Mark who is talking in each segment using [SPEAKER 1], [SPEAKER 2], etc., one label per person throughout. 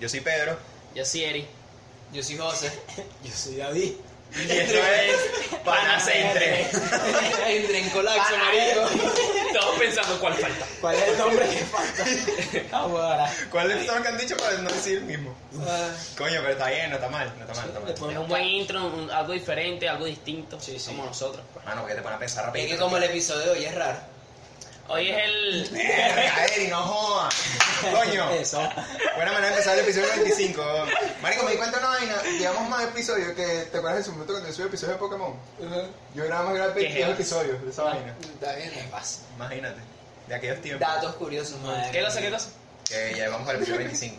[SPEAKER 1] Yo soy Pedro.
[SPEAKER 2] Yo soy Eri.
[SPEAKER 3] Yo soy José.
[SPEAKER 4] Yo soy David.
[SPEAKER 1] Y esto es Panaceitre.
[SPEAKER 3] Entre en colapso, marico.
[SPEAKER 2] Todos pensando cuál falta.
[SPEAKER 4] ¿Cuál es el nombre que falta? Ah, Ahora.
[SPEAKER 1] ¿Cuál es lo que han dicho para no decir el mismo?
[SPEAKER 4] Ah,
[SPEAKER 1] Coño, pero está bien, no está mal, no está mal, no
[SPEAKER 4] le
[SPEAKER 1] está mal.
[SPEAKER 4] ponemos
[SPEAKER 2] Un buen intro, un- algo diferente, algo distinto.
[SPEAKER 4] Sí, sí.
[SPEAKER 2] Como nosotros. pues.
[SPEAKER 1] Mano, porque te pones a pensar rápido.
[SPEAKER 3] Es que como el episodio de hoy es raro.
[SPEAKER 2] Hoy es el.
[SPEAKER 1] Verga, Eri, no joda. Coño.
[SPEAKER 4] Eso.
[SPEAKER 1] Buena manera de empezar el episodio 25. weón. Marico, me di cuenta de una vaina. Llevamos más episodios que. ¿Te acuerdas de su momento cuando yo subí el episodio de Pokémon? Yo era más grave
[SPEAKER 2] ¿Qué
[SPEAKER 1] que
[SPEAKER 2] es?
[SPEAKER 1] episodios de esa vaina.
[SPEAKER 3] Está bien, ¿qué pasa?
[SPEAKER 1] Imagínate. De aquellos tiempos.
[SPEAKER 3] Datos curiosos, madre.
[SPEAKER 2] ¿Qué cosa, qué cosa?
[SPEAKER 1] Que ya vamos al episodio 25.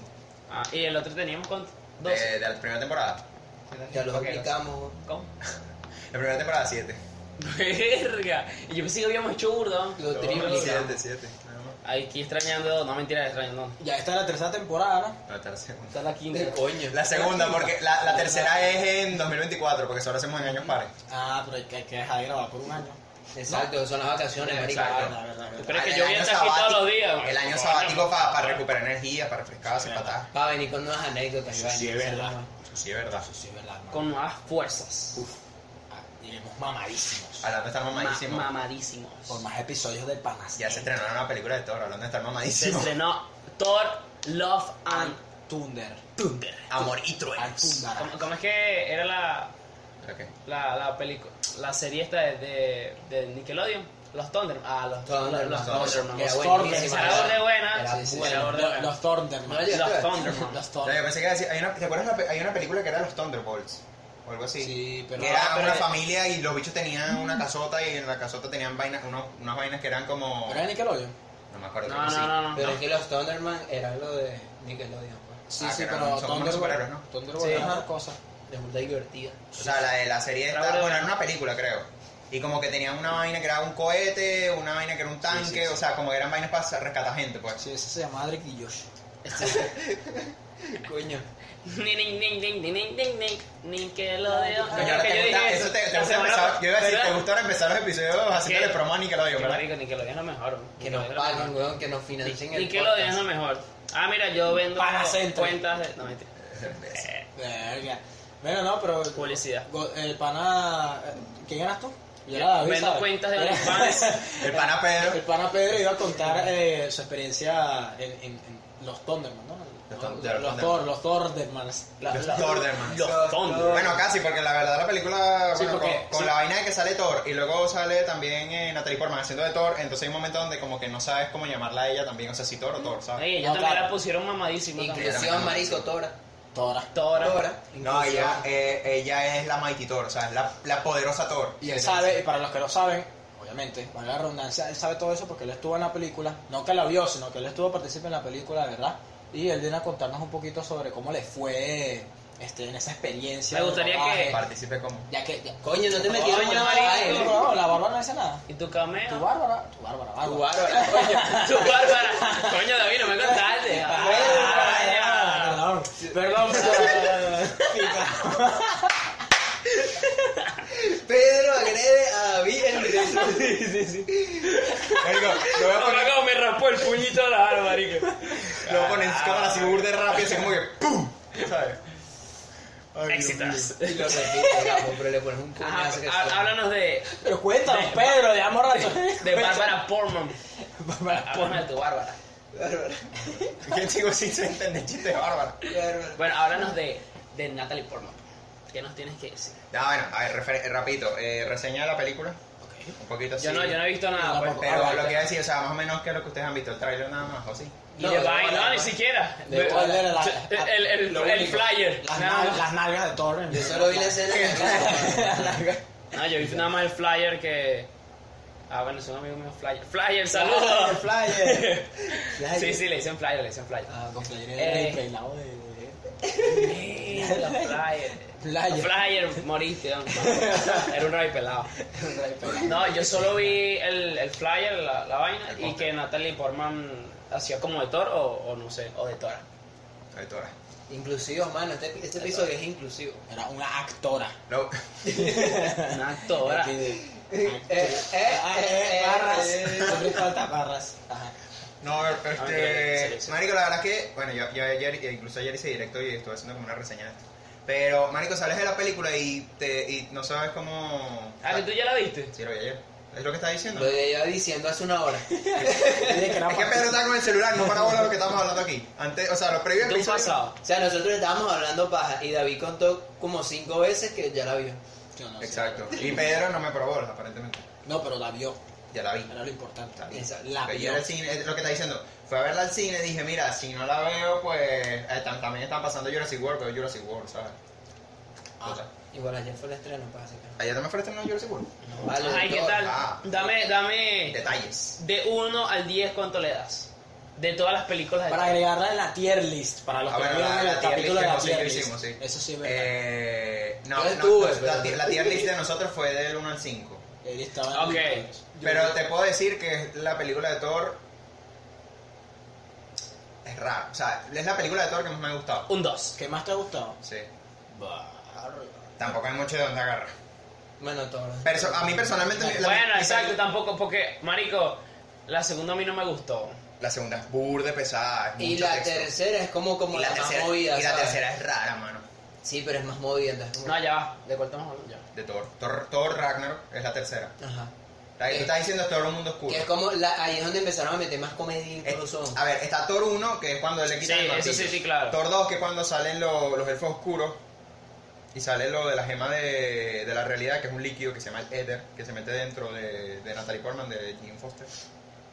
[SPEAKER 2] Ah, y el otro teníamos cuánto?
[SPEAKER 1] De,
[SPEAKER 2] 12.
[SPEAKER 1] de la primera temporada.
[SPEAKER 3] Ya los
[SPEAKER 2] ¿Para qué?
[SPEAKER 3] aplicamos.
[SPEAKER 2] ¿Cómo?
[SPEAKER 1] La primera temporada 7.
[SPEAKER 2] Verga. Y yo pensé que habíamos hecho burda.
[SPEAKER 3] Lo triplicamos.
[SPEAKER 1] 7, 7. Nada más.
[SPEAKER 2] Aquí extrañando, no mentira, extrañando.
[SPEAKER 4] Ya está la tercera temporada, ¿no?
[SPEAKER 1] No, está la segunda.
[SPEAKER 2] Está la quinta.
[SPEAKER 3] coño?
[SPEAKER 1] La segunda, porque la, la tercera es en 2024, porque solo hacemos en años pares.
[SPEAKER 4] Ah, pero hay que, hay que dejar de grabar por un año.
[SPEAKER 3] Exacto, son las vacaciones, marico.
[SPEAKER 1] Exacto.
[SPEAKER 4] La verdad,
[SPEAKER 2] ¿Tú
[SPEAKER 4] verdad.
[SPEAKER 1] Ah,
[SPEAKER 2] crees que
[SPEAKER 1] el
[SPEAKER 2] yo voy a
[SPEAKER 1] año
[SPEAKER 2] estar aquí todos
[SPEAKER 1] sabático-
[SPEAKER 2] los días?
[SPEAKER 1] El año
[SPEAKER 2] Coño,
[SPEAKER 1] sabático para recuperar energía, para refrescarse, para tal.
[SPEAKER 3] Para venir con nuevas anécdotas,
[SPEAKER 4] Eso
[SPEAKER 3] Iván.
[SPEAKER 4] sí es verdad.
[SPEAKER 1] Eso sí es verdad.
[SPEAKER 4] Eso sí es verdad, man.
[SPEAKER 2] Con nuevas fuerzas.
[SPEAKER 4] Ah, Iremos mamadísimos.
[SPEAKER 1] Hablando de estar mamadísimo.
[SPEAKER 2] Ma- mamadísimos.
[SPEAKER 4] Por más episodios del Panacea.
[SPEAKER 1] ya se estrenó una película de Thor, hablando de estar
[SPEAKER 2] Se
[SPEAKER 1] mamadísimo.
[SPEAKER 2] estrenó Thor, Love and
[SPEAKER 3] Ah.
[SPEAKER 4] Al Thunder.
[SPEAKER 2] Thunder.
[SPEAKER 1] Amor y
[SPEAKER 4] Al
[SPEAKER 1] truenos.
[SPEAKER 4] Thunder.
[SPEAKER 2] ¿Cómo, cómo es que era la, Ah.
[SPEAKER 1] ¿Pero qué?
[SPEAKER 2] la, la película, la serie esta de, de, de Nickelodeon? Los Thunder. Ah, los
[SPEAKER 3] Thunder,
[SPEAKER 2] los,
[SPEAKER 3] los
[SPEAKER 2] Thunderman.
[SPEAKER 3] Era
[SPEAKER 4] Los
[SPEAKER 3] buenísima.
[SPEAKER 4] Thunderman.
[SPEAKER 2] Era de buena.
[SPEAKER 3] Era
[SPEAKER 2] Sí, sí,
[SPEAKER 3] buena.
[SPEAKER 2] era burda
[SPEAKER 4] Lo-
[SPEAKER 2] buena.
[SPEAKER 4] Los Thunder,
[SPEAKER 3] No, ya-
[SPEAKER 4] man.
[SPEAKER 2] Los Thunderman.
[SPEAKER 4] Los
[SPEAKER 1] O sea, yo
[SPEAKER 4] Thunder.
[SPEAKER 1] pensé que iba a decir, hay una, ¿te acuerdas? la pe- hay una película que era Los Thunderbolts. O algo así.
[SPEAKER 4] Sí, pero.
[SPEAKER 1] que era
[SPEAKER 4] ah, pero-
[SPEAKER 1] una familia y los bichos tenían una casota y en la casota tenían vainas, unos- unas vainas que eran como...
[SPEAKER 4] ¿Pero era Nickelodeon?
[SPEAKER 1] No me acuerdo.
[SPEAKER 2] No,
[SPEAKER 1] creo que sí.
[SPEAKER 2] no, no, no.
[SPEAKER 3] Pero es que los Thunderman eran lo de Nickelodeon, pues.
[SPEAKER 4] Sí,
[SPEAKER 1] Ah,
[SPEAKER 4] sí,
[SPEAKER 1] que eran-
[SPEAKER 4] pero
[SPEAKER 1] son como los superhéroes, ¿no?
[SPEAKER 4] Thunderbolt. Thunderbolt
[SPEAKER 2] Sí.
[SPEAKER 4] es una cosa.
[SPEAKER 3] Es muy divertida.
[SPEAKER 1] O sea, la de la serie
[SPEAKER 2] Era
[SPEAKER 1] esta,
[SPEAKER 2] una-
[SPEAKER 1] bueno, era una película, creo. Y como que tenían una vaina que era un cohete, una vaina que era un tanque, o sea, como que eran vainas para rescatar gente, pues.
[SPEAKER 4] Sí, ese se llama Drake y Josh.
[SPEAKER 3] Coño.
[SPEAKER 2] Ni, ni, ni, ni, ni, ni, ni, ni, Nickelodeon.
[SPEAKER 4] Coño,
[SPEAKER 2] Yo
[SPEAKER 1] Coño,
[SPEAKER 2] creo
[SPEAKER 1] ¿te
[SPEAKER 2] que yo
[SPEAKER 1] gusta-
[SPEAKER 2] dije
[SPEAKER 1] eso te, te
[SPEAKER 2] la
[SPEAKER 1] gusta
[SPEAKER 2] semana
[SPEAKER 1] empezar, yo iba a decir,
[SPEAKER 2] ¿verdad?
[SPEAKER 1] te gustaron empezar los episodios haciéndole
[SPEAKER 2] ¿Qué?
[SPEAKER 1] promo a Nickelodeon,
[SPEAKER 2] Qué
[SPEAKER 1] ¿verdad?
[SPEAKER 2] marico, Nickelodeon es lo mejor. ¿no?
[SPEAKER 3] Que nos
[SPEAKER 2] Nickelodeon es lo
[SPEAKER 3] paguen,
[SPEAKER 2] mejor.
[SPEAKER 3] weón, que nos financien el
[SPEAKER 2] Nickelodeon es lo
[SPEAKER 3] podcast.
[SPEAKER 2] mejor. Ah, mira, yo vendo
[SPEAKER 4] Para Centro.
[SPEAKER 2] cuentas de... No, mentira.
[SPEAKER 1] Eh,
[SPEAKER 4] Verga. Bueno, no, pero.
[SPEAKER 2] Publicidad.
[SPEAKER 4] Go- El pana. eh, ¿Quién eras tú? Yo
[SPEAKER 2] Yo vendo cuentas de OnlyFans.
[SPEAKER 1] El pana
[SPEAKER 4] El
[SPEAKER 1] Pedro.
[SPEAKER 4] pana Pedro iba a contar eh, su experiencia en, en- en los Thunderman, ¿no?
[SPEAKER 1] Los
[SPEAKER 4] No,
[SPEAKER 1] Thunder-
[SPEAKER 4] los
[SPEAKER 1] Thunderman.
[SPEAKER 4] Thor, los Thundermans. La-
[SPEAKER 1] Los
[SPEAKER 4] la-
[SPEAKER 1] Thunderman.
[SPEAKER 2] Los Thunder.
[SPEAKER 1] Bueno, casi, porque la verdad la película,
[SPEAKER 4] Sí,
[SPEAKER 1] bueno,
[SPEAKER 4] porque-
[SPEAKER 1] con, con
[SPEAKER 4] sí.
[SPEAKER 1] la vaina de que sale Thor y luego sale también eh, Natalie Portman haciendo de Thor, entonces hay un momento donde como que no sabes cómo llamarla a ella también, o sea, si Thor o Thor, ¿sabes?
[SPEAKER 2] Oye, ellos
[SPEAKER 4] No,
[SPEAKER 2] también
[SPEAKER 4] claro.
[SPEAKER 2] la pusieron mamadísima también.
[SPEAKER 3] Inclusión, marico, Tora.
[SPEAKER 4] Tora.
[SPEAKER 2] Tora.
[SPEAKER 3] Tora.
[SPEAKER 1] No,
[SPEAKER 4] Inclusión.
[SPEAKER 1] ella, eh, ella es la Mighty Thor, o sea, es la, la poderosa Thor.
[SPEAKER 4] Y él sabe, y para los que lo saben, obviamente, valga la redundancia, él sabe todo eso porque él estuvo en la película, no que la vio, sino que él estuvo partícipe en la película, ¿verdad? Y él viene a contarnos un poquito sobre cómo le fue este, en esa experiencia.
[SPEAKER 2] Me
[SPEAKER 4] del
[SPEAKER 2] gustaría que-
[SPEAKER 4] rodaje.
[SPEAKER 1] Participe como...
[SPEAKER 4] Ya que... ya-
[SPEAKER 3] Coño, no te metí
[SPEAKER 2] Coño,
[SPEAKER 3] en la eh.
[SPEAKER 2] marico.
[SPEAKER 4] No, eh, no, no, la Bárbara no dice nada.
[SPEAKER 2] ¿Y tu
[SPEAKER 4] Tu
[SPEAKER 2] cameo?
[SPEAKER 4] Bárbara, tu Bárbara, Bárbara.
[SPEAKER 3] Tu bárbara, coño.
[SPEAKER 2] Tu bárbara. Coño, David, no me contaste. Ah, ya.
[SPEAKER 4] Ah, Perdón, perdón. Pica.
[SPEAKER 3] Pedro agrede a David en directo.
[SPEAKER 1] Marico, lo voy a
[SPEAKER 2] No,
[SPEAKER 1] poner,
[SPEAKER 2] me- como me raspó el puñito a la barba, marico.
[SPEAKER 1] lo voy a poner en cámara así burde rápido, así como que ¡pum! ¿Sabes? Ay, Dios mío.
[SPEAKER 2] Éxitos.
[SPEAKER 3] Y lo repite, capo, pero le pones un
[SPEAKER 2] Ajá, ah,
[SPEAKER 3] puñazo que
[SPEAKER 2] há-
[SPEAKER 3] suena.
[SPEAKER 2] háblanos de,
[SPEAKER 4] Pero cuéntanos,
[SPEAKER 2] De-
[SPEAKER 4] Pedro, ya rato.
[SPEAKER 2] de Bárbara Portman.
[SPEAKER 4] Bárbara.
[SPEAKER 2] Háblanos de tu Bárbara.
[SPEAKER 3] Bárbara.
[SPEAKER 1] Que digo sin se entender chiste bárbaro.
[SPEAKER 3] Bárbara.
[SPEAKER 2] Bueno, háblanos de, de Natalie Portman. ¿Qué nos tienes que decir?
[SPEAKER 1] No, Ah, bueno, a ver, refer- rapidito, eh, reseña de la película, un poquito así.
[SPEAKER 2] Yo, no, yo no he visto nada.
[SPEAKER 4] Yo
[SPEAKER 2] pues.
[SPEAKER 4] tampoco.
[SPEAKER 1] Pero
[SPEAKER 4] Ah,
[SPEAKER 1] lo
[SPEAKER 4] vale.
[SPEAKER 1] que iba a decir, o sea, más o menos que lo que ustedes han visto, el trailer nada más, o sí.
[SPEAKER 2] Y
[SPEAKER 3] No,
[SPEAKER 2] de
[SPEAKER 3] de
[SPEAKER 2] vaina,
[SPEAKER 3] bola,
[SPEAKER 2] no,
[SPEAKER 3] de
[SPEAKER 2] ni
[SPEAKER 3] bola.
[SPEAKER 2] siquiera.
[SPEAKER 3] De
[SPEAKER 2] Ve-
[SPEAKER 4] bola, la-
[SPEAKER 2] el, el, el,
[SPEAKER 3] lo
[SPEAKER 2] el
[SPEAKER 3] único.
[SPEAKER 2] flyer.
[SPEAKER 4] Las,
[SPEAKER 2] nada
[SPEAKER 4] nal-
[SPEAKER 2] más.
[SPEAKER 4] las nalgas de Torren.
[SPEAKER 3] Yo solo vi la escena de la casa.
[SPEAKER 2] No, yo vi nada más el flyer que. Ah, bueno, es un amigo mío, Flyer. Flyer, saludos.
[SPEAKER 4] Flyer.
[SPEAKER 2] Sí, sí, le dicen Flyer, le dicen Flyer.
[SPEAKER 4] Ah, con Flyer
[SPEAKER 2] Eh.
[SPEAKER 4] el peinado de. de-
[SPEAKER 2] Mierda, Flyer.
[SPEAKER 4] Flyer.
[SPEAKER 2] Flyer, moriste. don. Era un rey pelado. No, yo solo vi el, el flyer, la, la vaina,
[SPEAKER 1] El
[SPEAKER 2] y
[SPEAKER 1] póster.
[SPEAKER 2] que Natalie Portman hacía como de Thor o, o no sé, o de Tora.
[SPEAKER 1] Ay, Tora.
[SPEAKER 3] Inclusivo, mano. Este, este episodio es inclusivo.
[SPEAKER 4] Era una actora.
[SPEAKER 1] Lo-
[SPEAKER 2] Una actora.
[SPEAKER 4] Aquí de-
[SPEAKER 3] Eh, eh,
[SPEAKER 4] Ah, eh,
[SPEAKER 3] eh,
[SPEAKER 4] barras.
[SPEAKER 3] eh.
[SPEAKER 4] Siempre falta barras. Ajá.
[SPEAKER 1] No,
[SPEAKER 2] increíble,
[SPEAKER 1] este.
[SPEAKER 2] sí, sí.
[SPEAKER 1] Marico, la verdad es que. Bueno, yo, yo ayer, e incluso ayer hice directo y estuve haciendo como una reseña de esto. Pero, Marico, sales de la película y, te, y no sabes cómo.
[SPEAKER 2] Ah, que tú ya la viste.
[SPEAKER 1] Sí, lo vi ayer. Es lo que está diciendo.
[SPEAKER 3] Lo
[SPEAKER 1] Es
[SPEAKER 3] de ella diciendo hace una hora.
[SPEAKER 4] Dije que era
[SPEAKER 1] que Pedro está con el celular, no para bola lo que estamos hablando aquí. Antes, o sea, lo previo
[SPEAKER 2] De un pasado.
[SPEAKER 3] O sea, nosotros estábamos hablando paja y David contó como cinco veces que ya la vio.
[SPEAKER 4] Yo no sé.
[SPEAKER 1] Exacto. Y Pedro no me probó bolas, aparentemente.
[SPEAKER 4] No, pero la vio.
[SPEAKER 1] Ya la vi.
[SPEAKER 4] Era lo importante.
[SPEAKER 1] La vi.
[SPEAKER 3] Esa-
[SPEAKER 4] la
[SPEAKER 1] Pero
[SPEAKER 4] vio.
[SPEAKER 1] yo era el cine, es lo que está diciendo. Fue a verla al cine y dije, mira, si no la veo, pues. eh, tam- también están pasando Jurassic World, pero Jurassic World, ¿sabes?
[SPEAKER 4] Ah.
[SPEAKER 1] Total.
[SPEAKER 3] Igual ayer fue el estreno, paja, así que
[SPEAKER 1] Ayer también fue el estreno de Jurassic World.
[SPEAKER 3] no vale.
[SPEAKER 2] Ay, ¿qué
[SPEAKER 3] todo.
[SPEAKER 1] Ah.
[SPEAKER 2] tal? Dame, dame.
[SPEAKER 1] Detalles.
[SPEAKER 2] De 1 al 10, ¿cuánto le das? De todas las películas de
[SPEAKER 4] Para agregarla en la tier list, para los
[SPEAKER 1] Ah,
[SPEAKER 4] que
[SPEAKER 1] bueno,
[SPEAKER 4] vieron
[SPEAKER 1] la-
[SPEAKER 4] el
[SPEAKER 1] la tier
[SPEAKER 4] capítulo
[SPEAKER 1] list
[SPEAKER 4] de la
[SPEAKER 1] que
[SPEAKER 4] tier
[SPEAKER 1] nosotros
[SPEAKER 4] list.
[SPEAKER 1] hicimos, sí.
[SPEAKER 4] Eso sí es verdad.
[SPEAKER 1] Eh, no,
[SPEAKER 3] Yo
[SPEAKER 1] no,
[SPEAKER 3] estuve,
[SPEAKER 1] no, la,
[SPEAKER 3] pero-
[SPEAKER 1] la tier list de nosotros fue del 1 al 5.
[SPEAKER 4] Él estaba en
[SPEAKER 2] Ok.
[SPEAKER 4] el-
[SPEAKER 1] Pero te puedo decir que es la película de Thor es raro. O sea, es la película de Thor que más me ha gustado.
[SPEAKER 2] Un 2.
[SPEAKER 4] ¿Qué más te ha gustado?
[SPEAKER 1] Sí. Tampoco hay mucho de dónde agarrar.
[SPEAKER 3] Bueno, todo.
[SPEAKER 1] Perso- a mí personalmente... mi- la-
[SPEAKER 2] Bueno,
[SPEAKER 1] mi
[SPEAKER 2] exacto,
[SPEAKER 1] peli-
[SPEAKER 2] tampoco, porque, Marico, la segunda a mí no me gustó.
[SPEAKER 1] La segunda es burda, pesada. es
[SPEAKER 3] Y
[SPEAKER 1] mucho
[SPEAKER 3] la
[SPEAKER 1] texto.
[SPEAKER 3] tercera es como, como
[SPEAKER 1] y la,
[SPEAKER 3] la,
[SPEAKER 1] tercera,
[SPEAKER 3] más movida.
[SPEAKER 1] y la
[SPEAKER 3] ¿sabes?
[SPEAKER 1] tercera es rara, mano.
[SPEAKER 3] Sí, pero es más movida. entonces, como-
[SPEAKER 2] No, ya va. ¿De cuál estamos hablando? Ya.
[SPEAKER 1] De Thor. Thor, Thor Ragnarok es la tercera.
[SPEAKER 3] Ajá.
[SPEAKER 1] La que tú
[SPEAKER 3] Eh,
[SPEAKER 1] estás diciendo es Thor un mundo oscuro.
[SPEAKER 3] Que es como la, ahí es donde empezaron a meter más comedia
[SPEAKER 1] Eh,
[SPEAKER 3] incluso.
[SPEAKER 1] A ver, está Thor 1, que es cuando le quitan el
[SPEAKER 2] Sí, eso
[SPEAKER 1] martillo.
[SPEAKER 2] sí, sí, claro.
[SPEAKER 1] Thor 2, que es cuando salen lo- los elfos oscuros. Y sale lo de la gema de, de la realidad, que es un líquido que se llama el éter, que se mete dentro de, de Natalie Portman, de Jim Foster.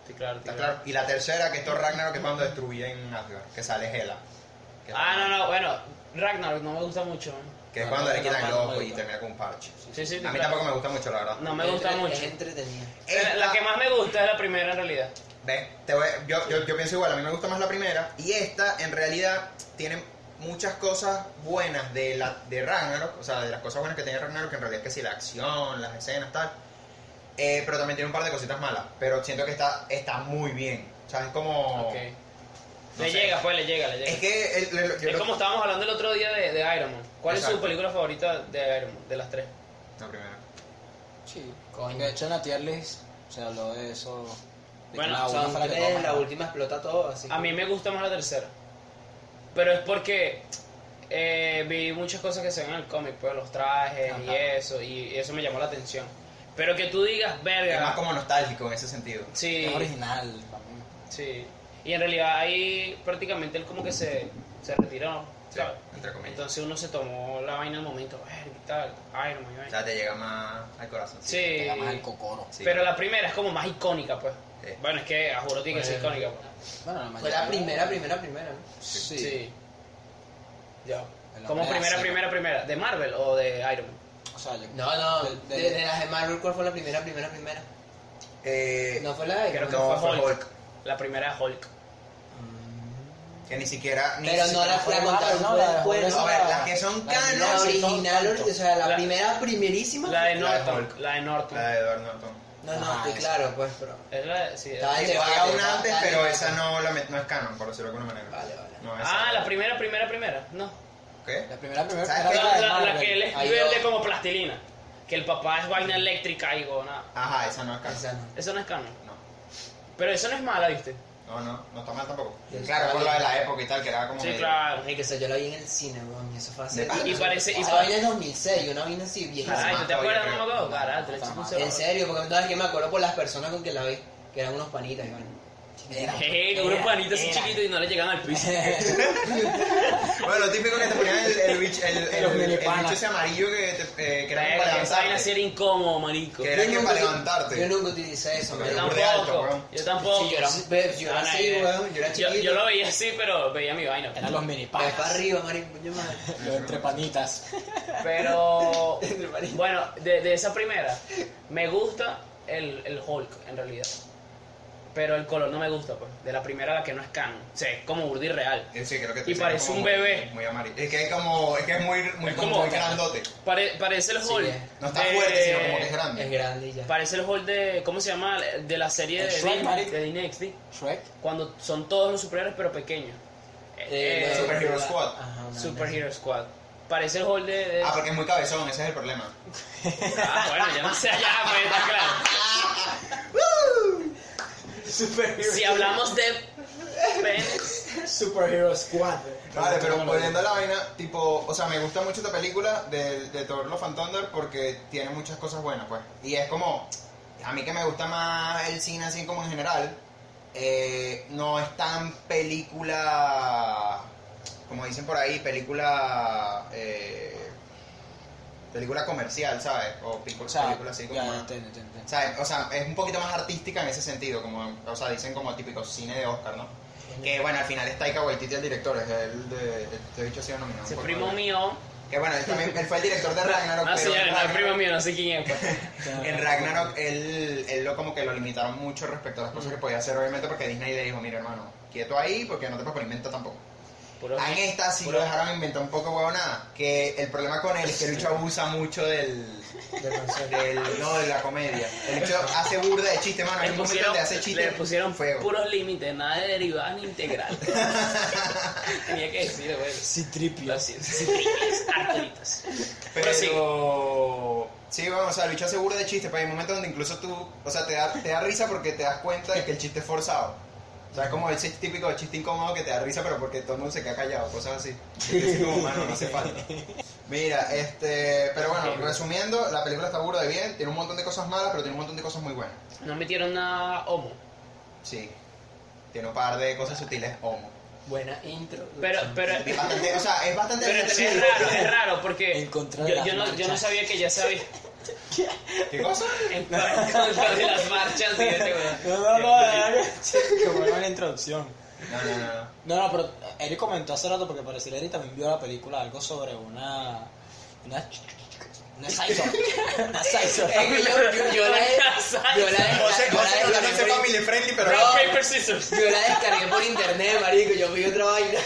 [SPEAKER 2] Sí, claro,
[SPEAKER 1] ¿Está claro? Y la tercera, que es Thor Ragnarok, que es cuando destruyen Asgard, que sale Hela. Que es-
[SPEAKER 2] Ah, no, no, bueno, Ragnarok no me gusta mucho.
[SPEAKER 1] Que es
[SPEAKER 4] No,
[SPEAKER 1] cuando
[SPEAKER 4] no,
[SPEAKER 1] le quitan
[SPEAKER 4] no,
[SPEAKER 1] el
[SPEAKER 4] no,
[SPEAKER 1] ojo
[SPEAKER 4] no,
[SPEAKER 1] y
[SPEAKER 4] no.
[SPEAKER 1] termina con un parche.
[SPEAKER 2] Sí, sí,
[SPEAKER 1] A mí
[SPEAKER 2] claro.
[SPEAKER 1] tampoco me gusta mucho, la verdad.
[SPEAKER 2] No me
[SPEAKER 3] Es
[SPEAKER 2] gusta
[SPEAKER 3] entre-
[SPEAKER 2] mucho.
[SPEAKER 3] Es entretenida.
[SPEAKER 2] La-
[SPEAKER 1] Esta-
[SPEAKER 2] Eh, La que más me gusta es la primera en realidad.
[SPEAKER 1] ¿Ves? Te voy- yo, yo, yo pienso igual, a mí me gusta más la primera. Y esta, en realidad, tiene muchas cosas buenas de, la, de Ragnarok, o sea, de las cosas buenas que tiene Ragnarok, que en realidad es que sí, la acción, las escenas, tal. Eh, pero también tiene un par de cositas malas. Pero siento que está, está muy bien. O sea, es como.
[SPEAKER 2] Ok.
[SPEAKER 1] No
[SPEAKER 2] le
[SPEAKER 1] sé.
[SPEAKER 2] llega, pues, le llega, le llega.
[SPEAKER 1] Es
[SPEAKER 2] Es,
[SPEAKER 1] que. el- el- yo lo-
[SPEAKER 2] como estábamos hablando el otro día de, de Iron Man. ¿Cuál es
[SPEAKER 1] Exacto.
[SPEAKER 2] su película favorita de Iron Man, de las tres?
[SPEAKER 1] No, primero.
[SPEAKER 4] Sí.
[SPEAKER 3] Coño.
[SPEAKER 4] De hecho, en la tier list se habló de eso. de
[SPEAKER 2] Bueno,
[SPEAKER 4] que la una
[SPEAKER 3] Son
[SPEAKER 4] fue la que
[SPEAKER 3] tres,
[SPEAKER 4] todos
[SPEAKER 3] la
[SPEAKER 4] más-
[SPEAKER 3] última explota todo, así.
[SPEAKER 2] A mí me gusta más la tercera. Pero es porque eh, vi muchas cosas que se ven en el cómic, pues los trajes y
[SPEAKER 4] Ajá.
[SPEAKER 2] eso, y eso me llamó la atención. Pero que tú digas,
[SPEAKER 1] Es más
[SPEAKER 2] verga.
[SPEAKER 1] como nostálgico en ese sentido.
[SPEAKER 2] Sí,
[SPEAKER 4] Es original también.
[SPEAKER 2] sí. Y en realidad ahí prácticamente él como que se, se retiró,
[SPEAKER 1] Sí,
[SPEAKER 2] ¿sabes?
[SPEAKER 1] entre comillas.
[SPEAKER 2] Entonces uno se tomó la vaina al momento, verga y tal, Iron Man, y vaina.
[SPEAKER 1] O sea, te llega más al corazón.
[SPEAKER 2] Sí,
[SPEAKER 4] Te da más el cocoro.
[SPEAKER 1] Sí.
[SPEAKER 2] pero la primera es como más icónica, pues.
[SPEAKER 1] Sí.
[SPEAKER 2] Bueno, es que a juro tiene que ser
[SPEAKER 3] Bueno.
[SPEAKER 2] icónica, pues.
[SPEAKER 4] Bueno, la
[SPEAKER 3] Fue
[SPEAKER 4] mayoría-
[SPEAKER 3] la primera, primera, primera. ¿no?
[SPEAKER 4] Sí.
[SPEAKER 2] Ya.
[SPEAKER 4] La
[SPEAKER 2] Como
[SPEAKER 4] primera,
[SPEAKER 2] primera,
[SPEAKER 4] sí.
[SPEAKER 2] primera, primera. ¿De Marvel o de Iron Man?
[SPEAKER 4] O sea, yo.
[SPEAKER 3] No, no,
[SPEAKER 4] Del-
[SPEAKER 3] de,
[SPEAKER 4] del-
[SPEAKER 3] de las de Marvel, ¿cuál fue la primera, primera, primera?
[SPEAKER 1] Eh,
[SPEAKER 3] No fue la de
[SPEAKER 2] Creo
[SPEAKER 3] Iron
[SPEAKER 2] que
[SPEAKER 3] Man.
[SPEAKER 1] no,
[SPEAKER 2] fue
[SPEAKER 1] fue
[SPEAKER 2] Hulk.
[SPEAKER 1] Hulk.
[SPEAKER 2] La primera es Hulk.
[SPEAKER 1] Que ni siquiera. Ni
[SPEAKER 3] Pero no
[SPEAKER 1] siquiera
[SPEAKER 3] la
[SPEAKER 1] fue-
[SPEAKER 3] fue contaron
[SPEAKER 4] no,
[SPEAKER 3] fue
[SPEAKER 4] la de
[SPEAKER 3] después,
[SPEAKER 4] Hulk
[SPEAKER 3] ¿no?
[SPEAKER 1] Pues, A
[SPEAKER 4] no
[SPEAKER 1] ver, las que son
[SPEAKER 4] la de
[SPEAKER 1] canon.
[SPEAKER 3] La
[SPEAKER 4] no, sí,
[SPEAKER 3] original,
[SPEAKER 4] tonto.
[SPEAKER 3] o sea, la,
[SPEAKER 2] La-
[SPEAKER 3] primera, primerísima.
[SPEAKER 2] La de
[SPEAKER 1] La de
[SPEAKER 2] Norton.
[SPEAKER 1] Hulk.
[SPEAKER 2] La de Norton.
[SPEAKER 1] La de Edward Norton.
[SPEAKER 3] No, no,
[SPEAKER 4] Ah,
[SPEAKER 3] estoy
[SPEAKER 4] esa.
[SPEAKER 3] claro, pues, pero...
[SPEAKER 2] Es la de- sí, es-
[SPEAKER 3] Está- Ahí
[SPEAKER 1] Sí,
[SPEAKER 3] te
[SPEAKER 1] había
[SPEAKER 3] Ah, vale,
[SPEAKER 1] una
[SPEAKER 3] vale,
[SPEAKER 1] antes,
[SPEAKER 3] vale,
[SPEAKER 1] pero
[SPEAKER 3] vale.
[SPEAKER 1] esa no, la met- no es canon, por decirlo de alguna manera.
[SPEAKER 3] Vale, vale.
[SPEAKER 1] No, esa-
[SPEAKER 2] Ah, la primera, primera, primera. No.
[SPEAKER 1] ¿Qué?
[SPEAKER 4] La primera, primera.
[SPEAKER 1] ¿Sabes
[SPEAKER 4] era
[SPEAKER 1] qué?
[SPEAKER 2] La,
[SPEAKER 4] la de
[SPEAKER 2] la- la
[SPEAKER 4] Marvel.
[SPEAKER 2] que él es
[SPEAKER 4] Ahí
[SPEAKER 2] verde
[SPEAKER 4] va.
[SPEAKER 2] como plastilina. Que el papá es vaina eléctrica y go, nada.
[SPEAKER 1] Ajá, esa no es canon.
[SPEAKER 3] Esa no.
[SPEAKER 2] Eso no es canon.
[SPEAKER 1] No.
[SPEAKER 2] Pero eso no es mala, ¿viste?
[SPEAKER 1] No, no, no está mal tampoco.
[SPEAKER 3] Sí,
[SPEAKER 1] Claro,
[SPEAKER 3] está
[SPEAKER 1] por lo de
[SPEAKER 3] bien.
[SPEAKER 1] la época y tal, que era como.
[SPEAKER 2] Sí,
[SPEAKER 1] medio-
[SPEAKER 2] claro.
[SPEAKER 3] Ay, eh, que sé, yo la vi en el cine, weón, y eso fue hace...
[SPEAKER 1] De pana.
[SPEAKER 2] Y parece- y
[SPEAKER 3] Esa
[SPEAKER 2] pa-
[SPEAKER 3] vaina en 2006, una vaina así
[SPEAKER 1] Caray,
[SPEAKER 2] Ay,
[SPEAKER 3] viejísima.
[SPEAKER 2] ¿no te
[SPEAKER 1] Ah,
[SPEAKER 2] acuerdas?
[SPEAKER 1] oye,
[SPEAKER 2] No me acuerdo. Carajo, le
[SPEAKER 4] Está
[SPEAKER 2] chico
[SPEAKER 4] mal.
[SPEAKER 2] se
[SPEAKER 3] En serio, porque entonces que me acuerdo por las personas con que la vi, que eran unos panitas, y bueno.
[SPEAKER 4] Era.
[SPEAKER 2] Jeje, con unos
[SPEAKER 4] Era,
[SPEAKER 2] panitos así
[SPEAKER 4] era.
[SPEAKER 2] chiquitos y no le llegan al piso.
[SPEAKER 1] Bueno, lo típico que te ponían el, el, bicho- el, el,
[SPEAKER 4] Los
[SPEAKER 1] el,
[SPEAKER 4] minipanas.
[SPEAKER 1] bicho ese amarillo que, te, eh, que era como para
[SPEAKER 2] Verga, Esa vaina sí
[SPEAKER 1] levantarte.
[SPEAKER 2] era incómodo, marico.
[SPEAKER 1] Que era
[SPEAKER 3] Yo
[SPEAKER 1] que
[SPEAKER 3] nunca
[SPEAKER 1] para
[SPEAKER 3] util-
[SPEAKER 1] levantarte.
[SPEAKER 3] Yo nunca utilicé
[SPEAKER 1] Yo
[SPEAKER 3] eso,
[SPEAKER 2] Yo
[SPEAKER 3] marico.
[SPEAKER 1] burda de alto,
[SPEAKER 2] tampoco.
[SPEAKER 1] weón.
[SPEAKER 2] Yo tampoco.
[SPEAKER 3] Sí, yo era- ve- yo era
[SPEAKER 2] Ah, nah,
[SPEAKER 3] así,
[SPEAKER 2] eh.
[SPEAKER 3] weón, yo era chiquito.
[SPEAKER 2] Yo lo veía así, pero veía mi vaina.
[SPEAKER 4] Eran los mini
[SPEAKER 3] Ves para
[SPEAKER 4] panas.
[SPEAKER 3] arriba, marico, coño madre.
[SPEAKER 4] Los entre panitas.
[SPEAKER 2] Pero
[SPEAKER 3] Entre paréntesis.
[SPEAKER 2] bueno, de, de esa primera, me gusta el, el Hulk en realidad. Pero el color no me gusta, pues. De la primera, la que no es canon. O sea, es como burda y real.
[SPEAKER 1] Eh, Sí, creo que
[SPEAKER 2] Y parece
[SPEAKER 1] como
[SPEAKER 2] un
[SPEAKER 1] muy-
[SPEAKER 2] bebé.
[SPEAKER 1] Muy amarillo. Es que es como. Es que es muy, muy,
[SPEAKER 2] Es
[SPEAKER 1] como
[SPEAKER 2] como-
[SPEAKER 1] muy grandote.
[SPEAKER 2] Pare- parece el
[SPEAKER 3] Sí,
[SPEAKER 2] Hulk.
[SPEAKER 3] eh.
[SPEAKER 1] No está
[SPEAKER 2] de-
[SPEAKER 1] fuerte, sino como que es grande.
[SPEAKER 3] Es grande y ya.
[SPEAKER 2] Parece el Hulk de. ¿Cómo se llama? De la serie
[SPEAKER 4] El
[SPEAKER 2] de,
[SPEAKER 4] Shrek,
[SPEAKER 2] Disney,
[SPEAKER 4] marico.
[SPEAKER 2] de Disney XD.
[SPEAKER 4] Shrek.
[SPEAKER 2] Cuando son todos los superhéroes, pero pequeños.
[SPEAKER 3] Eh,
[SPEAKER 2] Eh,
[SPEAKER 3] lo-
[SPEAKER 1] Superhero
[SPEAKER 3] lo-
[SPEAKER 1] Squad.
[SPEAKER 3] Ajá, una-
[SPEAKER 2] Superhero Squad. Parece el Hulk de. de-
[SPEAKER 1] Ah, porque es muy cabezón, ese es el problema.
[SPEAKER 2] Ah, bueno, ya no sé, ya, pues, está claro.
[SPEAKER 4] Superhero,
[SPEAKER 2] Si hablamos de Ben,
[SPEAKER 4] Superhero Squad.
[SPEAKER 1] Vale, pero volviendo a la vaina, tipo, o sea, me gusta mucho esta película de, de Thor Love and Thunder porque tiene muchas cosas buenas, pues. Y es como, a mí que me gusta más el cine así como en general, eh, no es tan película, como dicen por ahí, película, eh, película comercial, ¿sabes? O pico-
[SPEAKER 4] O sea,
[SPEAKER 1] película así como...
[SPEAKER 4] ya,
[SPEAKER 1] más-
[SPEAKER 4] entiendo, entiendo, entiendo.
[SPEAKER 1] ¿sabes? O sea, es un poquito más artística en ese sentido, como, o sea, dicen como típico cine de Oscar, ¿no? Que bueno, al final es Taika Waititi el director, es el de. Este bicho ha sido nominado.
[SPEAKER 2] ese
[SPEAKER 1] por-
[SPEAKER 2] primo mío.
[SPEAKER 1] Que bueno, él también él fue el director de Ragnarok.
[SPEAKER 2] No,
[SPEAKER 1] pero en
[SPEAKER 2] señores, no es
[SPEAKER 1] Ragnarok-
[SPEAKER 2] primo mío, no sé quién es. pues.
[SPEAKER 1] En Ragnarok él, él lo como que lo limitaron mucho respecto a las cosas que podía hacer, obviamente, porque Disney le dijo, mira hermano, quieto ahí porque no te puedes poner inventa tampoco. Ah,
[SPEAKER 2] Puro-
[SPEAKER 1] En esta sí lo dejaron inventar un poco huevonada, que el problema con él es que el bicho abusa mucho del, del- no, de la comedia. El bicho hace burda de chiste, mano. Hay
[SPEAKER 2] Le
[SPEAKER 1] un momento
[SPEAKER 2] pusieron,
[SPEAKER 1] donde hace chiste
[SPEAKER 2] le pusieron
[SPEAKER 1] fuego.
[SPEAKER 2] puros límites, nada de derivadas ni integrales. Tenía que decirlo, güey.
[SPEAKER 4] Sí, tripio.
[SPEAKER 2] Lo siento. Citriles, artritis.
[SPEAKER 1] Pero,
[SPEAKER 2] Pero sí.
[SPEAKER 1] sí, vamos, o sea, el bicho hace burda de chiste, pero hay momentos donde incluso tú, o sea, te da, te da risa porque te das cuenta de que el chiste es forzado. O sea, es como ese típico chiste incómodo que te da risa, pero porque todo el mundo se queda callado, cosas así. Y tú así como, "Mano, no hace falta. Mira, este, pero bueno,
[SPEAKER 2] Ok.
[SPEAKER 1] resumiendo, la película está burda de bien, tiene un montón de cosas malas, pero tiene un montón de cosas muy buenas.
[SPEAKER 2] No metieron nada homo.
[SPEAKER 1] Sí. Tiene un par de cosas sutiles, homo.
[SPEAKER 3] Buena intro.
[SPEAKER 2] Pero, pero,
[SPEAKER 1] Es bastante- o sea, es bastante
[SPEAKER 2] pero es, es raro, es raro porque
[SPEAKER 4] Encontrar
[SPEAKER 2] yo,
[SPEAKER 4] las
[SPEAKER 2] yo no, yo no
[SPEAKER 4] marchas.
[SPEAKER 2] sabía que ya sabía
[SPEAKER 1] ¿Qué cosa?
[SPEAKER 2] en de las marchas y de este güey.
[SPEAKER 4] No, no, no, no, Qué buena la introducción.
[SPEAKER 1] No, no, no, no.
[SPEAKER 4] No, no, pero Eric comentó hace rato porque parece que Eric también vio la película algo sobre una. Una. ch- Una Saizo. Una Saizo.
[SPEAKER 3] Eh, güey, yo, yo, yo la he- yo la he-
[SPEAKER 1] José,
[SPEAKER 3] yo la
[SPEAKER 1] José,
[SPEAKER 3] he-
[SPEAKER 1] no no es family friendly, pero...
[SPEAKER 2] Rock, paper, scissors.
[SPEAKER 3] yo la descargué por internet, marico. Yo fui otra vaina.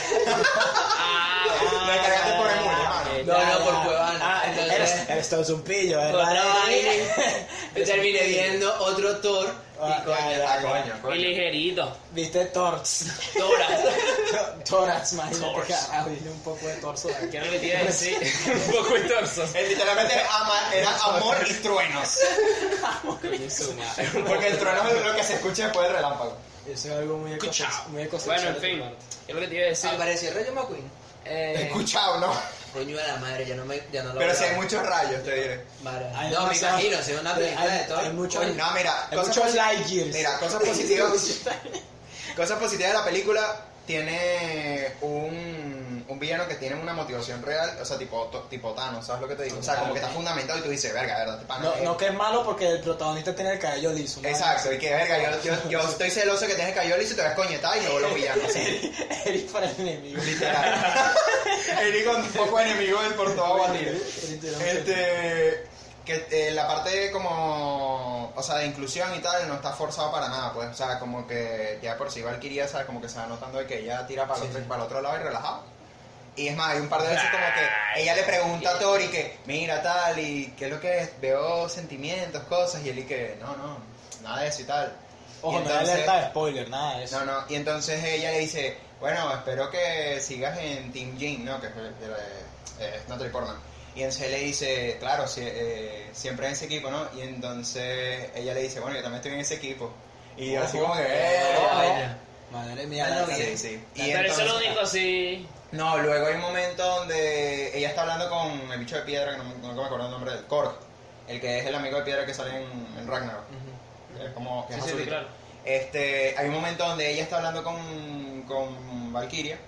[SPEAKER 2] Ah,
[SPEAKER 1] La cagaste por el muro, hermano.
[SPEAKER 2] eh,
[SPEAKER 3] No, no, por Cuevana.
[SPEAKER 4] Ah,
[SPEAKER 3] Entonces-
[SPEAKER 4] eres, eres todo un pillo, ¿verdad?
[SPEAKER 3] Otra vaina. Yo
[SPEAKER 4] Eres
[SPEAKER 3] terminé
[SPEAKER 4] un pillo.
[SPEAKER 3] viendo otro Thor.
[SPEAKER 4] Ah,
[SPEAKER 3] Y coño,
[SPEAKER 4] ya,
[SPEAKER 1] Ah,
[SPEAKER 4] ya.
[SPEAKER 1] coño,
[SPEAKER 2] Y
[SPEAKER 1] coño.
[SPEAKER 2] ligerito.
[SPEAKER 4] Viste Torts.
[SPEAKER 3] Thor.
[SPEAKER 4] Toras, imagínate
[SPEAKER 2] Torts.
[SPEAKER 4] que abrirle un poco de torso de aquí.
[SPEAKER 2] ¿Qué es lo que te iba a decir? Un poco de torso.
[SPEAKER 1] Él Eh, literalmente ama- era amor y truenos. Porque el trueno es lo que se escucha después del relámpago.
[SPEAKER 4] Eso es algo muy
[SPEAKER 2] Escuchao.
[SPEAKER 4] ecosexual. Muy
[SPEAKER 2] Bueno,
[SPEAKER 4] ecosexual
[SPEAKER 2] en
[SPEAKER 4] de
[SPEAKER 2] fin.
[SPEAKER 4] tu parte.
[SPEAKER 2] ¿Qué es lo que te iba a decir?
[SPEAKER 3] Apareció Rayo McQueen.
[SPEAKER 2] Eh,
[SPEAKER 1] Escuchado, ¿no?
[SPEAKER 3] Coño a la madre, ya no me, ya no lo
[SPEAKER 1] Pero
[SPEAKER 3] veo.
[SPEAKER 1] si hay muchos rayos, te diré.
[SPEAKER 3] Vale.
[SPEAKER 4] Hay
[SPEAKER 3] No, me
[SPEAKER 4] demasiado-
[SPEAKER 3] imagino, si es una película
[SPEAKER 4] hay-
[SPEAKER 3] de Thor.
[SPEAKER 4] hay mucho-
[SPEAKER 3] coño.
[SPEAKER 1] No, mira,
[SPEAKER 4] Hay
[SPEAKER 1] cosas,
[SPEAKER 4] muchos
[SPEAKER 1] posi-
[SPEAKER 4] Lightyears.
[SPEAKER 1] mira, cosas positivas. cosas positivas de la película tiene un, un villano que tiene una motivación real, o sea, tipo, to- tipo Thanos, ¿sabes lo que te digo? O sea, como que está fundamentado y tú dices, verga, ¿verdad? Pana,
[SPEAKER 4] No,
[SPEAKER 1] eh,
[SPEAKER 4] no que es malo porque el protagonista tiene el cabello liso. ¿no?
[SPEAKER 1] Exacto, y que verga, yo, yo, yo estoy celoso que tienes cabello liso y te vas a coñetar y me vuelvo villano. sí.
[SPEAKER 4] Eric para el enemigo.
[SPEAKER 1] Literal. Eric un poco enemigo del por todo batir. Este, que eh, la parte como, o sea, de inclusión y tal, no está forzado para nada, pues, o sea, como que ya por si Valkyria, ¿sabes? Como que se va notando de que ella tira para, el otro, para el otro lado y relajado. Y es más, hay un par de veces como que ella le pregunta a Tori que, mira tal, y qué es lo que es, veo sentimientos, cosas, y él y que, no, no, nada de eso y tal.
[SPEAKER 4] Ojo,
[SPEAKER 1] Y
[SPEAKER 4] no hay
[SPEAKER 1] entonces-
[SPEAKER 4] alerta de spoiler, nada de eso.
[SPEAKER 1] no, no, y entonces ella le dice, bueno, espero que sigas en Team Jin, ¿no? Que es, el- el- eh, es una teleporma. Y entonces le dice, claro, si- eh, siempre en ese equipo, ¿no? Y entonces ella le dice, bueno, yo también estoy en ese equipo. Y yo así como que... "Eh".
[SPEAKER 2] vaya.
[SPEAKER 4] Madre mía,
[SPEAKER 3] Ah,
[SPEAKER 4] la
[SPEAKER 3] no,
[SPEAKER 4] cara.
[SPEAKER 1] Sí, sí. Y
[SPEAKER 2] Pero eso es lo
[SPEAKER 1] entonces-
[SPEAKER 2] único así.
[SPEAKER 1] No, luego hay un momento donde ella está hablando con el bicho de piedra, que no, me- no me acuerdo el nombre del Korg, el que es el amigo de piedra que sale en, en Ragnarok. Es como... que
[SPEAKER 2] Sí,
[SPEAKER 1] es
[SPEAKER 2] sí,
[SPEAKER 1] azulito.
[SPEAKER 2] claro.
[SPEAKER 1] Este, hay un momento donde ella está hablando con, con Valkyria,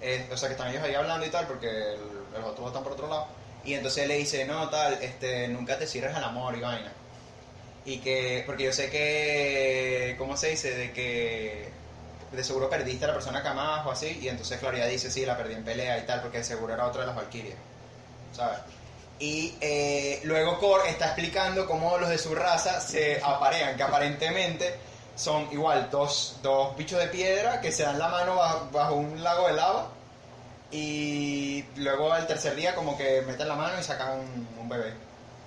[SPEAKER 1] eh, o sea que están ellos ahí hablando y tal, porque el- los otros están por otro lado, y entonces él le dice, no, tal, este, nunca te cierres al amor y vaina. Y que, porque yo sé que, ¿cómo se dice? De que de seguro perdiste a la persona que amabas o así, y entonces Claudia dice, sí, la perdí en pelea y tal, porque de seguro era otra de las Valkyrias, ¿sabes? Y eh, luego Cor está explicando cómo los de su raza se aparean, que aparentemente son igual dos, dos bichos de piedra que se dan la mano bajo, bajo un lago de lava y luego al tercer día como que meten la mano y sacan un bebé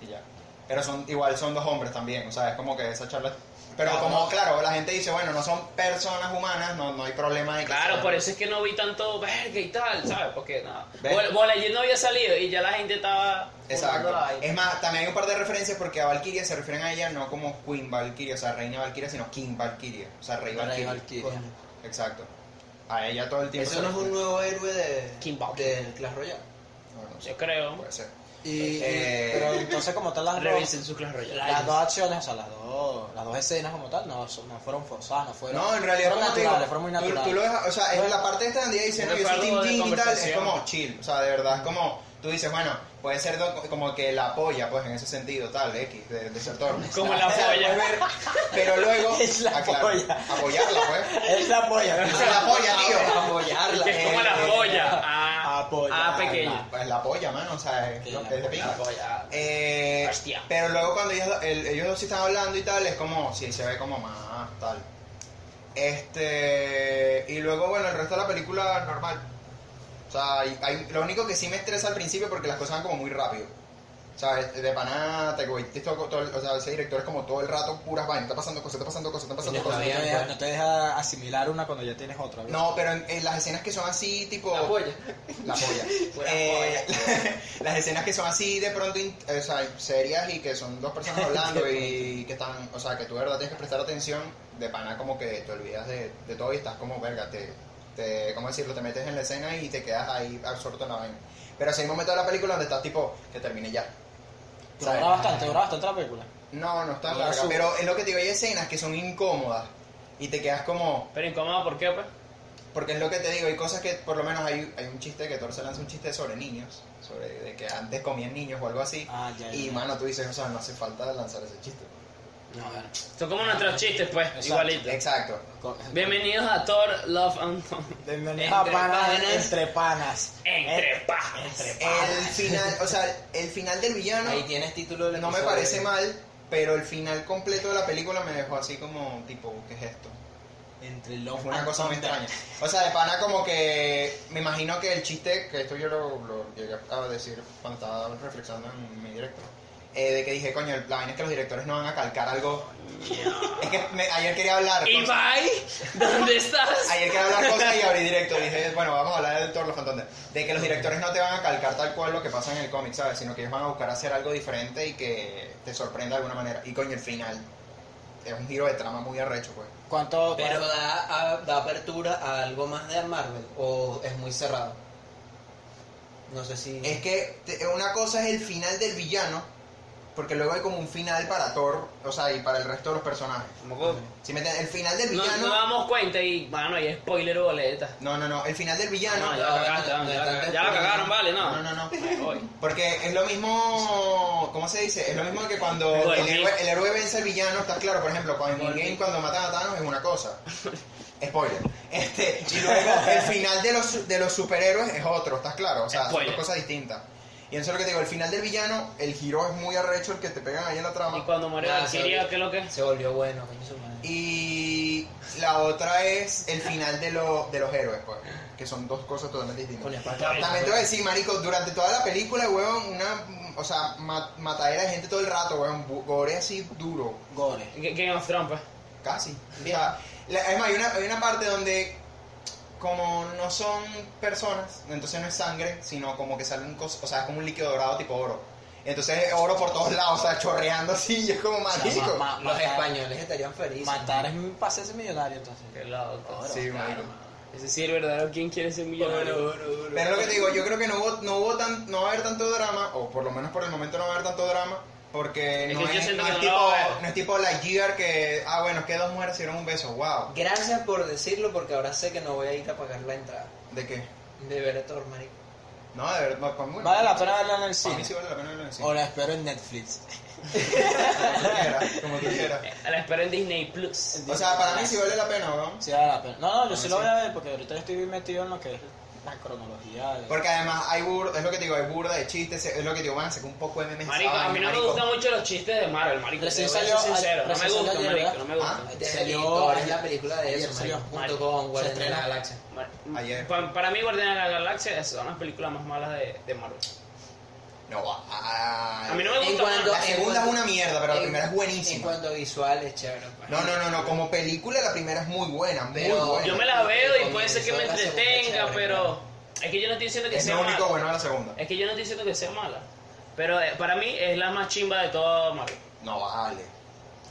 [SPEAKER 1] y ya. Pero son igual son dos hombres también, o sea, es como que esa charla Pero
[SPEAKER 4] Claro.
[SPEAKER 1] como, claro, la gente dice, bueno, no son personas humanas, no, no hay problema de que
[SPEAKER 2] Claro,
[SPEAKER 1] sean-
[SPEAKER 2] por eso es que no vi tanto verga y tal, ¿sabes? Porque nada.
[SPEAKER 1] ¿Ves?
[SPEAKER 2] Bol- Bolallín no había salido y ya la gente estaba.
[SPEAKER 1] Exacto.
[SPEAKER 2] formando ahí.
[SPEAKER 1] Es más, también hay un par de referencias porque a Valkyria se refieren a ella no como Queen Valkyria, o sea, Reina Valkyria, sino King Valkyria, o sea, Rey
[SPEAKER 4] Rey
[SPEAKER 1] Valkyria. Pues,
[SPEAKER 4] Valkyria.
[SPEAKER 3] Coño.
[SPEAKER 1] Exacto. A ella todo el tiempo.
[SPEAKER 3] Eso
[SPEAKER 1] se
[SPEAKER 3] no es un
[SPEAKER 1] refiere.
[SPEAKER 3] nuevo héroe de,
[SPEAKER 2] King Valkyrie.
[SPEAKER 3] de Clash Royale.
[SPEAKER 1] Bueno, no sé,
[SPEAKER 2] Yo creo.
[SPEAKER 1] puede ser.
[SPEAKER 4] Y, y-
[SPEAKER 1] Eh,
[SPEAKER 4] pero entonces como tal las dos,
[SPEAKER 2] Revisen sus Clash Royale.
[SPEAKER 4] las dos acciones, o sea, las dos, las dos escenas como tal, no, son- no fueron forzadas, no fueron,
[SPEAKER 1] No, en realidad
[SPEAKER 4] fueron
[SPEAKER 1] como te digo,
[SPEAKER 4] naturales, fueron muy
[SPEAKER 1] tú-
[SPEAKER 4] naturales.
[SPEAKER 1] Tú, lo dejas, o sea, en la parte de esta donde ella dice, no, yo soy
[SPEAKER 2] Fue
[SPEAKER 1] Team
[SPEAKER 2] algo de
[SPEAKER 1] Jin y tal, es
[SPEAKER 2] conversación.
[SPEAKER 1] como chill, o sea, de verdad, es como, tú dices, bueno, puede ser do- como que la apoya, pues, en ese sentido, tal, X, de, de ser torno.
[SPEAKER 2] Como la
[SPEAKER 1] O sea,
[SPEAKER 2] apoya.
[SPEAKER 1] puedes ver, pero luego,
[SPEAKER 4] Es la polla.
[SPEAKER 1] apoyarla, pues.
[SPEAKER 4] Es la polla.
[SPEAKER 1] Es la polla, tío.
[SPEAKER 3] Apoyarla.
[SPEAKER 2] Que es como
[SPEAKER 1] Eh,
[SPEAKER 2] la
[SPEAKER 1] eh,
[SPEAKER 2] joya. Ah,
[SPEAKER 4] apoyarla.
[SPEAKER 2] ah, pequeña.
[SPEAKER 1] Pues la polla, mano, o sea, es, lo que es de pinga. Eh,
[SPEAKER 2] Hostia.
[SPEAKER 1] pero luego cuando ellos, el- ellos dos sí están hablando y tal, es como, sí, se ve como más tal. Este, y luego, bueno, el resto de la película normal. O sea, hay- hay- lo único que sí me estresa al principio porque las cosas van como muy rápido. O sea, es- de paná, te voy, te toco todo el- o sea, ese director es como todo el rato puras vainas, está pasando cosas, está pasando cosas, está pasando
[SPEAKER 3] Coño,
[SPEAKER 1] cosas.
[SPEAKER 4] no, te
[SPEAKER 3] bien,
[SPEAKER 4] deja,
[SPEAKER 3] pues.
[SPEAKER 4] no te deja asimilar una cuando ya tienes otra. ¿verdad?
[SPEAKER 1] No, pero en, en las escenas que son así, tipo...
[SPEAKER 3] La polla.
[SPEAKER 1] La polla.
[SPEAKER 2] Pura
[SPEAKER 1] Eh, las escenas que son así de pronto, in- o sea, serias y que son dos personas hablando y que están, o sea, que tú de verdad tienes que prestar atención, de pana como que te olvidas de, de todo y estás como, verga, te, te, ¿cómo decirlo? Te metes en la escena y te quedas ahí absorto en la vaina. Pero si hay un momento de la película donde estás tipo, que termine ya.
[SPEAKER 4] Pero dura
[SPEAKER 1] ¿Sabes?
[SPEAKER 4] bastante, dura bastante la película.
[SPEAKER 1] No, no está
[SPEAKER 4] No la
[SPEAKER 1] larga,
[SPEAKER 4] subo.
[SPEAKER 1] pero es lo que te digo, hay escenas que son incómodas y te quedas como,
[SPEAKER 2] Pero incómodo, ¿por qué, pues?
[SPEAKER 1] porque es lo que te digo, hay cosas que por lo menos hay, hay un chiste que Thor se lanza un chiste sobre niños, sobre de que antes comían niños o algo así.
[SPEAKER 4] Ah, ya, ya,
[SPEAKER 1] y
[SPEAKER 4] ya.
[SPEAKER 1] mano, tú dices, o sea, no hace falta lanzar ese chiste.
[SPEAKER 4] No, bueno.
[SPEAKER 2] Son como nuestros chistes, pues,
[SPEAKER 4] Exacto.
[SPEAKER 2] igualitos.
[SPEAKER 1] Exacto.
[SPEAKER 4] Co-
[SPEAKER 2] Bienvenidos a Thor Love and Thunder.
[SPEAKER 4] Bienvenidos
[SPEAKER 3] Entre
[SPEAKER 4] a panas,
[SPEAKER 3] panas.
[SPEAKER 4] entre panas. Eh,
[SPEAKER 2] Entre pajas.
[SPEAKER 4] Ah,
[SPEAKER 1] El final, o sea, el final del villano
[SPEAKER 3] Ahí tienes título del
[SPEAKER 1] no me
[SPEAKER 3] episodio.
[SPEAKER 1] parece mal, pero el final completo de la película me dejó así como, tipo, ¿qué es esto?
[SPEAKER 4] Entre los
[SPEAKER 1] Fue una cosa muy extraña. O sea, de pana como que me imagino que el chiste, que esto yo lo, lo llegué a decir cuando estaba reflexionando en mi directo, eh, de que dije, coño, la vaina es que los directores no van a calcar algo. Es que me- ayer quería hablar. cosas-
[SPEAKER 2] Ibai, ¿dónde estás?
[SPEAKER 1] Ayer quería hablar cosas y abrí directo. Dije, bueno, vamos a hablar del Thor los Fantasmas. De que los directores no te van a calcar tal cual lo que pasa en el cómic, ¿sabes? Sino que ellos van a buscar hacer algo diferente y que te sorprenda de alguna manera. Y coño, el final es un giro de trama muy arrecho, pues.
[SPEAKER 4] ¿Cuánto?
[SPEAKER 3] Pero da, a- da apertura a algo más de Marvel o es muy cerrado. No sé si.
[SPEAKER 1] Es que te- una cosa es el final del villano, porque luego hay como un final para Thor, o sea, y para el resto de los personajes. Si me entiendes? el final del
[SPEAKER 2] No
[SPEAKER 1] villano.
[SPEAKER 2] nos damos cuenta y, mano, y spoiler o boleta.
[SPEAKER 1] No, no, no, el final del villano.
[SPEAKER 2] Ah, No, ya la cagaste, vamos, ya la cagaste. Ya la cagaron, vale, no.
[SPEAKER 1] No, no, no.
[SPEAKER 2] Ahí voy.
[SPEAKER 1] Porque es lo mismo, ¿cómo se dice? Es lo mismo que cuando
[SPEAKER 2] Bueno,
[SPEAKER 1] el
[SPEAKER 2] sí.
[SPEAKER 1] héroe, el héroe vence al villano, está claro, por ejemplo, cuando en Endgame cuando matan a Thanos es una cosa. Spoiler. Este, y luego el final de los, de los superhéroes es otro, ¿estás claro? O sea, son
[SPEAKER 2] Spoiler.
[SPEAKER 1] dos cosas distintas. Y eso es lo que te digo, el final del villano, el giro es muy arrecho el que te pegan ahí en la
[SPEAKER 2] Y
[SPEAKER 1] trama.
[SPEAKER 2] cuando muere
[SPEAKER 3] Nada,
[SPEAKER 2] Valkyria,
[SPEAKER 3] sorry.
[SPEAKER 2] ¿qué es lo que?
[SPEAKER 3] Se volvió bueno, coño su madre.
[SPEAKER 1] Y la otra es el final de, lo- de los héroes, pues, que son dos cosas totalmente distintas.
[SPEAKER 3] Coño, es para-
[SPEAKER 1] También te voy a decir, marico, durante toda la película, weón, una, o sea, ma- matadera de gente todo el rato, weón, bu- gore así duro,
[SPEAKER 4] Gore.
[SPEAKER 2] G- Game of Thrones, pues.
[SPEAKER 1] casi. O sea, la- es más, hay una, hay una parte donde como no son personas, entonces no es sangre, sino como que sale un cos- o sea, es como un líquido dorado tipo oro. Entonces es oro por todos lados, o sea, chorreando así, y es como
[SPEAKER 4] sea,
[SPEAKER 1] marico.
[SPEAKER 4] ma- ma-
[SPEAKER 3] Ah, Los
[SPEAKER 4] matar-
[SPEAKER 3] españoles estarían felices.
[SPEAKER 4] Matar es un pase ese millonario, entonces.
[SPEAKER 2] Qué loco.
[SPEAKER 1] sí, marico.
[SPEAKER 2] Ese sí es el verdadero quién quiere ser millonario.
[SPEAKER 3] Oro, oro, oro.
[SPEAKER 1] Pero lo que te digo, yo creo que no hubo, no hubo tan, no va a haber tanto drama, o por lo menos por el momento no va a haber tanto drama, porque
[SPEAKER 2] Es
[SPEAKER 1] no
[SPEAKER 2] que yo
[SPEAKER 1] es,
[SPEAKER 2] siento
[SPEAKER 1] no
[SPEAKER 2] que
[SPEAKER 1] es
[SPEAKER 2] no
[SPEAKER 1] tipo,
[SPEAKER 2] lo va a haber.
[SPEAKER 1] no es tipo la Gear que, ah bueno, es que dos mujeres se dieron un beso, wow.
[SPEAKER 3] Gracias por decirlo porque ahora sé que no voy a ir a pagar la entrada.
[SPEAKER 1] ¿De qué?
[SPEAKER 3] De ver a Thor, marico.
[SPEAKER 1] No, de verdad, para mí,
[SPEAKER 4] Vale la pena verla en
[SPEAKER 1] para
[SPEAKER 4] el
[SPEAKER 1] mí
[SPEAKER 4] cine.
[SPEAKER 1] sí vale la pena verlo en el cine.
[SPEAKER 4] O la espero en Netflix.
[SPEAKER 1] Como tú quieras, como tú quieras.
[SPEAKER 2] A la espera en Disney Plus.
[SPEAKER 1] O sea, para mí sí vale la pena, weón.
[SPEAKER 4] Sí, vale la pena. No, no, yo sí
[SPEAKER 1] Ah,
[SPEAKER 4] lo
[SPEAKER 1] sí.
[SPEAKER 4] voy a ver porque ahorita yo estoy metido en lo que es la cronología. de-
[SPEAKER 1] Porque además hay burda, es lo que te digo, hay burda de chistes, es lo que te digo, van a sacar un poco de memes. esa
[SPEAKER 2] Marico, a
[SPEAKER 1] vaina,
[SPEAKER 2] mí no me
[SPEAKER 1] marico.
[SPEAKER 2] gustan mucho los chistes de Marvel, marico.
[SPEAKER 4] Recién
[SPEAKER 2] te voy a ser
[SPEAKER 4] salió-
[SPEAKER 2] sincero, no me
[SPEAKER 4] recién
[SPEAKER 2] gusta,
[SPEAKER 4] salió ayer,
[SPEAKER 2] marico, no me
[SPEAKER 1] ¿verdad?
[SPEAKER 2] gusta.
[SPEAKER 1] Ah,
[SPEAKER 4] Salió
[SPEAKER 3] Thor es
[SPEAKER 4] ayer-
[SPEAKER 3] la película de
[SPEAKER 4] ayer
[SPEAKER 3] eso,
[SPEAKER 4] salió.
[SPEAKER 3] marico.
[SPEAKER 2] Marico.
[SPEAKER 3] Junto con Guardianes de la
[SPEAKER 4] estrenó.
[SPEAKER 3] Galaxia.
[SPEAKER 2] Mar-
[SPEAKER 1] Ayer.
[SPEAKER 2] Pa- Para, mí, Guardianes de la Galaxia es- son las películas más malas de, de Marvel.
[SPEAKER 1] No, a,
[SPEAKER 2] A mí no me
[SPEAKER 3] En
[SPEAKER 2] gusta
[SPEAKER 3] cuanto-
[SPEAKER 2] más.
[SPEAKER 1] La segunda es una mierda, pero la
[SPEAKER 3] En-
[SPEAKER 1] primera es
[SPEAKER 3] En
[SPEAKER 1] buenísima.
[SPEAKER 3] cuanto a visual, es chévere. pues.
[SPEAKER 1] No, no, no, no, como película la primera es muy buena, muy
[SPEAKER 3] Pero-
[SPEAKER 1] buena.
[SPEAKER 2] Yo me la veo y
[SPEAKER 3] Comienzo
[SPEAKER 2] puede ser que me
[SPEAKER 3] la segunda
[SPEAKER 2] entretenga,
[SPEAKER 3] chévere,
[SPEAKER 2] pero
[SPEAKER 3] claro.
[SPEAKER 2] es que yo no estoy diciendo que
[SPEAKER 1] Es lo
[SPEAKER 2] sea
[SPEAKER 1] único
[SPEAKER 2] mala.
[SPEAKER 1] bueno de la segunda.
[SPEAKER 2] Es que yo no estoy diciendo que sea mala. Pero eh, para mí es la más chimba de todo Marvel.
[SPEAKER 1] No vale.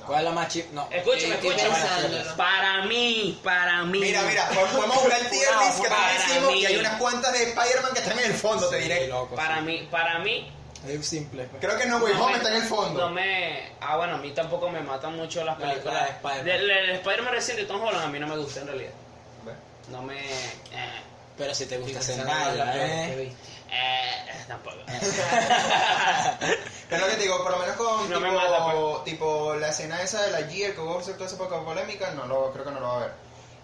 [SPEAKER 1] No.
[SPEAKER 4] ¿Cuál es la más chip? No.
[SPEAKER 2] Escúchame,
[SPEAKER 3] Estoy
[SPEAKER 2] escúchame.
[SPEAKER 3] pensándolo.
[SPEAKER 2] Para mí, para mí.
[SPEAKER 1] Mira, mira, podemos buscar el tier list que
[SPEAKER 2] Para
[SPEAKER 1] también hicimos
[SPEAKER 2] mí.
[SPEAKER 1] y hay unas cuantas de Spider-Man que están en el fondo, te diré.
[SPEAKER 4] loco,
[SPEAKER 2] Para
[SPEAKER 4] sí.
[SPEAKER 2] mí, para mí.
[SPEAKER 4] Es simple. pues.
[SPEAKER 1] Creo que No Way
[SPEAKER 2] no
[SPEAKER 1] Home
[SPEAKER 2] me-
[SPEAKER 1] está en el
[SPEAKER 2] No
[SPEAKER 1] fondo.
[SPEAKER 2] me. Ah, bueno, a mí tampoco me matan mucho las
[SPEAKER 3] La- la
[SPEAKER 2] películas.
[SPEAKER 3] de Spider-Man.
[SPEAKER 2] De- la- El Spider-Man reciente de Tom Holland a mí no me gusta en realidad. No me. eh,
[SPEAKER 4] Pero si te gusta
[SPEAKER 3] Estoy
[SPEAKER 4] hacer
[SPEAKER 3] pensando en la peor
[SPEAKER 4] nada,
[SPEAKER 3] que
[SPEAKER 4] ¿eh?
[SPEAKER 3] vi.
[SPEAKER 2] eh, tampoco.
[SPEAKER 1] Pero lo que te digo, por lo menos con
[SPEAKER 2] No me
[SPEAKER 1] tipo,
[SPEAKER 2] mata, pues.
[SPEAKER 1] tipo la escena esa de la Gear que hubo toda esa poca polémica, no lo, creo que no lo va a ver.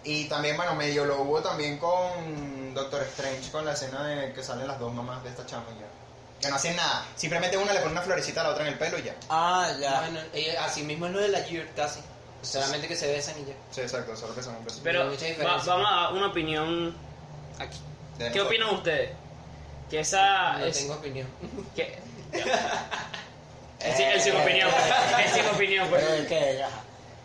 [SPEAKER 1] Y también, bueno, medio lo hubo también con Doctor Strange, con la escena de que salen las dos mamás de esta chama y ya. Que no hacen nada, simplemente una le pone una florecita a la otra en el pelo y ya.
[SPEAKER 4] Ah, ya.
[SPEAKER 3] Bueno, eh, así mismo es lo de la Year casi. Solamente que se besan y ya.
[SPEAKER 1] Sí, exacto, solo que son un beso.
[SPEAKER 2] Pero
[SPEAKER 3] No hay mucha
[SPEAKER 2] va-
[SPEAKER 3] diferencia.
[SPEAKER 2] vamos a dar una opinión aquí.
[SPEAKER 1] De
[SPEAKER 2] ¿Qué
[SPEAKER 1] nosotros.
[SPEAKER 2] opinan ustedes? Que esa.
[SPEAKER 3] no
[SPEAKER 2] Ah, es-
[SPEAKER 3] tengo opinión.
[SPEAKER 2] que- el, sin- el
[SPEAKER 3] Eh,
[SPEAKER 2] sin opinión. El sin opinión, pues.
[SPEAKER 4] Pero, ¿qué? Ajá.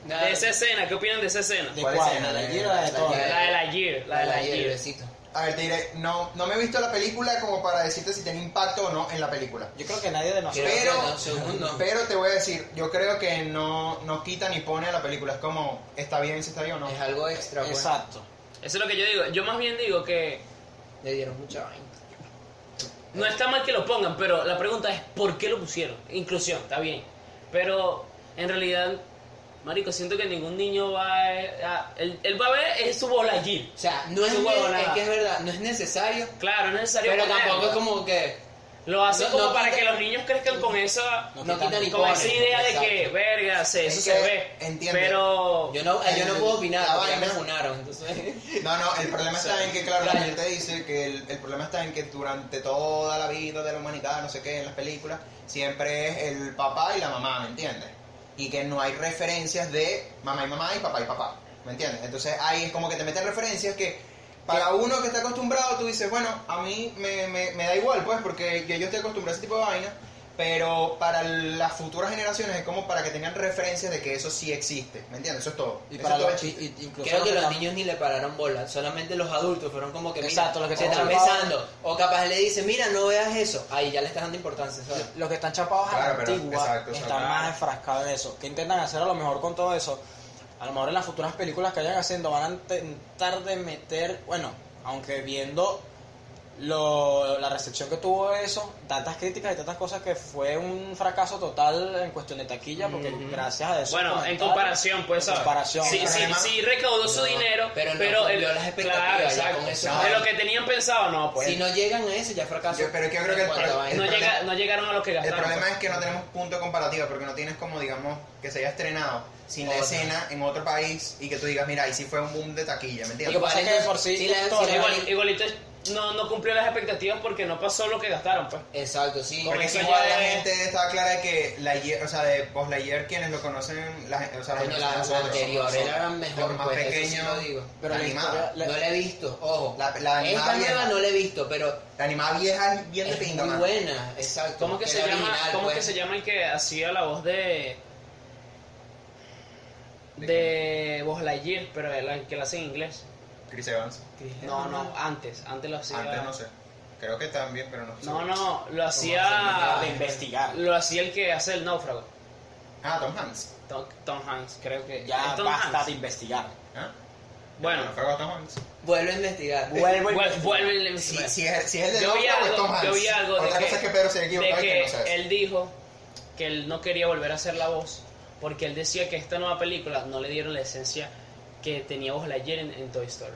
[SPEAKER 3] Nada,
[SPEAKER 2] De esa escena, ¿qué opinan de esa escena?
[SPEAKER 4] ¿De
[SPEAKER 1] ¿Cuál
[SPEAKER 4] cuál?
[SPEAKER 1] escena?
[SPEAKER 4] ¿La
[SPEAKER 1] La
[SPEAKER 4] de Gira o la de
[SPEAKER 3] la
[SPEAKER 4] Thor?
[SPEAKER 3] de-
[SPEAKER 2] La de la Gear, la de la
[SPEAKER 3] Eh, Year,
[SPEAKER 2] Gear.
[SPEAKER 3] besito.
[SPEAKER 1] A ver, te diré, no, no me he visto la película como para decirte si tiene impacto o no en la película.
[SPEAKER 4] Yo creo que nadie de nosotros.
[SPEAKER 1] Pero-
[SPEAKER 3] que no, segundo.
[SPEAKER 1] Pero te voy a decir, yo creo que no, no quita ni pone a la película. Es como, está bien si está bien o no.
[SPEAKER 3] Es algo extra, pues.
[SPEAKER 4] Exacto.
[SPEAKER 2] Eso es lo que yo digo. Yo más bien digo que
[SPEAKER 3] Le dieron mucha vaina.
[SPEAKER 2] no está mal que lo pongan, pero la pregunta es ¿por qué lo pusieron? Inclusión, está bien. Pero en realidad, marico, siento que ningún niño va a... a- él, él va a ver es su bola Gear.
[SPEAKER 3] O sea, no es,
[SPEAKER 2] Su
[SPEAKER 3] ne-
[SPEAKER 2] huevonada.
[SPEAKER 3] es que es verdad, no es necesario,
[SPEAKER 2] Claro, es necesario
[SPEAKER 3] pero
[SPEAKER 2] ponerlo.
[SPEAKER 3] tampoco es como que
[SPEAKER 2] Lo hacen
[SPEAKER 3] No,
[SPEAKER 2] como
[SPEAKER 3] no
[SPEAKER 2] para
[SPEAKER 3] quita-
[SPEAKER 2] que los niños crezcan con esa...
[SPEAKER 4] No
[SPEAKER 3] no
[SPEAKER 4] quita
[SPEAKER 3] quita ni
[SPEAKER 2] Con
[SPEAKER 3] pone.
[SPEAKER 2] esa idea de que,
[SPEAKER 3] Exacto.
[SPEAKER 2] verga, se, eso
[SPEAKER 1] Es
[SPEAKER 2] se
[SPEAKER 1] que,
[SPEAKER 2] ve.
[SPEAKER 1] entiende.
[SPEAKER 2] Pero...
[SPEAKER 3] yo no, eh, yo no puedo opinar,
[SPEAKER 1] La
[SPEAKER 3] porque ya me
[SPEAKER 1] vaina.
[SPEAKER 3] funaron, entonces
[SPEAKER 1] No, no, el problema está en que, claro, la
[SPEAKER 3] Claro.
[SPEAKER 1] gente dice que el, el problema está en que durante toda la vida de la humanidad, no sé qué, en las películas, siempre es el papá y la mamá, ¿me entiendes? Y que no hay referencias de mamá y mamá y papá y papá, ¿me entiendes? Entonces ahí es como que te meten referencias que para uno que está acostumbrado tú dices, bueno, a mí me, me- me da igual, pues, porque yo, yo estoy acostumbrado a ese tipo de vainas, pero para las futuras generaciones es como para que tengan referencias de que eso sí existe, ¿me entiendes? Eso es todo.
[SPEAKER 4] Y
[SPEAKER 1] Eso
[SPEAKER 4] para
[SPEAKER 1] es todo
[SPEAKER 4] los
[SPEAKER 1] el
[SPEAKER 4] chi-
[SPEAKER 1] chiste.
[SPEAKER 4] y- incluso
[SPEAKER 3] creo que
[SPEAKER 4] los-
[SPEAKER 3] los niños ni le pararon bola, solamente los adultos fueron como que mira,
[SPEAKER 4] Exacto, los que
[SPEAKER 3] se
[SPEAKER 4] son
[SPEAKER 3] están
[SPEAKER 4] chapados.
[SPEAKER 3] besando, o capaz le dicen, mira, no veas eso, ahí ya le estás dando importancia, ¿sabes?
[SPEAKER 4] Los que están chapados a
[SPEAKER 1] Claro,
[SPEAKER 4] la
[SPEAKER 1] pero-
[SPEAKER 4] antigua
[SPEAKER 1] exacto,
[SPEAKER 4] están
[SPEAKER 1] exacto.
[SPEAKER 4] más enfrascados en eso. Que intentan hacer a lo mejor con todo eso. A lo mejor en las futuras películas que vayan haciendo van a intentar de meter, bueno, aunque viendo lo- la recepción que tuvo eso, tantas críticas y tantas cosas que fue un fracaso total en cuestión de taquilla, porque
[SPEAKER 3] Ujú.
[SPEAKER 4] gracias a eso.
[SPEAKER 2] Bueno, en
[SPEAKER 4] comentaron-
[SPEAKER 2] comparación, pues,
[SPEAKER 4] En
[SPEAKER 2] ¿sabes?
[SPEAKER 4] comparación.
[SPEAKER 2] Sí, sí,
[SPEAKER 1] Además-
[SPEAKER 2] sí, recaudó su
[SPEAKER 3] No,
[SPEAKER 2] dinero, pero,
[SPEAKER 3] pero no cumplió
[SPEAKER 2] el-
[SPEAKER 3] las expectativas,
[SPEAKER 2] Claro,
[SPEAKER 3] ya
[SPEAKER 2] exacto.
[SPEAKER 3] con eso
[SPEAKER 2] No,
[SPEAKER 3] no
[SPEAKER 2] de lo
[SPEAKER 3] hay.
[SPEAKER 2] que tenían pensado, no, pues.
[SPEAKER 3] si no llegan a eso ya fracaso.
[SPEAKER 1] Yo- pero yo creo que el
[SPEAKER 3] en cuanto a
[SPEAKER 1] pro-
[SPEAKER 3] vaina.
[SPEAKER 2] no,
[SPEAKER 1] el
[SPEAKER 2] llega-
[SPEAKER 1] problema-
[SPEAKER 2] no llegaron a lo que
[SPEAKER 1] El
[SPEAKER 2] gastaron.
[SPEAKER 1] problema
[SPEAKER 2] pues.
[SPEAKER 1] es que no tenemos punto comparativo porque no tienes como, digamos, que se haya estrenado sin la
[SPEAKER 3] Otra.
[SPEAKER 1] escena en otro país y que tú digas, mira, ahí sí fue un boom de taquilla, ¿me
[SPEAKER 4] Lo que
[SPEAKER 1] entiendes?
[SPEAKER 4] pasa es que de por sí.
[SPEAKER 3] Si la- si
[SPEAKER 4] todo-
[SPEAKER 3] la-
[SPEAKER 2] Igual- igualito no, no cumplió las expectativas porque no pasó lo que gastaron, pues.
[SPEAKER 3] Exacto, sí.
[SPEAKER 2] Con
[SPEAKER 1] Porque
[SPEAKER 2] eso
[SPEAKER 1] igual
[SPEAKER 2] ya
[SPEAKER 1] la
[SPEAKER 2] es-
[SPEAKER 1] gente estaba clara de que la Ye- o sea, de Post Lightyear, quienes lo conocen, la, gen- o sea, la
[SPEAKER 3] Coño,
[SPEAKER 1] gente
[SPEAKER 3] la, la anterior
[SPEAKER 1] nosotros,
[SPEAKER 3] era
[SPEAKER 1] los
[SPEAKER 3] mejor,
[SPEAKER 1] más
[SPEAKER 3] pues, eso sí
[SPEAKER 1] pequeños,
[SPEAKER 3] lo digo.
[SPEAKER 4] Pero la
[SPEAKER 1] animada.
[SPEAKER 4] historia-
[SPEAKER 3] No la he visto, ojo.
[SPEAKER 1] La, la
[SPEAKER 3] Esta
[SPEAKER 1] animada
[SPEAKER 3] nueva
[SPEAKER 1] vieja,
[SPEAKER 3] no la he visto, pero
[SPEAKER 1] la animada vieja es bien de
[SPEAKER 3] es
[SPEAKER 1] pinga,
[SPEAKER 3] muy
[SPEAKER 1] mano.
[SPEAKER 3] buena, exacto.
[SPEAKER 2] ¿Cómo que,
[SPEAKER 3] que
[SPEAKER 2] se
[SPEAKER 3] la
[SPEAKER 2] llama,
[SPEAKER 3] original,
[SPEAKER 2] ¿cómo
[SPEAKER 3] pues.
[SPEAKER 2] que se llama el que hacía la voz de. de Buzz Lightyear, pero el, el que la hace en inglés?
[SPEAKER 1] Chris Evans.
[SPEAKER 2] No, no, antes, antes lo hacía.
[SPEAKER 1] Antes no sé. Creo que también, pero no sé.
[SPEAKER 2] No, no, lo
[SPEAKER 4] Ah,
[SPEAKER 2] hacía.
[SPEAKER 4] de investigar.
[SPEAKER 2] Lo hacía el que hace el náufrago.
[SPEAKER 1] Ah, Tom Hanks.
[SPEAKER 2] Tom, Tom Hanks, creo que.
[SPEAKER 4] Ya
[SPEAKER 2] ¿Es Tom
[SPEAKER 4] basta
[SPEAKER 2] Hanks?
[SPEAKER 4] de investigar.
[SPEAKER 1] ¿Ah?
[SPEAKER 2] Bueno,
[SPEAKER 1] ¿No fue Tom Hanks?
[SPEAKER 3] Vuelve a investigar.
[SPEAKER 4] Vuelvo y-
[SPEAKER 2] vuel- vuelve.
[SPEAKER 1] Si, si es, si es el de
[SPEAKER 2] Yo vi
[SPEAKER 1] Doctor o es Tom
[SPEAKER 2] algo-
[SPEAKER 1] Hanks.
[SPEAKER 2] yo vi algo de
[SPEAKER 1] Otra
[SPEAKER 2] que-
[SPEAKER 1] cosa es que Pedro se
[SPEAKER 2] de
[SPEAKER 1] equivocó y que
[SPEAKER 2] que
[SPEAKER 1] no sabes.
[SPEAKER 2] él dijo que él no quería volver a hacer la voz porque él decía que esta nueva película no le dieron la esencia que tenía voz ayer en, en Toy Story,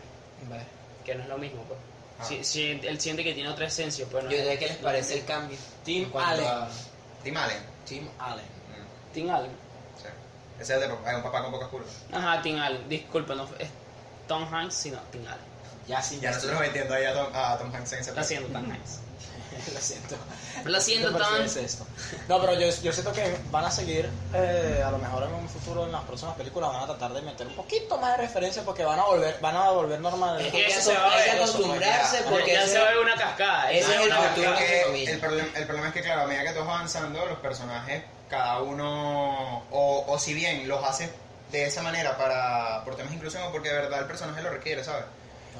[SPEAKER 3] Vale.
[SPEAKER 2] que no es lo mismo, pues.
[SPEAKER 1] Ah.
[SPEAKER 2] Si, si él siente que tiene otra esencia, pues no.
[SPEAKER 3] Yo
[SPEAKER 2] es-
[SPEAKER 3] sé que les parece el cambio.
[SPEAKER 4] Tim
[SPEAKER 3] En cuanto a-
[SPEAKER 1] Tim Allen.
[SPEAKER 4] Tim Allen.
[SPEAKER 1] Mm,
[SPEAKER 2] Tim Allen.
[SPEAKER 1] sí. Ese es el de papá, un papá con pocas curvas.
[SPEAKER 2] Ajá, Tim Allen. Disculpa, no fue- es Tom Hanks, sino Tim Allen.
[SPEAKER 4] Ya sí,
[SPEAKER 1] Ya nosotros metiendo ahí a Tom, a Tom Hanks en ese
[SPEAKER 2] Lo
[SPEAKER 1] plan.
[SPEAKER 2] siento tan nice.
[SPEAKER 4] Lo siento.
[SPEAKER 2] Lo siento
[SPEAKER 4] Pero sí
[SPEAKER 2] tan.
[SPEAKER 4] es esto. No, pero yo, yo siento que van a seguir, eh, a lo mejor en un futuro, en las próximas películas, van a tratar de meter un poquito más de referencia porque van a volver, van a volver normal.
[SPEAKER 3] Es
[SPEAKER 2] que
[SPEAKER 3] que
[SPEAKER 2] eso se va a
[SPEAKER 3] hay que
[SPEAKER 2] ver, eso,
[SPEAKER 3] acostumbrarse
[SPEAKER 1] ya.
[SPEAKER 3] porque
[SPEAKER 2] ya
[SPEAKER 3] ese-
[SPEAKER 2] se va a ver una cascada.
[SPEAKER 3] ese
[SPEAKER 2] eso
[SPEAKER 3] es el
[SPEAKER 2] una
[SPEAKER 1] Claro,
[SPEAKER 3] futuro.
[SPEAKER 2] cascada.
[SPEAKER 1] que
[SPEAKER 3] lo mismo.
[SPEAKER 1] el, problema, el problema es que, claro, a medida que tú vas avanzando, los personajes, cada uno, o, o si bien los haces de esa manera para por temas de inclusión o porque de verdad el personaje lo requiere, ¿sabes?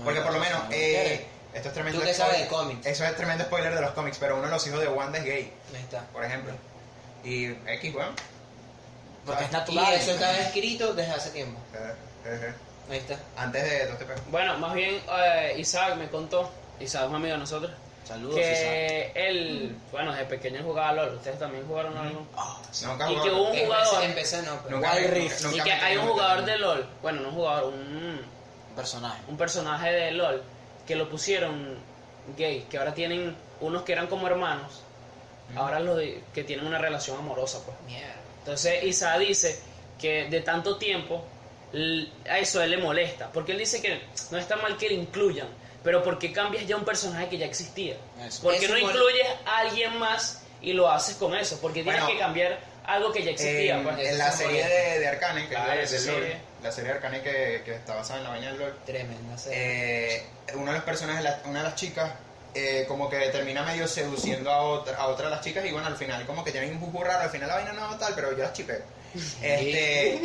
[SPEAKER 1] Porque por Ah, lo menos, eh, esto es tremendo
[SPEAKER 3] ¿Tú qué sabes de cómics?
[SPEAKER 1] Eso es tremendo spoiler de los cómics, pero uno de los hijos de Wanda es gay,
[SPEAKER 3] Ahí está.
[SPEAKER 1] por ejemplo. Y X, weón.
[SPEAKER 4] porque es
[SPEAKER 3] Y
[SPEAKER 4] natural.
[SPEAKER 3] eso está escrito desde hace tiempo.
[SPEAKER 1] Eh, eh, eh.
[SPEAKER 3] Ahí está.
[SPEAKER 1] Antes de todo este pedo.
[SPEAKER 2] Bueno, más bien, eh, Isaac me contó, Isaac es un amigo de nosotros,
[SPEAKER 4] Saludos, Isaac.
[SPEAKER 2] que él, bueno, desde pequeño jugaba LOL. Ustedes también
[SPEAKER 3] Mm.
[SPEAKER 2] jugaron a LOL.
[SPEAKER 4] Ah,
[SPEAKER 1] Nunca
[SPEAKER 2] Y
[SPEAKER 1] jugó-
[SPEAKER 2] que hubo un jugador.
[SPEAKER 3] Empecé, empecé no, pero...
[SPEAKER 1] nunca-
[SPEAKER 4] Wild
[SPEAKER 1] nunca-
[SPEAKER 4] Rift.
[SPEAKER 1] nunca
[SPEAKER 2] Y que
[SPEAKER 1] me
[SPEAKER 2] hay un
[SPEAKER 1] metí.
[SPEAKER 2] jugador de LOL, bueno, no un jugador, un,
[SPEAKER 4] un personaje.
[SPEAKER 2] un personaje de LOL que lo pusieron gay, que ahora tienen unos que eran como hermanos, ahora los de- que tienen una relación amorosa, pues.
[SPEAKER 3] Mierda.
[SPEAKER 2] Entonces Isa dice que de tanto tiempo l- a eso a él le molesta, porque él dice que no está mal que le incluyan, pero porque cambias ya un personaje que ya existía.
[SPEAKER 4] Eso.
[SPEAKER 2] ¿Por qué
[SPEAKER 3] Eso
[SPEAKER 2] no
[SPEAKER 3] por-
[SPEAKER 2] incluyes a alguien más y lo haces con eso? Porque tienes
[SPEAKER 1] Bueno,
[SPEAKER 2] que cambiar algo que ya existía.
[SPEAKER 1] En,
[SPEAKER 2] pues.
[SPEAKER 1] en la serie de, de Arcane, que
[SPEAKER 2] Claro,
[SPEAKER 1] es
[SPEAKER 2] esa
[SPEAKER 1] de- del LOL,
[SPEAKER 2] serie.
[SPEAKER 1] la serie de Arcane que, que está basada en la vaina del LOL,
[SPEAKER 3] Tremenda serie.
[SPEAKER 1] eh, uno de los personajes, la- una de las chicas, eh, como que termina medio seduciendo a otra, a otra de las chicas y bueno, al final como que tienen un jugo raro, al final la vaina no tal, pero yo las chipeo. Este,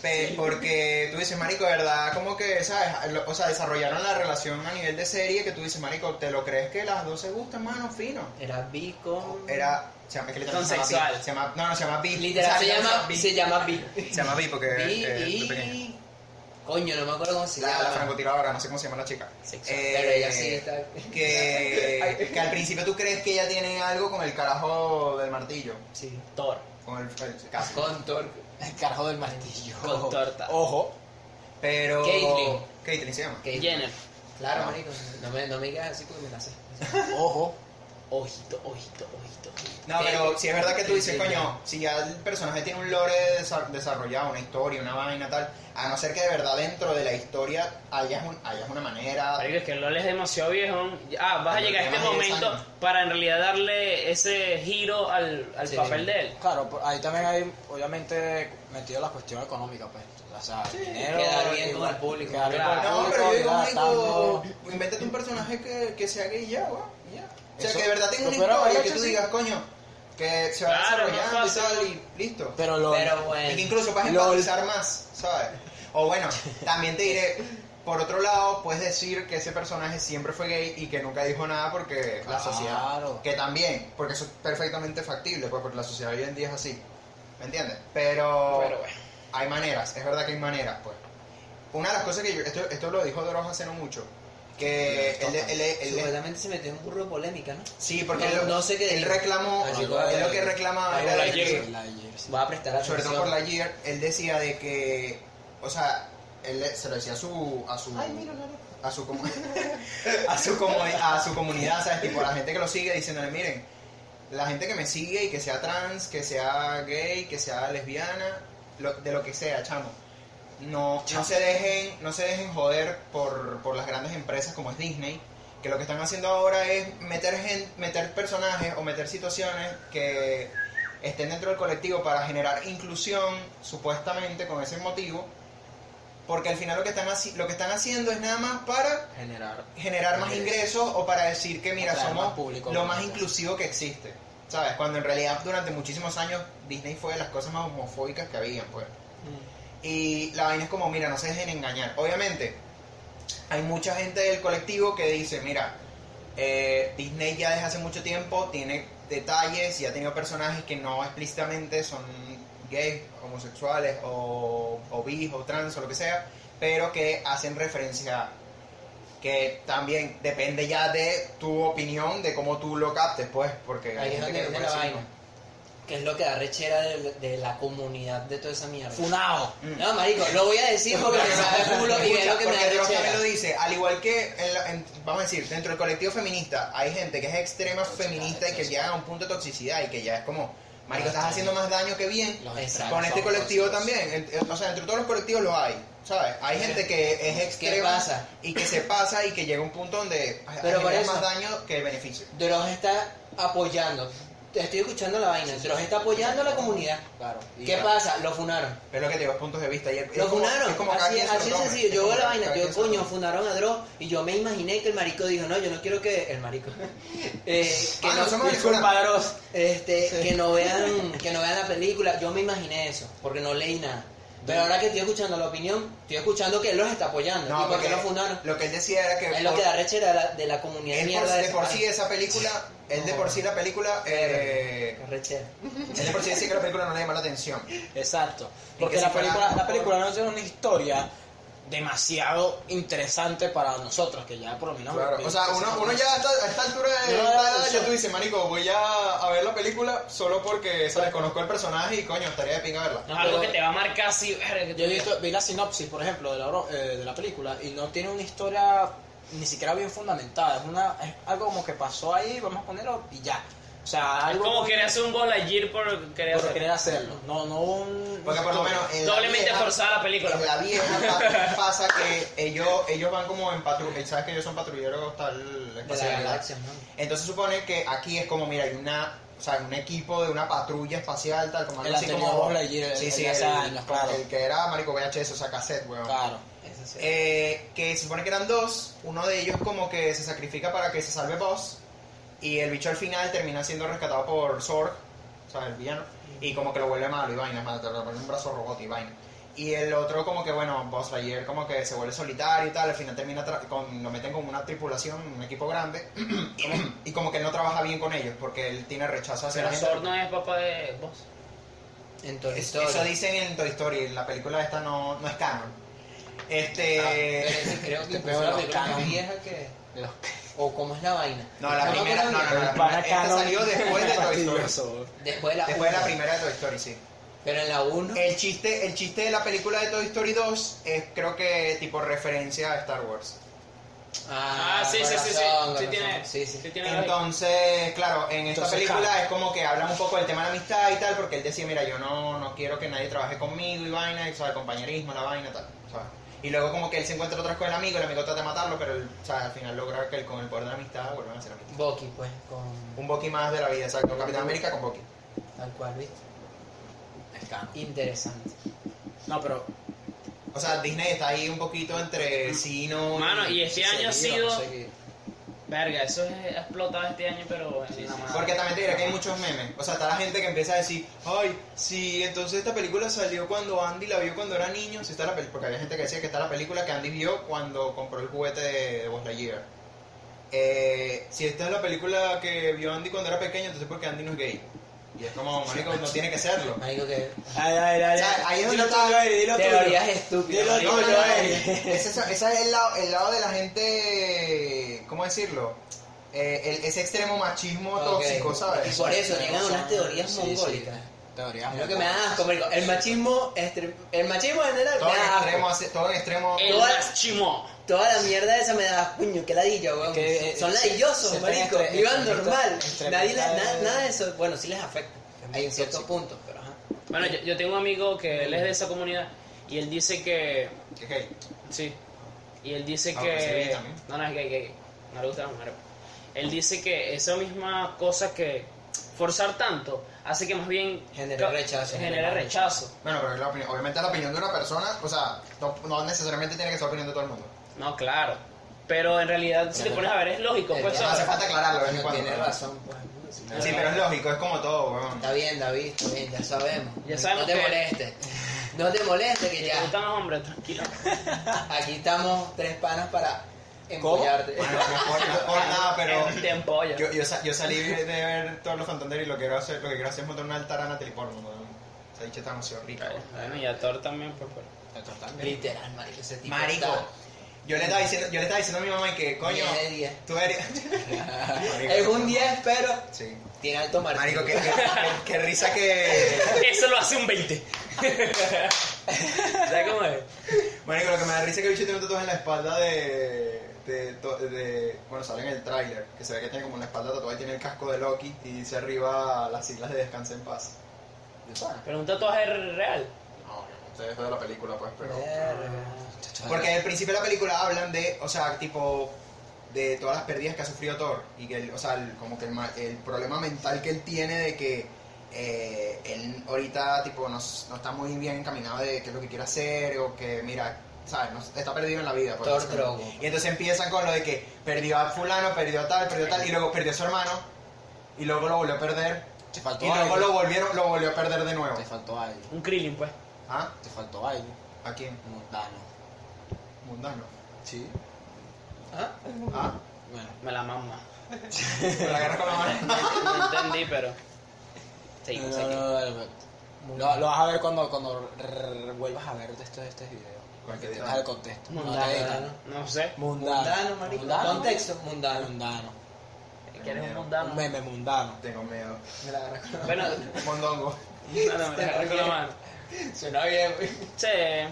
[SPEAKER 1] pe- porque tú dices, marico, de verdad, como que, ¿sabes? Lo- O sea, desarrollaron la relación a nivel de serie que tú dices, marico, ¿te lo crees que las dos se gustan, mano? Fino.
[SPEAKER 3] Era Vico.
[SPEAKER 1] Era, se llama, es que literal se llama
[SPEAKER 2] Transexual.
[SPEAKER 1] Bi. Se llama- no, no, se llama Bi.
[SPEAKER 3] Literal,
[SPEAKER 1] O sea,
[SPEAKER 3] se llama,
[SPEAKER 1] Bi.
[SPEAKER 3] se llama Vic.
[SPEAKER 1] Se llama Bi porque
[SPEAKER 3] Vi
[SPEAKER 1] eh, estoy pequeño.
[SPEAKER 3] y... Coño, no me acuerdo cómo se
[SPEAKER 1] La,
[SPEAKER 3] llama.
[SPEAKER 1] la francotiradora, no sé cómo se llama la chica.
[SPEAKER 2] Sexual.
[SPEAKER 1] Eh,
[SPEAKER 3] Pero ella sí está...
[SPEAKER 1] que, que al principio tú crees que ella tiene algo con el carajo del martillo.
[SPEAKER 3] Sí.
[SPEAKER 2] Thor.
[SPEAKER 1] Con el, el- casi.
[SPEAKER 3] Con Thor.
[SPEAKER 4] El carajo del martillo.
[SPEAKER 2] Con torta.
[SPEAKER 1] Oh,
[SPEAKER 4] Ojo.
[SPEAKER 1] Pero.
[SPEAKER 3] Caitlyn.
[SPEAKER 1] Caitlyn se llama.
[SPEAKER 3] que-
[SPEAKER 2] Jenner.
[SPEAKER 3] Claro,
[SPEAKER 1] No.
[SPEAKER 3] marico. No me, no me digas así porque me la sé.
[SPEAKER 4] Ojo.
[SPEAKER 2] Ojito, ojito, ojito.
[SPEAKER 1] No,
[SPEAKER 3] Caitlyn.
[SPEAKER 1] pero si es verdad que tú dices,
[SPEAKER 3] Caitlyn.
[SPEAKER 1] coño, si ya el personaje tiene un lore desa- desarrollado, una historia, una vaina, tal, a no ser que de verdad dentro de la historia hayas, un, hayas una manera.
[SPEAKER 2] Marico, es que LOL es demasiado viejo. Ah, vas a
[SPEAKER 1] Pero
[SPEAKER 2] llegar a este
[SPEAKER 1] lleva 10
[SPEAKER 2] momento
[SPEAKER 1] años.
[SPEAKER 2] para en realidad darle ese giro al, al
[SPEAKER 3] Sí.
[SPEAKER 2] papel de él.
[SPEAKER 4] Claro, por- ahí también hay, obviamente, metido la cuestión económica, pues. O sea, dinero.
[SPEAKER 3] quedar bien
[SPEAKER 4] y
[SPEAKER 3] con
[SPEAKER 4] bueno,
[SPEAKER 3] el público,
[SPEAKER 4] quedar bien con el
[SPEAKER 2] claro.
[SPEAKER 1] No,
[SPEAKER 4] público,
[SPEAKER 1] pero yo digo,
[SPEAKER 4] ya
[SPEAKER 1] marico,
[SPEAKER 4] estando-
[SPEAKER 1] invéntate un personaje que, que sea gay y ya, weón. y ya. O sea,
[SPEAKER 4] Eso-
[SPEAKER 1] que de verdad tenga
[SPEAKER 4] lo
[SPEAKER 1] una historia
[SPEAKER 4] fuera haber
[SPEAKER 1] que
[SPEAKER 4] hecho
[SPEAKER 1] tú
[SPEAKER 4] así.
[SPEAKER 1] digas, coño, que se va
[SPEAKER 2] Claro, no es
[SPEAKER 1] desarrollando y
[SPEAKER 2] fácil.
[SPEAKER 1] tal, y listo.
[SPEAKER 4] Pero lo.
[SPEAKER 3] Pero bueno.
[SPEAKER 1] Y que incluso vas a
[SPEAKER 4] Lol.
[SPEAKER 1] empatizar más, ¿sabes? O bueno, también te diré, por otro lado, puedes decir que ese personaje siempre fue gay y que nunca dijo nada porque la
[SPEAKER 4] Claro.
[SPEAKER 1] sociedad. Que también, porque eso es perfectamente factible, pues porque la sociedad hoy en día es así. ¿Me entiendes? Pero,
[SPEAKER 2] Pero bueno.
[SPEAKER 1] hay maneras, es verdad que hay maneras, pues. Una de las cosas que yo, esto, esto lo dijo Dross hace no mucho, que él, él- él- él-
[SPEAKER 3] Supuestamente se metió en un burro de polémica, ¿no?
[SPEAKER 1] sí, porque
[SPEAKER 3] No,
[SPEAKER 1] él,
[SPEAKER 3] no sé qué
[SPEAKER 1] él
[SPEAKER 3] dijo.
[SPEAKER 1] reclamó,
[SPEAKER 3] Ah, sí,
[SPEAKER 1] él
[SPEAKER 3] claro.
[SPEAKER 1] lo que reclamaba
[SPEAKER 2] Algo
[SPEAKER 1] Ah, era de
[SPEAKER 2] de
[SPEAKER 1] que-
[SPEAKER 2] Jersey.
[SPEAKER 4] La Jersey.
[SPEAKER 3] Voy a prestar atención.
[SPEAKER 1] sobre todo por la year, él decía de que, o sea, él le- se lo decía a su, a su, a su, comu- a su, comu- a su comunidad, ¿sabes? Tipo, a la gente que lo sigue diciéndole, miren, la gente que me sigue y que sea trans, que sea gay, que sea lesbiana, lo- de lo que sea, chamo. No, no se dejen, no se dejen joder por, por las grandes empresas como es Disney, que lo que están haciendo ahora es meter gen- meter personajes o meter situaciones que estén dentro del colectivo para generar inclusión, supuestamente con ese motivo, porque al final lo que están haci- lo que están haciendo es nada más para
[SPEAKER 4] Generar.
[SPEAKER 1] generar más
[SPEAKER 4] Ingresos.
[SPEAKER 1] ingresos o para decir que mira
[SPEAKER 4] Atraer
[SPEAKER 1] somos
[SPEAKER 4] más público,
[SPEAKER 1] lo más
[SPEAKER 4] más cosas.
[SPEAKER 1] inclusivo que existe. ¿Sabes? Cuando en realidad durante muchísimos años Disney fue de las cosas más homofóbicas que habían, pues. Y la vaina es como, mira, no se dejen engañar. Obviamente, hay mucha gente del colectivo que dice, mira, eh, Disney ya desde hace mucho tiempo tiene detalles y ha tenido personajes que no explícitamente son gays, homosexuales o, o bis o trans o lo que sea, pero que hacen referencia a que también depende ya de tu opinión, de cómo tú lo captes, pues, porque
[SPEAKER 3] Ahí es
[SPEAKER 1] gente
[SPEAKER 3] donde
[SPEAKER 1] que
[SPEAKER 3] viene
[SPEAKER 1] puede
[SPEAKER 3] la
[SPEAKER 1] decir,
[SPEAKER 3] vaina. Que es lo que da rechera de, de la comunidad de toda esa mierda.
[SPEAKER 4] Funao.
[SPEAKER 1] "Mm".
[SPEAKER 3] No, marico, lo voy a decir porque me sabe culo y es lo que me
[SPEAKER 1] Porque
[SPEAKER 3] da
[SPEAKER 1] Dross también lo
[SPEAKER 3] rechera.
[SPEAKER 1] dice, al igual que, en la- en- vamos a decir, dentro del colectivo feminista hay gente que es extrema feminista y que llega a un punto de toxicidad y que ya es como, Marico, estás haciendo más daño que bien.
[SPEAKER 3] Los
[SPEAKER 1] Exacto.
[SPEAKER 3] extremos
[SPEAKER 1] Con este
[SPEAKER 3] son
[SPEAKER 1] colectivo
[SPEAKER 3] tóxicos.
[SPEAKER 1] también. El- el- o sea, entre todos los colectivos los hay. ¿Sabes? Hay gente que es extrema
[SPEAKER 3] pasa?
[SPEAKER 1] y que se pasa y que llega a un punto donde
[SPEAKER 3] Pero
[SPEAKER 1] genera
[SPEAKER 3] por eso-
[SPEAKER 1] más daño que beneficio.
[SPEAKER 3] Dross está apoyando. Te Estoy escuchando la vaina. Dross está apoyando a la comunidad.
[SPEAKER 4] Claro. y-
[SPEAKER 3] ¿Qué pasa? Lo funaron.
[SPEAKER 1] Es lo que te digo, puntos de vista. Y es- es
[SPEAKER 3] Lo
[SPEAKER 1] como-
[SPEAKER 3] funaron.
[SPEAKER 1] es como cada
[SPEAKER 3] así
[SPEAKER 1] quien se lo
[SPEAKER 3] así
[SPEAKER 1] tome.
[SPEAKER 3] sencillo.
[SPEAKER 1] Es
[SPEAKER 3] Yo
[SPEAKER 1] como
[SPEAKER 3] veo la
[SPEAKER 1] cada-
[SPEAKER 3] vaina.
[SPEAKER 1] cada
[SPEAKER 3] Yo,
[SPEAKER 1] quien se lo
[SPEAKER 3] coño,
[SPEAKER 1] tome.
[SPEAKER 3] funaron a Dross. Y yo me imaginé que el marico dijo, no, yo no quiero que. El marico. Eh, que
[SPEAKER 1] Ah,
[SPEAKER 3] no
[SPEAKER 1] no, somos venezolanos.
[SPEAKER 4] Disculpa, Dross.
[SPEAKER 3] Este, que no vean, que no vean la película. Yo me imaginé eso, porque no leí nada. Pero ahora que estoy escuchando la opinión, estoy escuchando que él los está apoyando.
[SPEAKER 1] No,
[SPEAKER 3] ¿Y por qué
[SPEAKER 1] porque
[SPEAKER 3] lo fundaron?
[SPEAKER 1] Lo que él decía era que.
[SPEAKER 3] Es lo
[SPEAKER 1] por-
[SPEAKER 3] que da rechera de la, de la comunidad
[SPEAKER 1] él por,
[SPEAKER 3] mierda
[SPEAKER 1] de
[SPEAKER 3] esa.
[SPEAKER 1] por sí esa película, él de por sí la película, eh,
[SPEAKER 3] Qué rechera.
[SPEAKER 1] él de por sí decía que la película no le llamó la atención.
[SPEAKER 4] Exacto. Porque
[SPEAKER 1] que
[SPEAKER 4] la,
[SPEAKER 1] si fuera
[SPEAKER 4] película, la
[SPEAKER 1] mejor.
[SPEAKER 4] película no tiene una historia demasiado interesante para nosotros, que ya por lo menos...
[SPEAKER 1] Claro, o sea, uno, uno ya a esta, a esta altura de
[SPEAKER 4] No,
[SPEAKER 1] la edad,
[SPEAKER 4] o sea-
[SPEAKER 1] ya tú dices, marico, voy a, a ver la película solo porque, ¿sabes? Conozco el personaje y coño, estaría de pinga verla.
[SPEAKER 2] No es algo que te va a marcar así. verga, que
[SPEAKER 4] Yo he
[SPEAKER 2] tú-
[SPEAKER 4] visto, vi la sinopsis, por ejemplo, de la, bro- eh, de la película y no tiene una historia ni siquiera bien fundamentada. Es, una, es algo como que pasó ahí, vamos a ponerlo y ya. O sea,
[SPEAKER 2] Es
[SPEAKER 4] algo
[SPEAKER 2] como querer hacer un ball ayer por querer
[SPEAKER 4] por querer
[SPEAKER 2] hacer.
[SPEAKER 4] hacerlo. No, no un...
[SPEAKER 1] Porque por lo menos en la
[SPEAKER 2] Doblemente
[SPEAKER 1] vieja-
[SPEAKER 2] forzada la película.
[SPEAKER 1] En la vieja pa- pasa que ellos, ellos van como en patrulla, sabes que ellos son patrulleros tal
[SPEAKER 3] De la
[SPEAKER 1] espacial.
[SPEAKER 3] galaxia, mano.
[SPEAKER 1] Entonces supone que aquí es como, mira, hay una, o sea, un equipo de una patrulla espacial, tal como
[SPEAKER 4] El anterior
[SPEAKER 1] como.
[SPEAKER 4] Buzz Lightyear, el-
[SPEAKER 1] sí,
[SPEAKER 4] el
[SPEAKER 1] sí,
[SPEAKER 4] de hace años, claro.
[SPEAKER 1] el que era marico VHS, o sea, cassette, weón.
[SPEAKER 4] Claro.
[SPEAKER 3] Eso sí.
[SPEAKER 1] Ah. Eh, que se supone que eran dos, uno de ellos como que se sacrifica para que se salve Boss y el bicho al final termina siendo rescatado por Zorg, o sea, el villano, y como que lo vuelve malo y vaina, mata, le pone un brazo robot y vaina. Y el otro como que, bueno, Boss Lightyear como que se vuelve solitario y tal, al final termina tra- con, lo meten con una tripulación, un equipo grande, y, y como que él no trabaja bien con ellos porque él tiene rechazo hacia
[SPEAKER 2] Pero
[SPEAKER 1] la gente.
[SPEAKER 2] Sor no es papá de vos.
[SPEAKER 3] En Toy
[SPEAKER 1] Es-
[SPEAKER 3] Story.
[SPEAKER 1] Eso dicen en Toy Story, en la película esta no, no es canon. Este...
[SPEAKER 3] Ah, Pero sí, creo que
[SPEAKER 4] Este
[SPEAKER 3] incluso
[SPEAKER 4] peor
[SPEAKER 3] la
[SPEAKER 4] de
[SPEAKER 3] película
[SPEAKER 4] Canon.
[SPEAKER 3] más vieja que... O cómo es la vaina.
[SPEAKER 1] No, la
[SPEAKER 3] me
[SPEAKER 1] primera, no,
[SPEAKER 3] acuerdo
[SPEAKER 1] no, no,
[SPEAKER 3] bien.
[SPEAKER 1] la
[SPEAKER 4] El
[SPEAKER 1] primera.
[SPEAKER 4] pana
[SPEAKER 1] Esta
[SPEAKER 4] Canon
[SPEAKER 1] salió después de
[SPEAKER 4] es
[SPEAKER 1] Toy Story.
[SPEAKER 4] fastidioso.
[SPEAKER 3] Después de la
[SPEAKER 1] Después de la Eh,
[SPEAKER 3] uno.
[SPEAKER 1] primera de Toy Story, sí.
[SPEAKER 3] Pero en la 1...
[SPEAKER 1] El chiste, el chiste de la película de Toy Story 2 es creo que tipo referencia a Star Wars.
[SPEAKER 2] Ah, sí, sí, sí, sí.
[SPEAKER 3] corazón,
[SPEAKER 2] Sí
[SPEAKER 3] corazón.
[SPEAKER 2] tiene.
[SPEAKER 3] Sí, sí.
[SPEAKER 2] sí tiene la-
[SPEAKER 1] Entonces, claro, en esta
[SPEAKER 4] Entonces,
[SPEAKER 1] película
[SPEAKER 4] claro.
[SPEAKER 1] es como que hablan un poco del tema de la amistad y tal, porque él decía, mira, yo no, no quiero que nadie trabaje conmigo y vaina, y, o sea, el compañerismo, la vaina, tal. ¿sabes? Y luego como que él se encuentra otra vez con el amigo, el amigo trata de matarlo, pero él, o sea, al final logra que él, con el poder de la amistad vuelvan a ser amigos.
[SPEAKER 3] Bucky, pues, con...
[SPEAKER 1] Un Bucky más de la vida, exacto. Capitán América con Bucky.
[SPEAKER 3] Tal cual, ¿viste?
[SPEAKER 4] Es Canon.
[SPEAKER 3] Interesante.
[SPEAKER 4] No, pero
[SPEAKER 1] O sea, Disney está ahí un poquito entre sí no.
[SPEAKER 2] Mano, y este año ha
[SPEAKER 4] seguido,
[SPEAKER 2] sido.
[SPEAKER 4] seguido.
[SPEAKER 2] Verga, eso es- ha explotado este año, pero. en la madre.
[SPEAKER 1] Porque también te diré que hay muchos memes. O sea, está la gente que empieza a decir, ay, sí, entonces esta película salió cuando Andy la vio cuando era niño. Sí está la peli- Porque había gente que decía que está la película que Andy vio cuando compró el juguete de, de Buzz Lightyear. Eh, si esta es la película que vio Andy cuando era pequeño, entonces porque Andy no es gay. Y es como, marico, no tiene que serlo.
[SPEAKER 3] Marico, que...
[SPEAKER 4] Ay, ay,
[SPEAKER 1] O
[SPEAKER 4] ay,
[SPEAKER 1] sea, ahí
[SPEAKER 4] ay.
[SPEAKER 1] es donde
[SPEAKER 4] Dilo
[SPEAKER 1] está-
[SPEAKER 4] tuyo, Eri, dilo
[SPEAKER 3] Teorías
[SPEAKER 4] tuyo.
[SPEAKER 3] estúpidas.
[SPEAKER 4] Dilo
[SPEAKER 1] No,
[SPEAKER 4] tuyo,
[SPEAKER 1] no, no,
[SPEAKER 4] Eri.
[SPEAKER 1] ese, es- ese es el lado, el lado de la gente, ¿cómo decirlo? Eh, el- ese extremo machismo
[SPEAKER 3] Ok.
[SPEAKER 1] tóxico,
[SPEAKER 3] Y
[SPEAKER 1] ¿sabes?
[SPEAKER 3] por eso llegan unas teorías
[SPEAKER 4] Sí, sí.
[SPEAKER 3] mongólicas.
[SPEAKER 4] Teorías
[SPEAKER 3] Es Lo que me da asco, marico. El machismo, estre- el machismo en general me
[SPEAKER 1] Todo en
[SPEAKER 3] da asco.
[SPEAKER 1] extremo, hace- todo en extremo.
[SPEAKER 2] El
[SPEAKER 3] Toda-
[SPEAKER 2] más chimó.
[SPEAKER 3] Toda la mierda esa me da puño, que ladilla, weón.
[SPEAKER 4] que, eh,
[SPEAKER 3] Son
[SPEAKER 4] eh, se
[SPEAKER 3] ladillosos,
[SPEAKER 4] están
[SPEAKER 3] marico.
[SPEAKER 4] entre-
[SPEAKER 3] Vivan
[SPEAKER 4] entre-
[SPEAKER 3] normal.
[SPEAKER 4] entre-
[SPEAKER 3] Nadie les-
[SPEAKER 4] entre-
[SPEAKER 3] na- nada de eso. Bueno, sí les afecta.
[SPEAKER 4] muy
[SPEAKER 3] En ciertos
[SPEAKER 4] tóxico.
[SPEAKER 3] puntos, pero ajá.
[SPEAKER 2] Bueno, yo, yo tengo un amigo que él es de esa comunidad y él dice que.
[SPEAKER 1] Que es gay.
[SPEAKER 2] Sí. Y él dice
[SPEAKER 1] Ah, pues, sí,
[SPEAKER 2] que.
[SPEAKER 1] también.
[SPEAKER 2] No, no, es gay, gay. gay. No le gustan las mujeres. Él dice que esa misma cosa que forzar tanto hace que más bien.
[SPEAKER 3] Genere
[SPEAKER 2] ca-
[SPEAKER 3] rechazo,
[SPEAKER 2] Genere
[SPEAKER 3] genera
[SPEAKER 2] rechazo.
[SPEAKER 1] Bueno, pero es la opinión- obviamente es la opinión de una persona, o sea, no, no necesariamente tiene que ser la opinión de todo el mundo.
[SPEAKER 2] No, claro. Pero en realidad, si te pones a ver, es lógico.
[SPEAKER 3] El
[SPEAKER 2] Pues,
[SPEAKER 3] tema
[SPEAKER 1] No hace
[SPEAKER 2] ¿sabes?
[SPEAKER 1] falta aclararlo de vez en
[SPEAKER 3] No
[SPEAKER 1] cuando.
[SPEAKER 3] tiene
[SPEAKER 1] ¿verdad?
[SPEAKER 3] razón, pues. Sí.
[SPEAKER 1] Sí, pero es lógico, es como todo, weón.
[SPEAKER 3] Está bien, David, está bien, ya sabemos.
[SPEAKER 2] Ya sabemos
[SPEAKER 3] no te
[SPEAKER 2] que-
[SPEAKER 3] molestes. No te molestes que
[SPEAKER 2] Si te
[SPEAKER 3] ya.
[SPEAKER 2] gustan los hombres, tranquilo.
[SPEAKER 3] Aquí estamos tres panas para
[SPEAKER 4] ¿Cómo?
[SPEAKER 3] empollarte.
[SPEAKER 1] Bueno, no es por- no es por nada,
[SPEAKER 2] Te
[SPEAKER 1] pero
[SPEAKER 2] empollas.
[SPEAKER 1] yo, yo, sa- yo salí de ver todos los Santander y lo que quiero hacer, lo que quiero hacer es montar una altarana teleporno, weón. Esa dicha está demasiado rica, weón.
[SPEAKER 2] Bueno, y a Thor también, pues, por favor.
[SPEAKER 3] Literal, marico. Ese tipo
[SPEAKER 1] Marico,
[SPEAKER 3] está
[SPEAKER 1] yo le estaba diciendo, yo le estaba diciendo a mi mamá que, coño,
[SPEAKER 3] 10 de 10.
[SPEAKER 1] tú eres... Marico,
[SPEAKER 3] Es un 10, pero
[SPEAKER 1] Sí.
[SPEAKER 3] tiene alto martillo.
[SPEAKER 1] Marico, qué, qué- qué- qué risa que...
[SPEAKER 2] Eso lo hace un 20. ¿Sabes cómo es?
[SPEAKER 1] Marico, lo que me da risa es que el bicho tiene un tatuaje en la espalda de... de, to- de- bueno, sale en el tráiler, que se ve que tiene como una espalda tatuada y tiene el casco de Loki y dice arriba las siglas de Descansa en Paz.
[SPEAKER 2] Pero un tatuaje real.
[SPEAKER 1] No, no sé, eso de la película, pues, pero...
[SPEAKER 3] Verga.
[SPEAKER 1] Porque al principio de la película hablan de, o sea, tipo, de todas las pérdidas que ha sufrido Thor. Y que, él, o sea, el- como que el, ma- el problema mental que él tiene de que eh, él ahorita, tipo, no, s- no está muy bien encaminado de qué es lo que quiere hacer o que, mira, ¿sabes? No, s- está perdido en la vida. por
[SPEAKER 3] Thor
[SPEAKER 1] decirlo.
[SPEAKER 3] Drogo.
[SPEAKER 1] Y entonces empiezan con lo de que perdió a fulano, perdió a tal, perdió a tal, y luego perdió a su hermano, y luego lo volvió a perder,
[SPEAKER 4] Te faltó
[SPEAKER 1] y luego lo
[SPEAKER 4] algo.
[SPEAKER 1] volvieron, lo volvió a perder de nuevo.
[SPEAKER 4] Te faltó algo.
[SPEAKER 2] Un Krillin, pues.
[SPEAKER 1] ¿Ah?
[SPEAKER 4] Te faltó algo.
[SPEAKER 1] ¿A quién?
[SPEAKER 4] Mundano.
[SPEAKER 1] Mundano.
[SPEAKER 4] Sí.
[SPEAKER 3] ¿Ah?
[SPEAKER 1] ¿Ah?
[SPEAKER 4] Bueno.
[SPEAKER 2] Me la mamá.
[SPEAKER 1] Con la guerra con la mano.
[SPEAKER 2] No entendí, pero.
[SPEAKER 4] No,
[SPEAKER 2] Seguimos
[SPEAKER 4] no,
[SPEAKER 2] aquí.
[SPEAKER 4] no, Eh, Alberto. Lo, lo vas a ver cuando, cuando rrr, vuelvas a ver estos, estos videos.
[SPEAKER 1] Porque
[SPEAKER 4] Porque
[SPEAKER 1] te-
[SPEAKER 4] te vas el contexto. No te
[SPEAKER 2] Mundano.
[SPEAKER 4] digas.
[SPEAKER 2] No sé.
[SPEAKER 4] Mundano.
[SPEAKER 3] Mundano, marico.
[SPEAKER 4] Mundano.
[SPEAKER 3] Contexto, mundano.
[SPEAKER 4] Mundano.
[SPEAKER 2] Que eres un
[SPEAKER 4] Un
[SPEAKER 2] mundano.
[SPEAKER 4] meme mundano.
[SPEAKER 1] Tengo miedo.
[SPEAKER 3] Me la agarré con la-
[SPEAKER 2] Bueno,
[SPEAKER 1] Mondongo.
[SPEAKER 2] no, no, me la agarré con la mano.
[SPEAKER 3] Suena bien, güey.
[SPEAKER 2] Che,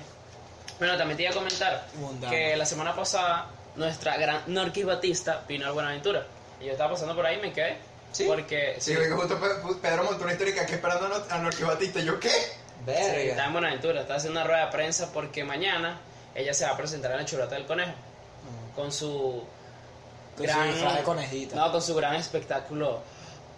[SPEAKER 2] Bueno, también te iba a comentar
[SPEAKER 4] Mundano.
[SPEAKER 2] que la semana pasada nuestra gran Norquis Batista vino a Buenaventura. Y yo estaba pasando por ahí y me quedé.
[SPEAKER 3] ¿Sí?
[SPEAKER 2] Porque.
[SPEAKER 1] Sí, porque justo Pe- Pedro montó una historia que aquí esperando a Nor- a Norque Batista. ¿Yo qué?
[SPEAKER 2] Sí, está
[SPEAKER 3] Verga.
[SPEAKER 2] en Buenaventura, está haciendo una rueda de prensa porque mañana ella se va a presentar en la chuleta del conejo con su
[SPEAKER 4] Con su disfraz de conejita.
[SPEAKER 2] no, con su gran espectáculo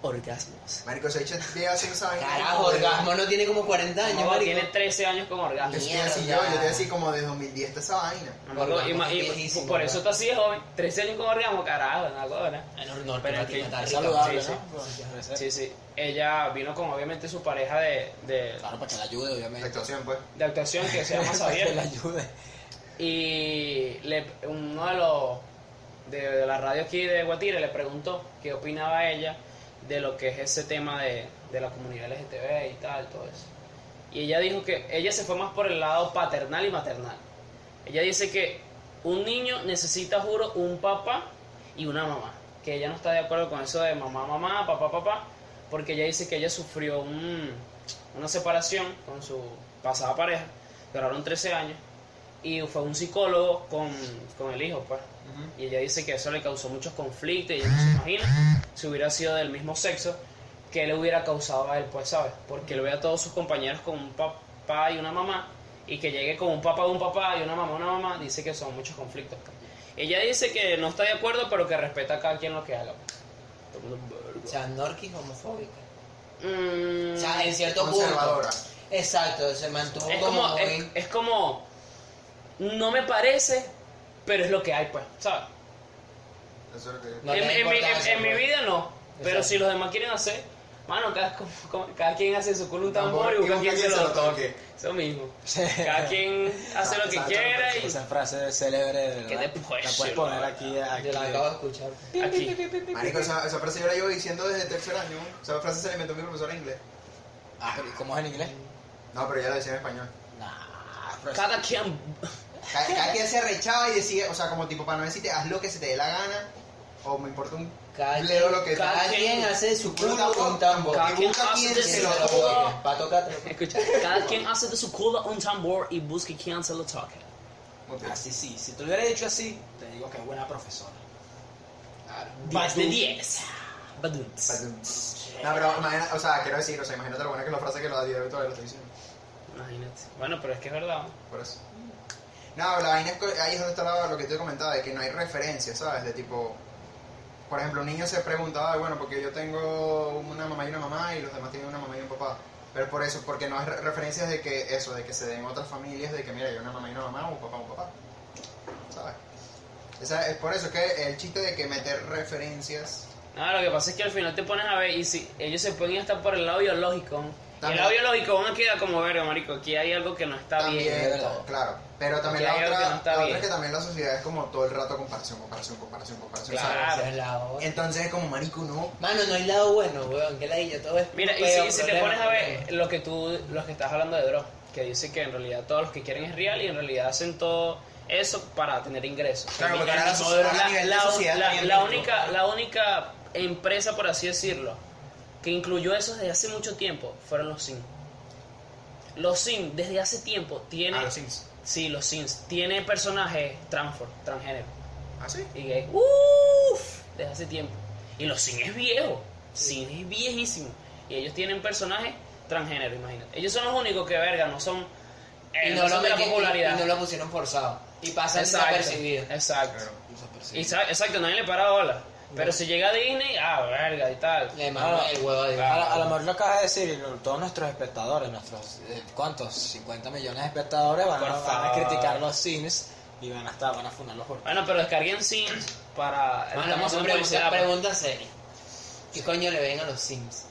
[SPEAKER 2] orgasmos.
[SPEAKER 1] Marico, se ha hecho día sin saber.
[SPEAKER 3] Carajo, orgasmo no tiene como 40 años,
[SPEAKER 2] No,
[SPEAKER 3] marico.
[SPEAKER 2] tiene 13 años con
[SPEAKER 1] Yo
[SPEAKER 2] orgasmos.
[SPEAKER 1] estoy así yo,
[SPEAKER 3] Mierda.
[SPEAKER 1] yo estoy así como desde 2010 está esa vaina.
[SPEAKER 2] Mamá,
[SPEAKER 3] Orgasmos
[SPEAKER 2] y ma- y
[SPEAKER 3] es viejísimo,
[SPEAKER 2] por eso
[SPEAKER 3] ¿verdad?
[SPEAKER 2] está así de joven, 13 años con orgasmo, carajo, no, ahora.
[SPEAKER 3] Ah, No, no,
[SPEAKER 2] Pero
[SPEAKER 3] no
[SPEAKER 2] es que-
[SPEAKER 3] tiene tal-
[SPEAKER 4] Es saludable,
[SPEAKER 2] Sí,
[SPEAKER 4] ¿no?
[SPEAKER 2] sí.
[SPEAKER 4] Bueno,
[SPEAKER 2] Sí, sí. Ella vino con obviamente su pareja de, de,
[SPEAKER 4] Claro, para que la ayude,
[SPEAKER 1] La
[SPEAKER 4] obviamente.
[SPEAKER 1] actuación, pues.
[SPEAKER 2] de actuación que se llama
[SPEAKER 4] Para que
[SPEAKER 2] Xavier.
[SPEAKER 4] la ayude.
[SPEAKER 2] Y le, uno de los de, de la radio aquí de Guatire le preguntó qué opinaba ella de lo que es ese tema de, de la comunidad LGTB y tal, todo eso. Y ella dijo que ella se fue más por el lado paternal y maternal. Ella dice que un niño necesita, juro, un papá y una mamá. Que ella no está de acuerdo con eso de mamá, mamá, papá, papá. Porque ella dice que ella sufrió un- una separación con su pasada pareja. Duraron 13 años. Y fue un psicólogo con, con el hijo, pues. Y ella dice que eso le causó muchos conflictos. Y ella no se imagina si hubiera sido del mismo sexo, que le hubiera causado a él, pues, ¿sabes? Porque él ve a todos sus compañeros con un papá y una mamá, y que llegue con un papá de un papá y una mamá de una mamá, dice que son muchos conflictos. pues. Ella dice que no está de acuerdo, pero que respeta a cada quien lo que haga. pues. Todo el mundo, verga.
[SPEAKER 3] O sea, Norquis homofóbica.
[SPEAKER 2] Mm,
[SPEAKER 3] O sea, en cierto punto.
[SPEAKER 1] Conservadora.
[SPEAKER 3] Exacto, se mantuvo
[SPEAKER 2] es
[SPEAKER 3] como,
[SPEAKER 2] como, es,
[SPEAKER 3] muy-
[SPEAKER 2] es como, no me parece, pero es lo que hay, pues, ¿sabes?
[SPEAKER 1] Eso es lo que.
[SPEAKER 3] No
[SPEAKER 2] en,
[SPEAKER 3] le da
[SPEAKER 2] en mi, en-
[SPEAKER 3] importancia,
[SPEAKER 2] en mi
[SPEAKER 3] pues.
[SPEAKER 2] vida no. Pero
[SPEAKER 3] Exacto.
[SPEAKER 2] si los demás quieren hacer, mano, cada, como- como- cada quien hace su culo un tambor y busca quien se lo toque. Eso mismo.
[SPEAKER 4] Sí.
[SPEAKER 2] Cada quien hace lo que
[SPEAKER 1] Exacto,
[SPEAKER 2] quiera y
[SPEAKER 4] Esa frase célebre de
[SPEAKER 2] Que
[SPEAKER 4] verdad.
[SPEAKER 2] te puede
[SPEAKER 4] La
[SPEAKER 2] ser,
[SPEAKER 4] puedes poner
[SPEAKER 2] ¿no?
[SPEAKER 4] aquí. aquí.
[SPEAKER 3] Yo la acabo de escuchar.
[SPEAKER 2] aquí.
[SPEAKER 1] Marico, esa, esa frase yo la llevo diciendo desde tercer año. ¿no? Esa frase se la inventó mi profesor de inglés.
[SPEAKER 4] Ah, pero ¿y ¿Cómo es en inglés?
[SPEAKER 1] No, pero ya la decía en español.
[SPEAKER 4] Nah, pero-
[SPEAKER 2] Cada quien.
[SPEAKER 1] Cada, cada quien se arrechaba y decía, o sea, como tipo, para no decirte, haz lo que se te dé la gana. O me importa un
[SPEAKER 3] Cada
[SPEAKER 1] bledo
[SPEAKER 3] quien-
[SPEAKER 1] lo que
[SPEAKER 2] cada
[SPEAKER 3] Cada quien hace su culo con tambor.
[SPEAKER 2] Cada
[SPEAKER 1] Y
[SPEAKER 2] quien
[SPEAKER 1] busca
[SPEAKER 2] hace
[SPEAKER 1] quien
[SPEAKER 2] de
[SPEAKER 1] se
[SPEAKER 2] su
[SPEAKER 1] lo
[SPEAKER 2] culo.
[SPEAKER 1] toque.
[SPEAKER 3] Para tocarte.
[SPEAKER 2] Escucha, cada quien hace de su culo un tambor y busque quien se lo toque.
[SPEAKER 1] Así.
[SPEAKER 4] Así sí, si te lo hubiera dicho así, te digo que es buena profesora.
[SPEAKER 2] 10 de
[SPEAKER 4] Badum.
[SPEAKER 2] 10. Baduns.
[SPEAKER 1] No, pero imagina, o sea, quiero decir, o sea, imagínate lo buena que es la frase que lo da Diego todavía lo estoy diciendo.
[SPEAKER 2] Imagínate. Bueno, pero es que es verdad.
[SPEAKER 1] Por eso. No, la vaina es que ahí es donde está la- lo que te comentaba, de que no hay referencia, ¿sabes? De tipo, por ejemplo, un niño se preguntaba, bueno, porque yo tengo una mamá y una mamá y los demás tienen una mamá y un papá. Pero por eso, porque no hay re- referencias de que eso, de que se den otras familias, de que mira, hay una mamá y una mamá, un papá, un papá. ¿Sabes? Esa- es por eso que el chiste de que meter referencias.
[SPEAKER 2] No, lo que pasa es que al final te pones a ver y si ellos se pueden estar por el lado biológico. Y el
[SPEAKER 1] También.
[SPEAKER 2] lado biológico uno queda como verga, marico. Aquí hay algo que no está bien.
[SPEAKER 1] También,
[SPEAKER 4] es verdad.
[SPEAKER 1] claro. Pero también
[SPEAKER 2] Porque
[SPEAKER 1] la
[SPEAKER 2] hay algo
[SPEAKER 1] otra,
[SPEAKER 2] que no está
[SPEAKER 1] la otra
[SPEAKER 2] bien.
[SPEAKER 1] es que también la sociedad es como todo el rato comparación, comparación, comparación, comparación.
[SPEAKER 2] Claro.
[SPEAKER 1] ¿sabes?
[SPEAKER 3] Esa es la hora.
[SPEAKER 1] Entonces es como marico, no.
[SPEAKER 3] Mano, no hay lado bueno, weón. Que ladilla, todo es.
[SPEAKER 2] Mira, y
[SPEAKER 3] peo,
[SPEAKER 2] si, si te
[SPEAKER 3] problema,
[SPEAKER 2] pones a ver
[SPEAKER 3] problema.
[SPEAKER 2] lo que tú, los que estás hablando de Dross, que dice que en realidad todos los que quieren es real y en realidad hacen todo eso para tener ingresos.
[SPEAKER 1] Claro,
[SPEAKER 2] El-
[SPEAKER 1] porque
[SPEAKER 2] el
[SPEAKER 1] ahora
[SPEAKER 2] mismo
[SPEAKER 1] la-
[SPEAKER 2] Dross,
[SPEAKER 1] ahora a nivel de sociedad
[SPEAKER 2] la-
[SPEAKER 1] también
[SPEAKER 2] la
[SPEAKER 1] mismo.
[SPEAKER 2] única, la única empresa, por así decirlo, que incluyó eso desde hace mucho tiempo, fueron los Sims. Los Sims desde hace tiempo tienen
[SPEAKER 1] A Ah, los Sims.
[SPEAKER 2] Sí, los Sims. Tiene personajes transfor, transgénero.
[SPEAKER 1] ¿Ah, sí?
[SPEAKER 2] Y que, uff, desde hace tiempo. Y los cines es viejo. Cine es viejísimo. Y ellos tienen personajes transgénero, imagínate. Ellos son los únicos que, verga, no son. eh,
[SPEAKER 3] Y
[SPEAKER 2] no
[SPEAKER 3] no,
[SPEAKER 2] son
[SPEAKER 3] lo
[SPEAKER 2] de la
[SPEAKER 3] meten-
[SPEAKER 2] popularidad.
[SPEAKER 3] y no lo pusieron forzado. Y pasan desapercibido.
[SPEAKER 2] Exacto.
[SPEAKER 1] Claro.
[SPEAKER 2] Y sa- exacto, nadie le para bola. Pero si llega a Disney, ah, verga, y tal.
[SPEAKER 3] Le mando
[SPEAKER 4] Ah,
[SPEAKER 3] el huevo de
[SPEAKER 4] A, la- a lo mejor lo acabas de decir, lo- todos nuestros espectadores, nuestros, eh, ¿cuántos? 50 millones de espectadores van, a-
[SPEAKER 2] Por
[SPEAKER 4] van a
[SPEAKER 2] favor.
[SPEAKER 4] criticar los cines y van a estar, van a fundarlos por...
[SPEAKER 2] Bueno, pero descarguen Sims para.
[SPEAKER 3] Mano,
[SPEAKER 2] estamos haciendo publicidad,
[SPEAKER 3] pregunta,
[SPEAKER 2] pues.
[SPEAKER 3] pregunta seria. ¿Qué coño le ven a los Sims?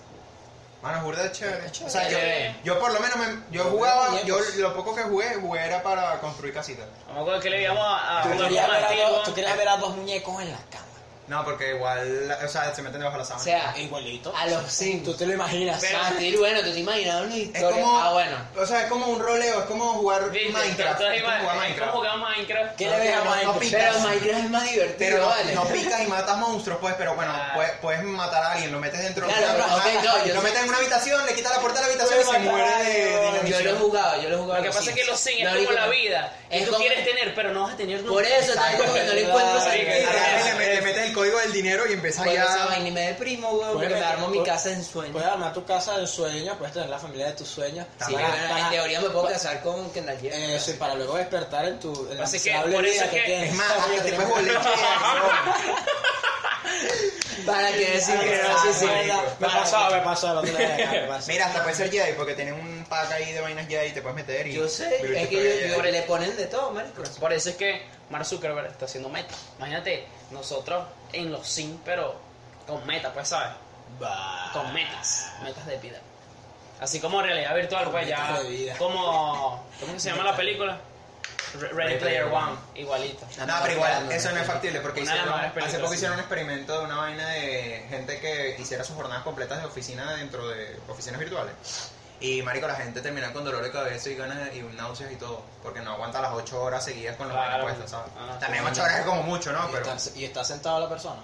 [SPEAKER 1] Mano, burda de chévere. O sea, yo,
[SPEAKER 2] Eh.
[SPEAKER 1] yo por lo menos me, yo jugaba, yo lo poco que jugué, jugué era para construir casitas.
[SPEAKER 2] No me acuerdo que le llamamos a, a
[SPEAKER 4] Tú
[SPEAKER 2] jugar
[SPEAKER 4] querías,
[SPEAKER 2] con
[SPEAKER 4] ver a
[SPEAKER 2] antiguo.
[SPEAKER 4] dos, tú querías ver a dos muñecos en la cama.
[SPEAKER 1] No, porque igual, o sea, se meten debajo de la
[SPEAKER 3] O
[SPEAKER 1] sábana.
[SPEAKER 2] Ah,
[SPEAKER 3] sea,
[SPEAKER 4] e Igualito.
[SPEAKER 3] a los Sims.
[SPEAKER 4] Tú te lo imaginas.
[SPEAKER 2] Pero-
[SPEAKER 3] Mati, bueno, tú te imaginabas una
[SPEAKER 1] es
[SPEAKER 3] historia.
[SPEAKER 1] como,
[SPEAKER 3] Ah, bueno.
[SPEAKER 1] o sea, es como un roleo, es como jugar
[SPEAKER 2] Viste,
[SPEAKER 1] Minecraft.
[SPEAKER 2] entonces
[SPEAKER 1] Es como jugar
[SPEAKER 2] iba- es como
[SPEAKER 1] Minecraft.
[SPEAKER 2] jugar Minecraft.
[SPEAKER 4] ¿Qué le ves a
[SPEAKER 1] No, no, no
[SPEAKER 4] Minecraft?
[SPEAKER 1] pica.
[SPEAKER 3] Pero Minecraft es más divertido,
[SPEAKER 1] Pero no,
[SPEAKER 3] ¿vale?
[SPEAKER 1] no picas y matas monstruos, pues, pero bueno,
[SPEAKER 2] Ah.
[SPEAKER 1] puedes, puedes matar a alguien, lo metes dentro de
[SPEAKER 3] Claro,
[SPEAKER 1] una-
[SPEAKER 3] no, ok, no, yo
[SPEAKER 1] lo
[SPEAKER 3] sé.
[SPEAKER 1] metes en una habitación, le quitas la puerta de la habitación y se
[SPEAKER 4] Puedes matar
[SPEAKER 1] muere de
[SPEAKER 4] a alguien.
[SPEAKER 3] yo lo he
[SPEAKER 1] dinamición.
[SPEAKER 3] jugado, yo lo he jugado.
[SPEAKER 2] Lo que
[SPEAKER 3] a
[SPEAKER 2] pasa es que los Sims es
[SPEAKER 3] No,
[SPEAKER 2] como
[SPEAKER 3] digo,
[SPEAKER 2] la vida. Que
[SPEAKER 3] es
[SPEAKER 2] tú
[SPEAKER 3] como-
[SPEAKER 2] quieres tener, pero no vas a tener nunca.
[SPEAKER 3] Por eso, tal como que no le encuentro
[SPEAKER 4] Exacto.
[SPEAKER 1] Y
[SPEAKER 3] sentido.
[SPEAKER 1] a la gente le,
[SPEAKER 2] Eso.
[SPEAKER 1] le metes el código del dinero y empiezas
[SPEAKER 3] Bueno, esa
[SPEAKER 1] ya.
[SPEAKER 3] vaina y me deprimo, weón, porque me
[SPEAKER 4] Puedes-
[SPEAKER 3] armo mi
[SPEAKER 4] puedes-
[SPEAKER 3] casa en sueño.
[SPEAKER 4] Puedes armar tu casa de sueños, puedes tener la familia de tus sueños.
[SPEAKER 3] Sí,
[SPEAKER 4] Para-
[SPEAKER 3] bueno, en
[SPEAKER 4] para-
[SPEAKER 3] teoría me puedo casar con Kendall Jenner.
[SPEAKER 4] Eso, y para luego despertar en tu... En la
[SPEAKER 2] Así que,
[SPEAKER 4] miserable
[SPEAKER 2] por eso
[SPEAKER 4] vida
[SPEAKER 2] es que-
[SPEAKER 4] tienes.
[SPEAKER 1] Es más, hasta te puedes volver
[SPEAKER 3] Para que decir que
[SPEAKER 4] Ah,
[SPEAKER 3] no, sí, sí.
[SPEAKER 4] marico. Me
[SPEAKER 3] Para-
[SPEAKER 4] pasó, me pasó el otro día. me pasó.
[SPEAKER 1] Mira, hasta puedes ser Jedi porque tienen un pack ahí de vainas Jedi y te puedes meter y.
[SPEAKER 3] Yo sé,
[SPEAKER 1] Pero
[SPEAKER 3] es
[SPEAKER 1] te puedes
[SPEAKER 3] que yo- yo-
[SPEAKER 1] Jedi.
[SPEAKER 3] le ponen de todo, marico.
[SPEAKER 2] Por eso es que Mark Zuckerberg está haciendo meta. Imagínate, nosotros en los Sims, pero con meta, pues, ¿sabes?
[SPEAKER 4] Bah.
[SPEAKER 2] Con metas, metas de vida. Así como realidad virtual,
[SPEAKER 4] Con
[SPEAKER 2] pues ya.
[SPEAKER 4] metas de vida.
[SPEAKER 2] Como. ¿Cómo que se llama la película? Re- Ready Player One, igualita.
[SPEAKER 1] No, pero igual, eso no es factible porque
[SPEAKER 2] Una de las
[SPEAKER 1] hicieron-
[SPEAKER 2] mejores películas,
[SPEAKER 1] hace poco
[SPEAKER 2] sí.
[SPEAKER 1] hicieron un experimento de una vaina de gente que hiciera sus jornadas completas de oficina dentro de oficinas virtuales. Y marico, la gente termina con dolor de cabeza y ganas y náuseas y todo, porque no aguanta las 8 horas seguidas con las
[SPEAKER 2] Claro.
[SPEAKER 1] vainas puestas, ¿sabes?
[SPEAKER 2] Ah,
[SPEAKER 1] También
[SPEAKER 2] sí.
[SPEAKER 1] 8 horas es como mucho, ¿no?
[SPEAKER 4] Y
[SPEAKER 1] Pero,
[SPEAKER 4] está- y está sentada la persona.